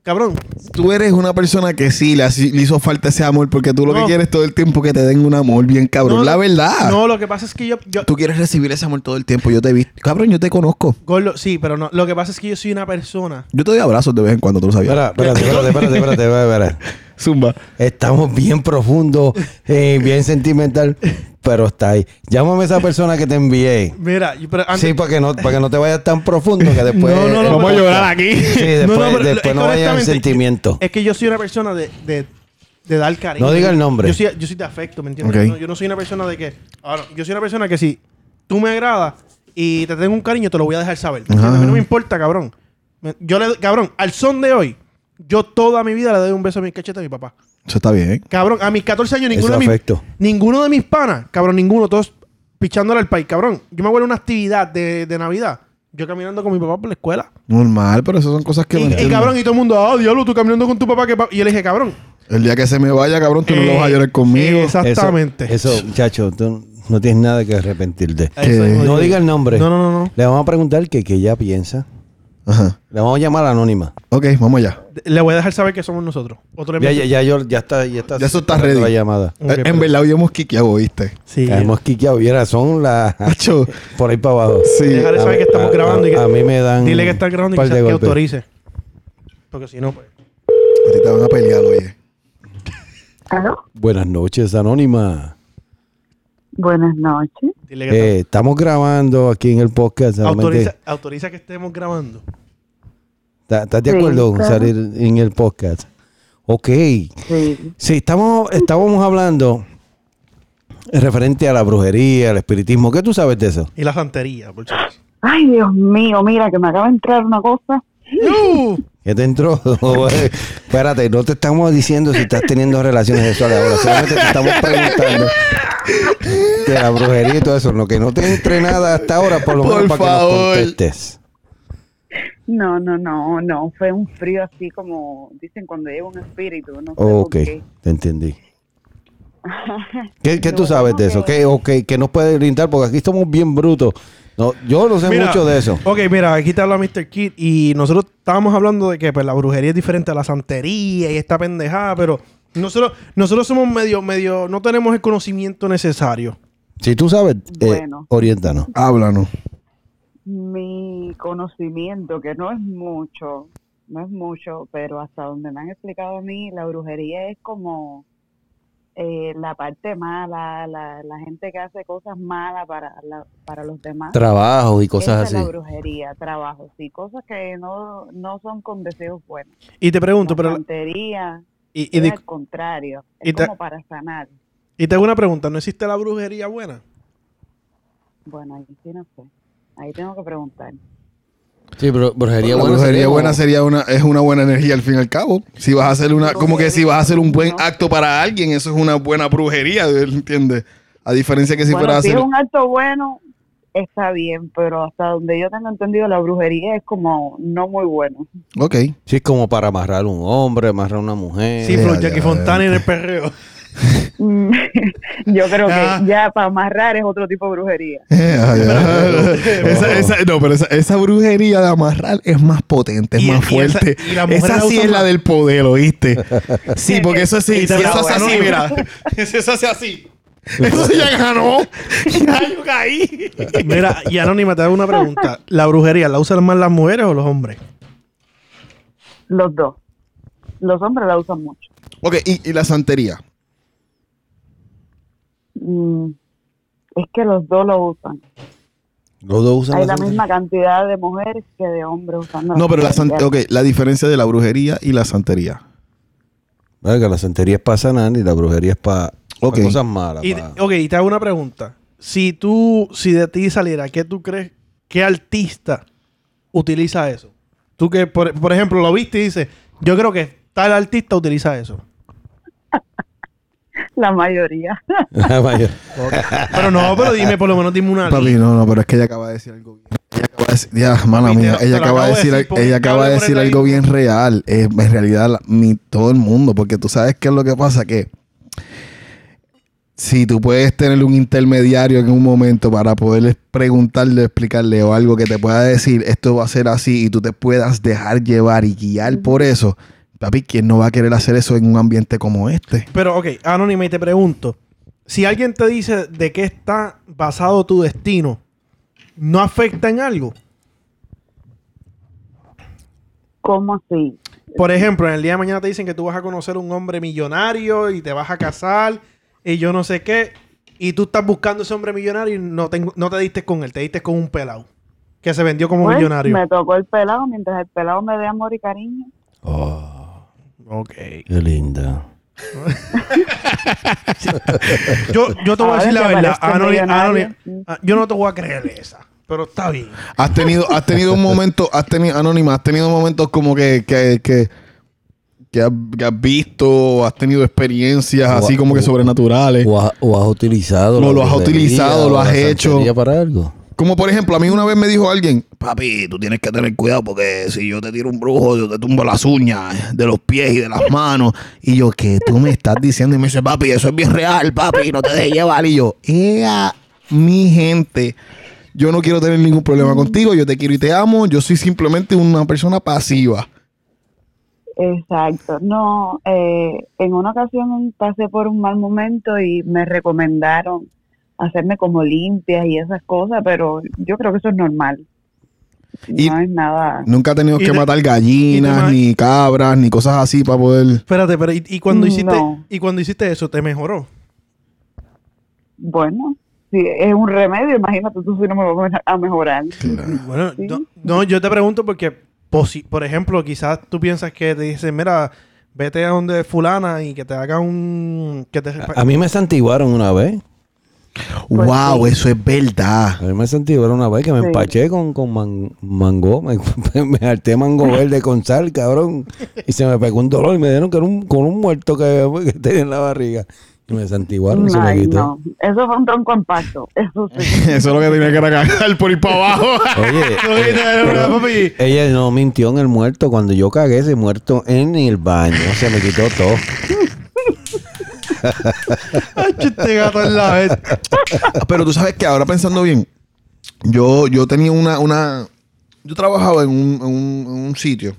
[SPEAKER 1] Cabrón,
[SPEAKER 3] Tú eres una persona que sí le, hace- le hizo falta ese amor porque tú lo
[SPEAKER 1] No.
[SPEAKER 3] que quieres todo el tiempo que te den un amor bien cabrón.
[SPEAKER 1] No,
[SPEAKER 3] la
[SPEAKER 1] no.
[SPEAKER 3] verdad.
[SPEAKER 1] no, lo que pasa es que yo... yo
[SPEAKER 3] Tú quieres recibir ese amor todo el tiempo. Yo te he visto. Cabrón, yo te conozco.
[SPEAKER 1] Gordo, sí, pero no. Lo que pasa es que yo soy una persona...
[SPEAKER 3] Yo te doy abrazos de vez en cuando, tú lo sabías.
[SPEAKER 2] espera, espérate, espérate, espérate, espérate, espérate, espérate.
[SPEAKER 3] Zumba.
[SPEAKER 2] Estamos bien profundos, eh, bien sentimental, pero está ahí. Llámame a esa persona que te envié.
[SPEAKER 1] Mira, yo- pero antes...
[SPEAKER 2] Sí, pues, para que no, para que no te vayas tan profundo que después
[SPEAKER 1] No, no, no, Vamos a pero-
[SPEAKER 3] llorar aquí.
[SPEAKER 1] <laughs>
[SPEAKER 2] Sí,
[SPEAKER 1] No, no,
[SPEAKER 2] después no,
[SPEAKER 1] pero lo- es que
[SPEAKER 2] después no vayan
[SPEAKER 1] honestamente,
[SPEAKER 2] sentimiento.
[SPEAKER 1] Es que yo soy una persona de, de, de dar cariño.
[SPEAKER 2] No diga el nombre.
[SPEAKER 1] Yo soy, yo soy de afecto, ¿me entiendes?
[SPEAKER 3] Ok.
[SPEAKER 1] Yo, no, yo no soy una persona de que... Ahora, yo soy una persona que si tú me agradas y te tengo un cariño, te lo voy a dejar saber. ¿me entiendes? A mí no me importa, cabrón. Me- Yo le... Cabrón, al son de hoy, yo toda mi vida le doy un beso a mi cachete a mi papá.
[SPEAKER 3] Eso está bien.
[SPEAKER 1] Cabrón, a mis 14 años ninguno
[SPEAKER 2] Eso
[SPEAKER 1] de mis,
[SPEAKER 2] afecto.
[SPEAKER 1] ninguno de mis panas, cabrón, ninguno, todos pichándole al país, cabrón. Yo me acuerdo de una actividad de, de Navidad, yo caminando con mi papá por la escuela.
[SPEAKER 3] Normal, pero esas son cosas que
[SPEAKER 1] Y,
[SPEAKER 3] no
[SPEAKER 1] y
[SPEAKER 3] entiendo.
[SPEAKER 1] cabrón, y todo el mundo, ah, diablo, tú caminando con tu papá, que pa-". Y yo le dije, cabrón.
[SPEAKER 3] El día que se me vaya, cabrón, tú no
[SPEAKER 1] eh,
[SPEAKER 3] lo vas a llorar conmigo.
[SPEAKER 1] Exactamente.
[SPEAKER 2] Eso, eso, muchacho, tú no tienes nada que arrepentirte.
[SPEAKER 1] Eso es,
[SPEAKER 3] que-
[SPEAKER 2] No
[SPEAKER 1] oye.
[SPEAKER 2] diga el nombre.
[SPEAKER 1] No, no, no, no.
[SPEAKER 2] Le vamos a preguntar que, que ella piensa.
[SPEAKER 3] Ajá.
[SPEAKER 2] Le vamos a llamar anónima.
[SPEAKER 3] Ok, vamos allá.
[SPEAKER 1] Le voy a dejar saber que somos nosotros. Otro
[SPEAKER 2] Ya,
[SPEAKER 1] mes-
[SPEAKER 2] ya, ya, yo, ya está, ya está.
[SPEAKER 3] Ya eso está
[SPEAKER 2] la
[SPEAKER 3] ready.
[SPEAKER 2] llamada.
[SPEAKER 1] Ok, pues.
[SPEAKER 3] Eh, en
[SPEAKER 1] pero-
[SPEAKER 3] verdad, hoy hemos quiqueado, ¿oíste?
[SPEAKER 1] Sí.
[SPEAKER 2] Ya Hemos quiqueado, viera,
[SPEAKER 1] <laughs>
[SPEAKER 2] son las...
[SPEAKER 3] Hacho.
[SPEAKER 2] Por ahí para abajo.
[SPEAKER 3] Sí.
[SPEAKER 1] Déjale saber que estamos
[SPEAKER 2] A- a-
[SPEAKER 1] grabando. y que,
[SPEAKER 2] a mí me dan
[SPEAKER 1] Dile que está grabando y
[SPEAKER 2] par
[SPEAKER 1] que, se-
[SPEAKER 2] de
[SPEAKER 1] que
[SPEAKER 2] golpes.
[SPEAKER 1] autorice. Porque si no, pues.
[SPEAKER 3] A ti te van a pelear, oye.
[SPEAKER 2] Buenas noches, anónima.
[SPEAKER 9] Buenas noches.
[SPEAKER 1] Dile que
[SPEAKER 2] Eh, estamos grabando aquí en el podcast.
[SPEAKER 1] está-
[SPEAKER 2] solamente-
[SPEAKER 1] autoriza, autoriza que estemos grabando.
[SPEAKER 2] ¿Está- ¿Estás de acuerdo con
[SPEAKER 9] Sí, claro.
[SPEAKER 2] salir en el podcast? Ok.
[SPEAKER 9] Sí.
[SPEAKER 2] Sí, estamos, estábamos hablando referente a la brujería, al espiritismo. ¿Qué tú sabes de eso?
[SPEAKER 1] Y la santería, por supuesto.
[SPEAKER 9] Ay, Dios mío, mira que me acaba de entrar una cosa.
[SPEAKER 2] ¿Qué te entró? <laughs> Espérate, no te estamos diciendo si estás teniendo relaciones sexuales ahora. Solamente te estamos preguntando de la brujería y todo eso. Lo que no te entre nada hasta ahora, por lo
[SPEAKER 3] Por
[SPEAKER 2] menos para que
[SPEAKER 3] favor.
[SPEAKER 2] nos contestes.
[SPEAKER 9] No, no, no, no. Fue un frío así como dicen cuando llega un espíritu. No sé por
[SPEAKER 2] Ok,
[SPEAKER 9] qué.
[SPEAKER 2] te
[SPEAKER 9] <laughs>
[SPEAKER 2] entendí. ¿Qué, qué
[SPEAKER 9] Lo
[SPEAKER 2] tú sabes
[SPEAKER 9] bueno
[SPEAKER 2] de eso?
[SPEAKER 9] que-
[SPEAKER 2] ¿Qué, o qué- qué nos puede brindar? Porque aquí estamos bien brutos. No, yo no sé
[SPEAKER 1] Mira,
[SPEAKER 2] mucho de eso.
[SPEAKER 1] Ok, mira, aquí te habla Mr. Kid y nosotros estábamos hablando de que pues, la brujería es diferente a la santería y esta pendejada, pero nosotros, nosotros somos medio, medio, no tenemos el conocimiento necesario.
[SPEAKER 2] Si tú sabes, eh,
[SPEAKER 9] Bueno.
[SPEAKER 2] oriéntanos.
[SPEAKER 3] Háblanos.
[SPEAKER 9] Mi conocimiento, que no es mucho, no es mucho, pero hasta donde me han explicado a mí, la brujería es como eh, la parte mala, la, la gente que hace cosas malas para, la- para los demás.
[SPEAKER 2] Trabajo y cosas
[SPEAKER 9] Esa es
[SPEAKER 2] así.
[SPEAKER 9] la brujería, trabajos y cosas que no, no son con deseos buenos.
[SPEAKER 1] Y te pregunto,
[SPEAKER 9] La
[SPEAKER 1] pero...
[SPEAKER 9] santería
[SPEAKER 1] Y, y
[SPEAKER 9] es
[SPEAKER 1] di-
[SPEAKER 9] al contrario,
[SPEAKER 1] y
[SPEAKER 9] es
[SPEAKER 1] te-
[SPEAKER 9] como para sanar.
[SPEAKER 1] y te hago una pregunta, ¿no existe la brujería buena?
[SPEAKER 9] Bueno, ahí sí no sé. Ahí tengo que preguntar.
[SPEAKER 2] Sí, pero brujería
[SPEAKER 3] La
[SPEAKER 2] buena.
[SPEAKER 3] brujería
[SPEAKER 2] sería
[SPEAKER 3] buena
[SPEAKER 2] como-
[SPEAKER 3] sería una, es una buena energía al fin y al cabo. Si vas a hacer una, como que si vas a hacer un buen
[SPEAKER 9] No.
[SPEAKER 3] acto para alguien, eso es una buena brujería, ¿eh? ¿entiendes? A diferencia que si
[SPEAKER 9] bueno,
[SPEAKER 3] fuera a
[SPEAKER 9] si
[SPEAKER 3] hacer.
[SPEAKER 9] es un acto bueno, está bien, pero hasta donde yo tengo entendido, la brujería es como no muy bueno.
[SPEAKER 3] Ok. <laughs>
[SPEAKER 2] Sí, es como para amarrar un hombre, amarrar una mujer.
[SPEAKER 1] Sí,
[SPEAKER 3] Eh,
[SPEAKER 1] Flor
[SPEAKER 3] ya,
[SPEAKER 1] Jackie
[SPEAKER 3] ya,
[SPEAKER 1] Fontana en el perreo.
[SPEAKER 9] Mm, <laughs> yo creo que
[SPEAKER 1] Ah.
[SPEAKER 9] ya para amarrar es otro tipo de brujería.
[SPEAKER 3] Esa- esa- no, pero esa, esa brujería de amarrar es más potente, es
[SPEAKER 1] Y-
[SPEAKER 3] más
[SPEAKER 1] y esa-
[SPEAKER 3] fuerte.
[SPEAKER 1] y
[SPEAKER 3] Esa,
[SPEAKER 1] las mujeres la
[SPEAKER 3] sí
[SPEAKER 1] usan
[SPEAKER 3] es la
[SPEAKER 1] más.
[SPEAKER 3] del poder, ¿oíste? Sí, porque eso sí,
[SPEAKER 1] Y
[SPEAKER 3] si
[SPEAKER 1] te la
[SPEAKER 3] eso hace así,
[SPEAKER 1] abogaron.
[SPEAKER 3] mira. Si eso hace así. Eso sí ya ganó. Ya yo caí.
[SPEAKER 1] Mira, y Anónima, te hago una pregunta. ¿La brujería la usan más las mujeres o los hombres?
[SPEAKER 9] Los dos. Los hombres la usan mucho.
[SPEAKER 3] Ok, y, y la santería.
[SPEAKER 9] Mm, es que los dos lo usan.
[SPEAKER 2] Los dos usan
[SPEAKER 9] Hay
[SPEAKER 2] la
[SPEAKER 9] la misma cantidad de mujeres que de hombres usando.
[SPEAKER 3] No, pero la san-
[SPEAKER 9] santería.
[SPEAKER 3] ok, la diferencia de la brujería y la santería.
[SPEAKER 2] Verga, la santería es para sanar y la brujería es para
[SPEAKER 3] Ok.
[SPEAKER 2] cosas malas.
[SPEAKER 1] Y,
[SPEAKER 2] pa-
[SPEAKER 1] ok, y te hago una pregunta. Si tú, si de ti saliera, ¿qué tú crees? ¿Qué artista utiliza eso? Tú que, por, por ejemplo, lo viste y dices, yo creo que tal artista utiliza eso.
[SPEAKER 9] La mayoría.
[SPEAKER 2] <laughs>
[SPEAKER 9] <laughs>
[SPEAKER 2] La mayor-
[SPEAKER 1] Pero no, pero dime, por lo menos dime una.
[SPEAKER 3] <laughs> Papi, no, no, pero es que ella acaba de decir algo bien. Ella acaba de decir, ya, mala
[SPEAKER 1] Papi, te-
[SPEAKER 3] mía,
[SPEAKER 1] te
[SPEAKER 3] ella
[SPEAKER 1] lo acabo
[SPEAKER 3] acaba de
[SPEAKER 1] de
[SPEAKER 3] decir,
[SPEAKER 1] decir por
[SPEAKER 3] ella
[SPEAKER 1] un
[SPEAKER 3] acaba de
[SPEAKER 1] cable por
[SPEAKER 3] decir
[SPEAKER 1] el
[SPEAKER 3] algo
[SPEAKER 1] oído.
[SPEAKER 3] bien real. Eh, en realidad, la- ni todo el mundo, porque tú sabes qué es lo que pasa, que si tú puedes tener un intermediario en un momento para poderles preguntarle, explicarle o algo que te pueda decir, esto va a ser así y tú te puedas dejar llevar y guiar por eso, papi, ¿quién no va a querer hacer eso en un ambiente como este?
[SPEAKER 1] Pero ok, Anónima, y te pregunto. Si alguien te dice de qué está basado tu destino, ¿no afecta en algo?
[SPEAKER 9] ¿Cómo así?
[SPEAKER 1] Por ejemplo, en el día de mañana te dicen que tú vas a conocer un hombre millonario y te vas a casar y yo no sé qué. Y tú estás buscando ese hombre millonario y no te, no te diste con él, te diste con un pelado que se vendió como
[SPEAKER 9] Pues,
[SPEAKER 1] millonario.
[SPEAKER 9] Me tocó el pelado. Mientras el pelado me dé amor y cariño,
[SPEAKER 2] Oh,
[SPEAKER 1] Ok.
[SPEAKER 2] qué linda.
[SPEAKER 1] <laughs> Yo, yo te voy a
[SPEAKER 9] Ahora
[SPEAKER 1] decir la
[SPEAKER 9] que
[SPEAKER 1] verdad.
[SPEAKER 9] parezca
[SPEAKER 1] Anoni-
[SPEAKER 9] millonario.
[SPEAKER 1] Anoni- ah, yo no te voy a creer esa, pero está bien.
[SPEAKER 3] Has tenido, has tenido un momento, has tenido, anónima, has tenido momentos como que, que, que, que has, que has visto, o has tenido experiencias
[SPEAKER 2] O-
[SPEAKER 3] así como que
[SPEAKER 2] o-
[SPEAKER 3] sobrenaturales.
[SPEAKER 2] O, ha- o has utilizado.
[SPEAKER 3] Lo-
[SPEAKER 2] la
[SPEAKER 3] lo has
[SPEAKER 2] brujería
[SPEAKER 3] utilizado, lo
[SPEAKER 2] o la
[SPEAKER 3] has hecho.
[SPEAKER 2] santería para algo.
[SPEAKER 3] Como por ejemplo, a mí una vez me dijo alguien, papi, tú tienes que tener cuidado porque si yo te tiro un brujo, yo te tumbo las uñas de los pies y de las manos. Y yo, ¿qué tú me estás diciendo? Y me dice, papi, eso es bien real, papi, no te dejes llevar. Y yo, ea, mi gente, yo no quiero tener ningún problema contigo, yo te quiero y te amo, yo soy simplemente una persona pasiva.
[SPEAKER 9] Exacto, no, eh, en una ocasión pasé por un mal momento y me recomendaron hacerme como limpias y esas cosas, pero yo creo que eso es normal.
[SPEAKER 3] Y-
[SPEAKER 9] no es nada.
[SPEAKER 3] Nunca he tenido
[SPEAKER 1] Y
[SPEAKER 3] que
[SPEAKER 1] te-
[SPEAKER 3] matar
[SPEAKER 1] y te
[SPEAKER 3] gallinas,
[SPEAKER 1] ma-
[SPEAKER 3] ni cabras, ni cosas así para poder.
[SPEAKER 1] Espérate, pero ¿y, y cuando hiciste
[SPEAKER 9] Mm, No.
[SPEAKER 1] y cuando hiciste eso te mejoró?
[SPEAKER 9] Bueno, si es un remedio, imagínate tú si no me voy a mejorar.
[SPEAKER 1] Bueno,
[SPEAKER 9] Sí.
[SPEAKER 1] no, no, yo te pregunto porque, posi- por ejemplo, quizás tú piensas que te dicen, mira, vete a donde fulana y que te haga un... Que te,
[SPEAKER 2] A, a mí me santiguaron una vez.
[SPEAKER 3] ¡Wow! Eso es verdad.
[SPEAKER 2] A mí me santiguaron una vez que me
[SPEAKER 9] Sí.
[SPEAKER 2] empaché con, con man- mango. Me, <laughs> me harté mango verde con sal, cabrón. Y se me pegó un dolor y me dieron con un, con un muerto que, que tenía en la barriga. Y me santiguaron y se me
[SPEAKER 9] Ay,
[SPEAKER 2] quitó.
[SPEAKER 9] no, eso fue un tronco en pacto, eso sí.
[SPEAKER 3] <laughs> Eso es lo que tenía que cagar por ir para abajo. <laughs>
[SPEAKER 2] Oye, eh,
[SPEAKER 1] papi.
[SPEAKER 2] Ella no mintió en el muerto. Cuando yo cagué ese muerto en el baño, se me quitó todo.
[SPEAKER 1] Ay, este gato es la vez.
[SPEAKER 3] Ah, Pero tú sabes que ahora pensando bien, yo, yo tenía una, una. Yo trabajaba en un, en un- en un sitio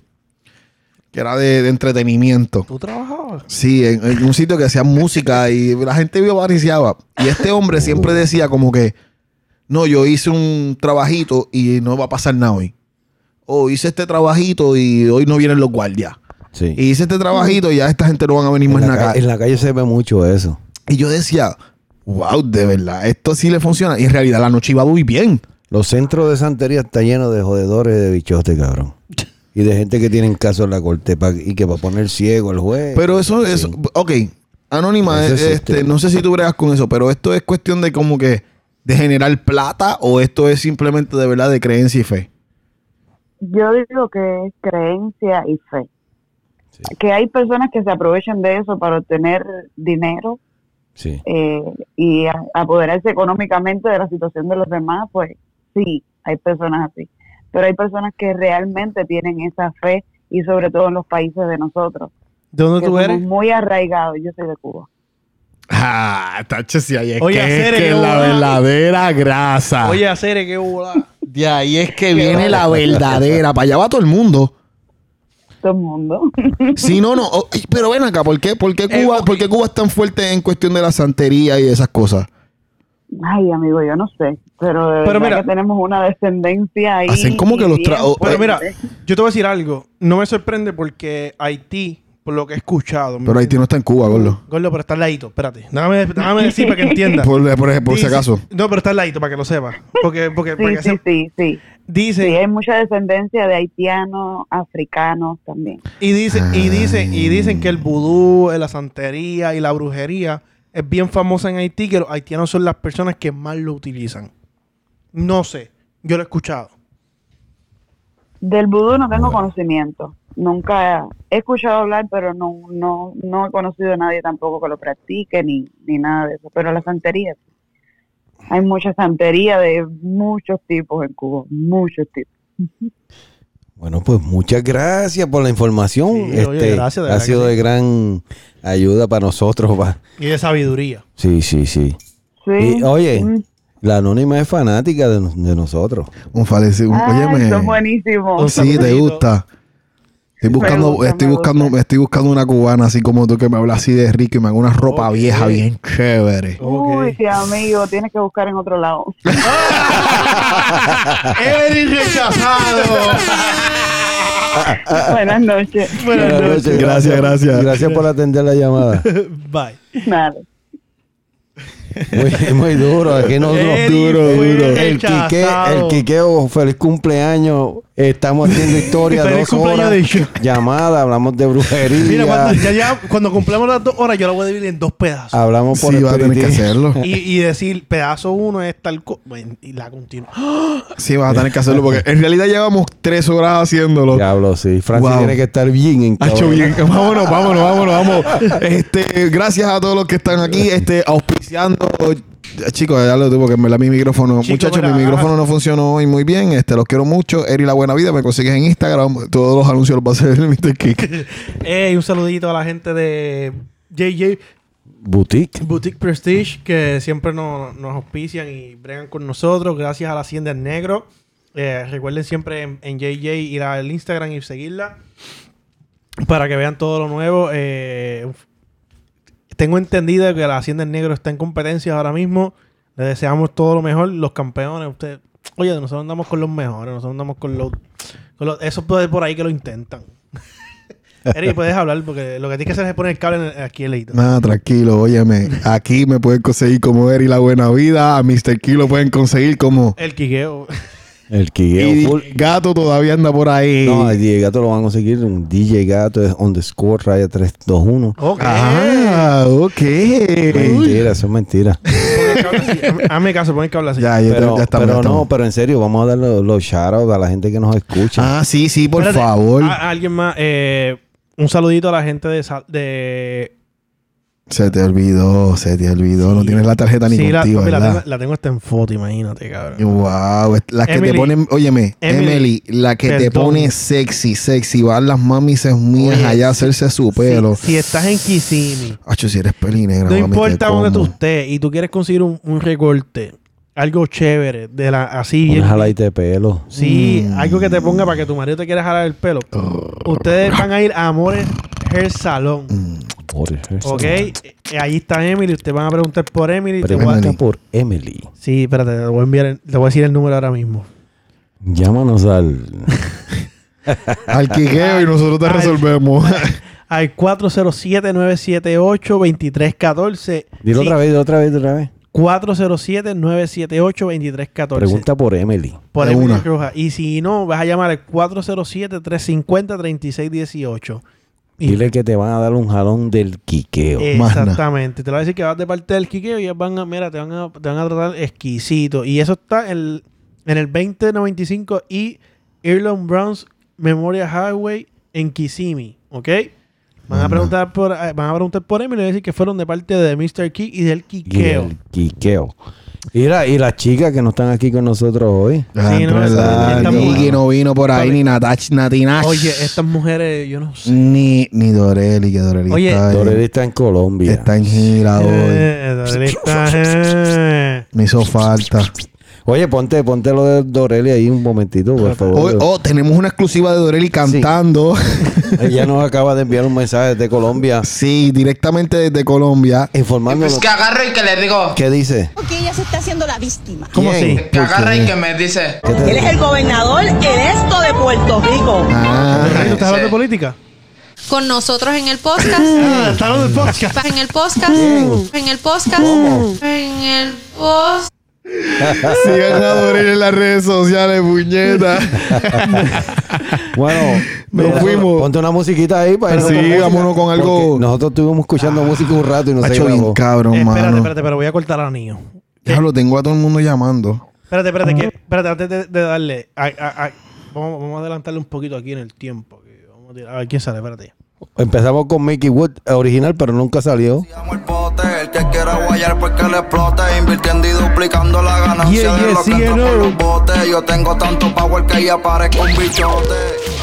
[SPEAKER 3] que era de, de entretenimiento.
[SPEAKER 1] ¿Tú trabajabas?
[SPEAKER 3] Sí, en, en un sitio que hacía música y la gente vivariciaba. Y este hombre siempre
[SPEAKER 2] Oh.
[SPEAKER 3] decía como que, no, yo hice un trabajito y no va a pasar nada hoy. O hice este trabajito y hoy no vienen los guardias.
[SPEAKER 2] Sí.
[SPEAKER 3] Y hice este trabajito y ya esta gente no van a venir más
[SPEAKER 2] en, la
[SPEAKER 3] nada.
[SPEAKER 2] ca- en la calle se ve mucho eso.
[SPEAKER 3] Y yo decía, wow, de verdad, esto sí le funciona. Y en realidad la noche iba muy bien.
[SPEAKER 2] Los centros de santería están llenos de jodedores y de bichotes, cabrón. Y de gente que tienen caso en la corte pa- y que va a poner ciego al juez.
[SPEAKER 3] Pero eso
[SPEAKER 2] Sí.
[SPEAKER 3] es, ok, Anónima,
[SPEAKER 2] Eso
[SPEAKER 3] eh,
[SPEAKER 2] existe.
[SPEAKER 3] este, no sé si tú bregas con eso, pero esto es cuestión de como que de generar plata o esto es simplemente de verdad de creencia y fe.
[SPEAKER 9] Yo digo que es creencia y fe. Que hay personas que se aprovechan de eso para obtener dinero
[SPEAKER 2] Sí.
[SPEAKER 9] eh, y a- apoderarse económicamente de la situación de los demás, pues sí, hay personas así. Pero hay personas que realmente tienen esa fe y sobre todo en los países de nosotros,
[SPEAKER 1] ¿De dónde
[SPEAKER 9] que
[SPEAKER 1] tú
[SPEAKER 9] somos
[SPEAKER 1] eres?
[SPEAKER 9] muy arraigados. Yo soy de Cuba.
[SPEAKER 3] Ah, tacho, si ahí es
[SPEAKER 1] Oye,
[SPEAKER 3] que, es
[SPEAKER 1] Acere,
[SPEAKER 3] que
[SPEAKER 1] qué
[SPEAKER 3] la
[SPEAKER 1] bola.
[SPEAKER 3] verdadera grasa.
[SPEAKER 1] Oye, Acere, qué bola.
[SPEAKER 9] <laughs>
[SPEAKER 3] de ahí es que viene la verdadera. Para allá va todo el mundo.
[SPEAKER 9] Todo el mundo. <laughs>
[SPEAKER 3] Si no, no. Oh, y- pero ven acá, ¿por qué, por, qué Cuba, ¿por qué Cuba es tan fuerte en cuestión de la santería y esas cosas?
[SPEAKER 9] Ay, amigo, yo no sé, pero, de
[SPEAKER 1] Pero
[SPEAKER 9] verdad
[SPEAKER 1] mira-
[SPEAKER 9] que tenemos una descendencia ahí.
[SPEAKER 3] Hacen como que los tra-
[SPEAKER 9] bien
[SPEAKER 1] Pero eh, mira,
[SPEAKER 9] fuerte.
[SPEAKER 1] yo te voy a decir algo. No me sorprende porque Haití, por lo que he escuchado.
[SPEAKER 3] Pero Haití no está en Cuba, gordo.
[SPEAKER 1] Gordo, pero está al ladito, espérate. Déjame, déjame decir para
[SPEAKER 9] <laughs>
[SPEAKER 1] que entiendas.
[SPEAKER 3] Por, por, por si
[SPEAKER 1] Dice-
[SPEAKER 3] acaso.
[SPEAKER 1] No, pero está al ladito para que lo sepas. Porque, porque, para
[SPEAKER 9] Sí,
[SPEAKER 1] que
[SPEAKER 9] sí,
[SPEAKER 1] se-
[SPEAKER 9] sí, sí,
[SPEAKER 1] dice,
[SPEAKER 9] sí. Hay mucha descendencia de haitianos, africanos también.
[SPEAKER 1] y dice, y dice, y dicen que el vudú, eh, la santería y la brujería es bien famosa en Haití, que los haitianos son las personas que más lo utilizan. No sé, yo lo he escuchado.
[SPEAKER 9] Del vudú no tengo conocimiento. Nunca he escuchado hablar, pero no, no, no he conocido a nadie tampoco que lo practique ni, ni nada de eso. Pero la santería, sí. hay mucha santería de muchos tipos en Cuba, muchos tipos.
[SPEAKER 2] Bueno, pues muchas gracias por la información.
[SPEAKER 1] Sí,
[SPEAKER 2] este,
[SPEAKER 1] oye, gracias, de
[SPEAKER 2] ha
[SPEAKER 1] verdad
[SPEAKER 2] sido
[SPEAKER 1] que
[SPEAKER 2] de gran ayuda para nosotros. va.
[SPEAKER 1] Y de sabiduría.
[SPEAKER 2] Sí, sí, sí.
[SPEAKER 9] Sí.
[SPEAKER 2] Y, oye,
[SPEAKER 9] Mm.
[SPEAKER 2] la anónima es fanática de, nos- de nosotros.
[SPEAKER 3] Un falecido. un-
[SPEAKER 9] Ay,
[SPEAKER 3] Óyeme.
[SPEAKER 9] son buenísimos.
[SPEAKER 1] Un
[SPEAKER 3] Oh, Sí, te
[SPEAKER 1] saludito.
[SPEAKER 3] gusta. Estoy buscando,
[SPEAKER 9] gusta,
[SPEAKER 3] estoy
[SPEAKER 9] me
[SPEAKER 3] buscando,
[SPEAKER 9] gusta.
[SPEAKER 3] estoy buscando una cubana así como tú que me habla así de rico y me haga una ropa
[SPEAKER 1] Ok.
[SPEAKER 3] vieja bien chévere.
[SPEAKER 1] Oh,
[SPEAKER 9] Uy, sí, amigo, tienes que buscar en otro lado.
[SPEAKER 4] Eres rechazado.
[SPEAKER 9] Buenas noches.
[SPEAKER 1] Buenas
[SPEAKER 2] Buenas
[SPEAKER 1] noches.
[SPEAKER 2] noches,
[SPEAKER 3] Gracias, gracias.
[SPEAKER 2] Gracias por atender la llamada.
[SPEAKER 1] <laughs> Bye.
[SPEAKER 9] Nada.
[SPEAKER 2] Muy, muy duro, aquí
[SPEAKER 1] <laughs>
[SPEAKER 2] no
[SPEAKER 1] Eric
[SPEAKER 2] duro,
[SPEAKER 1] fue
[SPEAKER 2] duro. El
[SPEAKER 1] rechazado.
[SPEAKER 2] quique, el quiqueo, feliz cumpleaños. Estamos haciendo historia
[SPEAKER 1] Feliz
[SPEAKER 2] dos
[SPEAKER 1] cumpleaños
[SPEAKER 2] horas.
[SPEAKER 1] de Isha.
[SPEAKER 2] Llamada, hablamos de brujería.
[SPEAKER 1] Mira, cuando, ya, ya- cuando cumplamos las dos horas, yo la voy a dividir en dos pedazos.
[SPEAKER 2] hablamos por
[SPEAKER 3] Sí, va a tener que
[SPEAKER 2] espiritismo.
[SPEAKER 3] hacerlo.
[SPEAKER 1] Y, y decir, pedazo uno es tal cosa. Y la continúa.
[SPEAKER 3] Sí, vas a tener que hacerlo porque en realidad llevamos tres horas haciéndolo.
[SPEAKER 2] Diablo, sí. Francis
[SPEAKER 3] Wow.
[SPEAKER 2] tiene que estar bien en
[SPEAKER 3] Hacho, bien. Vámonos, vámonos, vámonos, vamos. Este, gracias a todos los que están aquí, este, auspiciando. Eh, Chicos, ya lo tuvo que en verdad mi micrófono.
[SPEAKER 1] Chico,
[SPEAKER 3] Muchachos,
[SPEAKER 1] mira,
[SPEAKER 3] mi micrófono
[SPEAKER 1] ajá.
[SPEAKER 3] no funcionó hoy muy bien. Este, los quiero mucho. Eri La Buena Vida, me consigues en Instagram. Todos los anuncios los va a hacer el Mr. Kick.
[SPEAKER 1] <gasps> Ey, un saludito a la gente de JJ
[SPEAKER 2] Boutique.
[SPEAKER 1] Boutique Prestige, que siempre no- nos auspician y bregan con nosotros. Gracias a la Hacienda del Negro. Eh, recuerden siempre en, en JJ ir al Instagram y seguirla para que vean todo lo nuevo. Eh, tengo entendido que la Hacienda del Negro está en competencias ahora mismo. Le deseamos todo lo mejor. Los campeones, ustedes. Oye, nosotros andamos con los mejores, nosotros andamos con los. Con los esos por por ahí que lo intentan. <laughs> Eric, puedes hablar porque lo que tienes que hacer es poner el cable en el- aquí el editor.
[SPEAKER 3] Nada, tranquilo, óyeme. Aquí me pueden conseguir como Eri La Buena Vida. A Mr. Kick lo pueden conseguir como.
[SPEAKER 1] El quiqueo.
[SPEAKER 2] El quiqueo
[SPEAKER 3] Y
[SPEAKER 2] full.
[SPEAKER 3] Gato todavía anda por ahí.
[SPEAKER 2] No, el DJ Gato lo van a conseguir. Un DJ Gato es on the score, raya 321.
[SPEAKER 1] Ok.
[SPEAKER 3] Ah, ok.
[SPEAKER 2] Mentira, eso es mentira.
[SPEAKER 1] Hazme caso, pon el cable así.
[SPEAKER 3] <laughs> Ya, ya,
[SPEAKER 2] Pero,
[SPEAKER 3] ya está.
[SPEAKER 2] pero
[SPEAKER 3] ya está.
[SPEAKER 2] no, pero en serio, vamos a dar los, los shoutouts a la gente que nos escucha.
[SPEAKER 3] Ah, sí, sí, por
[SPEAKER 1] Espérate, Ah,
[SPEAKER 3] favor.
[SPEAKER 1] a- a alguien más. eh, un saludito a la gente de. Sa- de
[SPEAKER 3] Se te olvidó, se te olvidó. No tienes la tarjeta ni
[SPEAKER 1] sí, la,
[SPEAKER 3] contigo,
[SPEAKER 1] papi, la tengo,
[SPEAKER 3] ¿verdad?
[SPEAKER 1] la tengo hasta en foto, imagínate, cabrón.
[SPEAKER 3] Wow, las que
[SPEAKER 1] Emily.
[SPEAKER 3] te ponen, óyeme,
[SPEAKER 1] Emily,
[SPEAKER 3] Emily, la que te
[SPEAKER 1] perdón.
[SPEAKER 3] pone sexy, sexy, van las mamis mías
[SPEAKER 1] Oye,
[SPEAKER 3] allá a hacerse su pelo.
[SPEAKER 1] Si, si estás en Kissimmee,
[SPEAKER 3] Acho, si eres pelinegra,
[SPEAKER 1] no
[SPEAKER 3] mami, te
[SPEAKER 1] importa
[SPEAKER 3] como.
[SPEAKER 1] dónde tú estés y tú quieres conseguir un, un recorte, algo chévere, de la así.
[SPEAKER 2] Una
[SPEAKER 1] bien-
[SPEAKER 2] jalaita de pelo.
[SPEAKER 1] Sí, algo que te ponga para que tu marido te quiera jalar el pelo.
[SPEAKER 3] Oh.
[SPEAKER 1] Ustedes van a ir a Amores Hair Salon.
[SPEAKER 3] Mm,
[SPEAKER 1] Ok, eh, ahí está Emily. Ustedes van a preguntar por Emily. Te voy a-
[SPEAKER 2] Pregunta por Emily.
[SPEAKER 1] Sí, espérate, te voy a enviar, el- te voy a decir el número ahora mismo.
[SPEAKER 2] Llámanos al.
[SPEAKER 3] Al quiqueo y nosotros te
[SPEAKER 1] Al-
[SPEAKER 3] resolvemos.
[SPEAKER 1] <laughs>
[SPEAKER 3] <laughs>
[SPEAKER 1] Al 407-978-2314.
[SPEAKER 2] Dilo
[SPEAKER 1] Sí,
[SPEAKER 2] otra vez, dilo otra vez, otra vez.
[SPEAKER 1] 407-978-2314.
[SPEAKER 2] Pregunta por Emily.
[SPEAKER 1] por
[SPEAKER 3] de
[SPEAKER 1] Emily
[SPEAKER 3] una.
[SPEAKER 1] Rojas. Y si no, vas a llamar al 407-350-3618. Y-
[SPEAKER 2] Dile que te van a dar un jalón del quiqueo.
[SPEAKER 3] más nada.
[SPEAKER 1] Exactamente. Te lo voy a decir que vas de parte del Quiqueo y ellos van a, mira, te van a, te van a tratar exquisito. Y eso está en, en el 2095 y Irlon Brown's Memorial Highway en Kissimmee, ¿ok? Van a, preguntar por, eh, van a preguntar por él y le van a decir que fueron de parte de Mr. Key y del
[SPEAKER 2] Y
[SPEAKER 1] Kikeo.
[SPEAKER 2] el quiqueo. Y, la- y las chicas que no están aquí con nosotros hoy.
[SPEAKER 1] Sí, no,
[SPEAKER 3] verdad,
[SPEAKER 1] esta- esta
[SPEAKER 3] Niki
[SPEAKER 1] mujer-
[SPEAKER 3] no vino por ahí, ni Natach, Natinash.
[SPEAKER 1] Oye, estas mujeres, yo no sé.
[SPEAKER 3] Ni, ni Doreli, que Doreli
[SPEAKER 1] Oye,
[SPEAKER 3] está, en-
[SPEAKER 2] Dorel está en Colombia.
[SPEAKER 3] está en gira hoy.
[SPEAKER 1] Eh, Dorel está, eh.
[SPEAKER 3] Me hizo falta.
[SPEAKER 2] Oye, ponte, ponte lo de Doreli ahí un momentito, por
[SPEAKER 3] Hoy,
[SPEAKER 2] favor.
[SPEAKER 3] oh, tenemos una exclusiva de Doreli cantando.
[SPEAKER 2] Ella nos acaba de enviar un mensaje desde Colombia
[SPEAKER 3] <laughs> Sí, directamente desde Colombia.
[SPEAKER 2] informándonos.
[SPEAKER 5] Pues que agarro y que le digo.
[SPEAKER 2] ¿Qué dice?
[SPEAKER 6] Porque ella se está haciendo la víctima.
[SPEAKER 1] ¿Cómo
[SPEAKER 2] ¿Quién?
[SPEAKER 1] así?
[SPEAKER 5] Que agarra y
[SPEAKER 3] qué?
[SPEAKER 5] que me dice.
[SPEAKER 2] ¿Qué te
[SPEAKER 7] Él es el gobernador electo de Puerto Rico.
[SPEAKER 1] ¿Tú
[SPEAKER 3] Ah,
[SPEAKER 1] estás hablando de
[SPEAKER 5] Sí.
[SPEAKER 1] política?
[SPEAKER 10] Con nosotros en el podcast.
[SPEAKER 1] Ah, está hablando de podcast.
[SPEAKER 10] en el podcast. En el podcast. En el podcast.
[SPEAKER 3] <laughs> sigan a Doreli en las redes sociales, puñeta.
[SPEAKER 2] Bueno,
[SPEAKER 3] <laughs> Nos
[SPEAKER 2] mira,
[SPEAKER 3] fuimos.
[SPEAKER 2] Ponte una musiquita ahí para
[SPEAKER 3] Sí,
[SPEAKER 2] irnos música,
[SPEAKER 3] vámonos con algo. Ah,
[SPEAKER 2] porque Nosotros estuvimos escuchando música un rato y no se
[SPEAKER 3] Hacho bien
[SPEAKER 2] grabó.
[SPEAKER 3] cabrón,
[SPEAKER 1] Eh, espérate,
[SPEAKER 3] mano.
[SPEAKER 1] espérate, pero voy a cortar a Nio.
[SPEAKER 3] Ya lo tengo a todo el mundo llamando.
[SPEAKER 1] Espérate, espérate, que, espérate, antes de, de darle. ay, ay, ay, vamos, vamos a adelantarle un poquito aquí en el tiempo. que vamos a, tirar- a ver quién sale, espérate.
[SPEAKER 2] Empezamos con Mickey Wood, original, pero nunca salió.
[SPEAKER 8] el bote, el que quiera guayar pues que le explote, invirtiendo y duplicando la ganancia
[SPEAKER 2] Yeah, yeah,
[SPEAKER 8] de los que
[SPEAKER 2] sí,
[SPEAKER 8] entran por
[SPEAKER 2] no.
[SPEAKER 8] los botes. Yo tengo tanto power que ya parezco un bichote.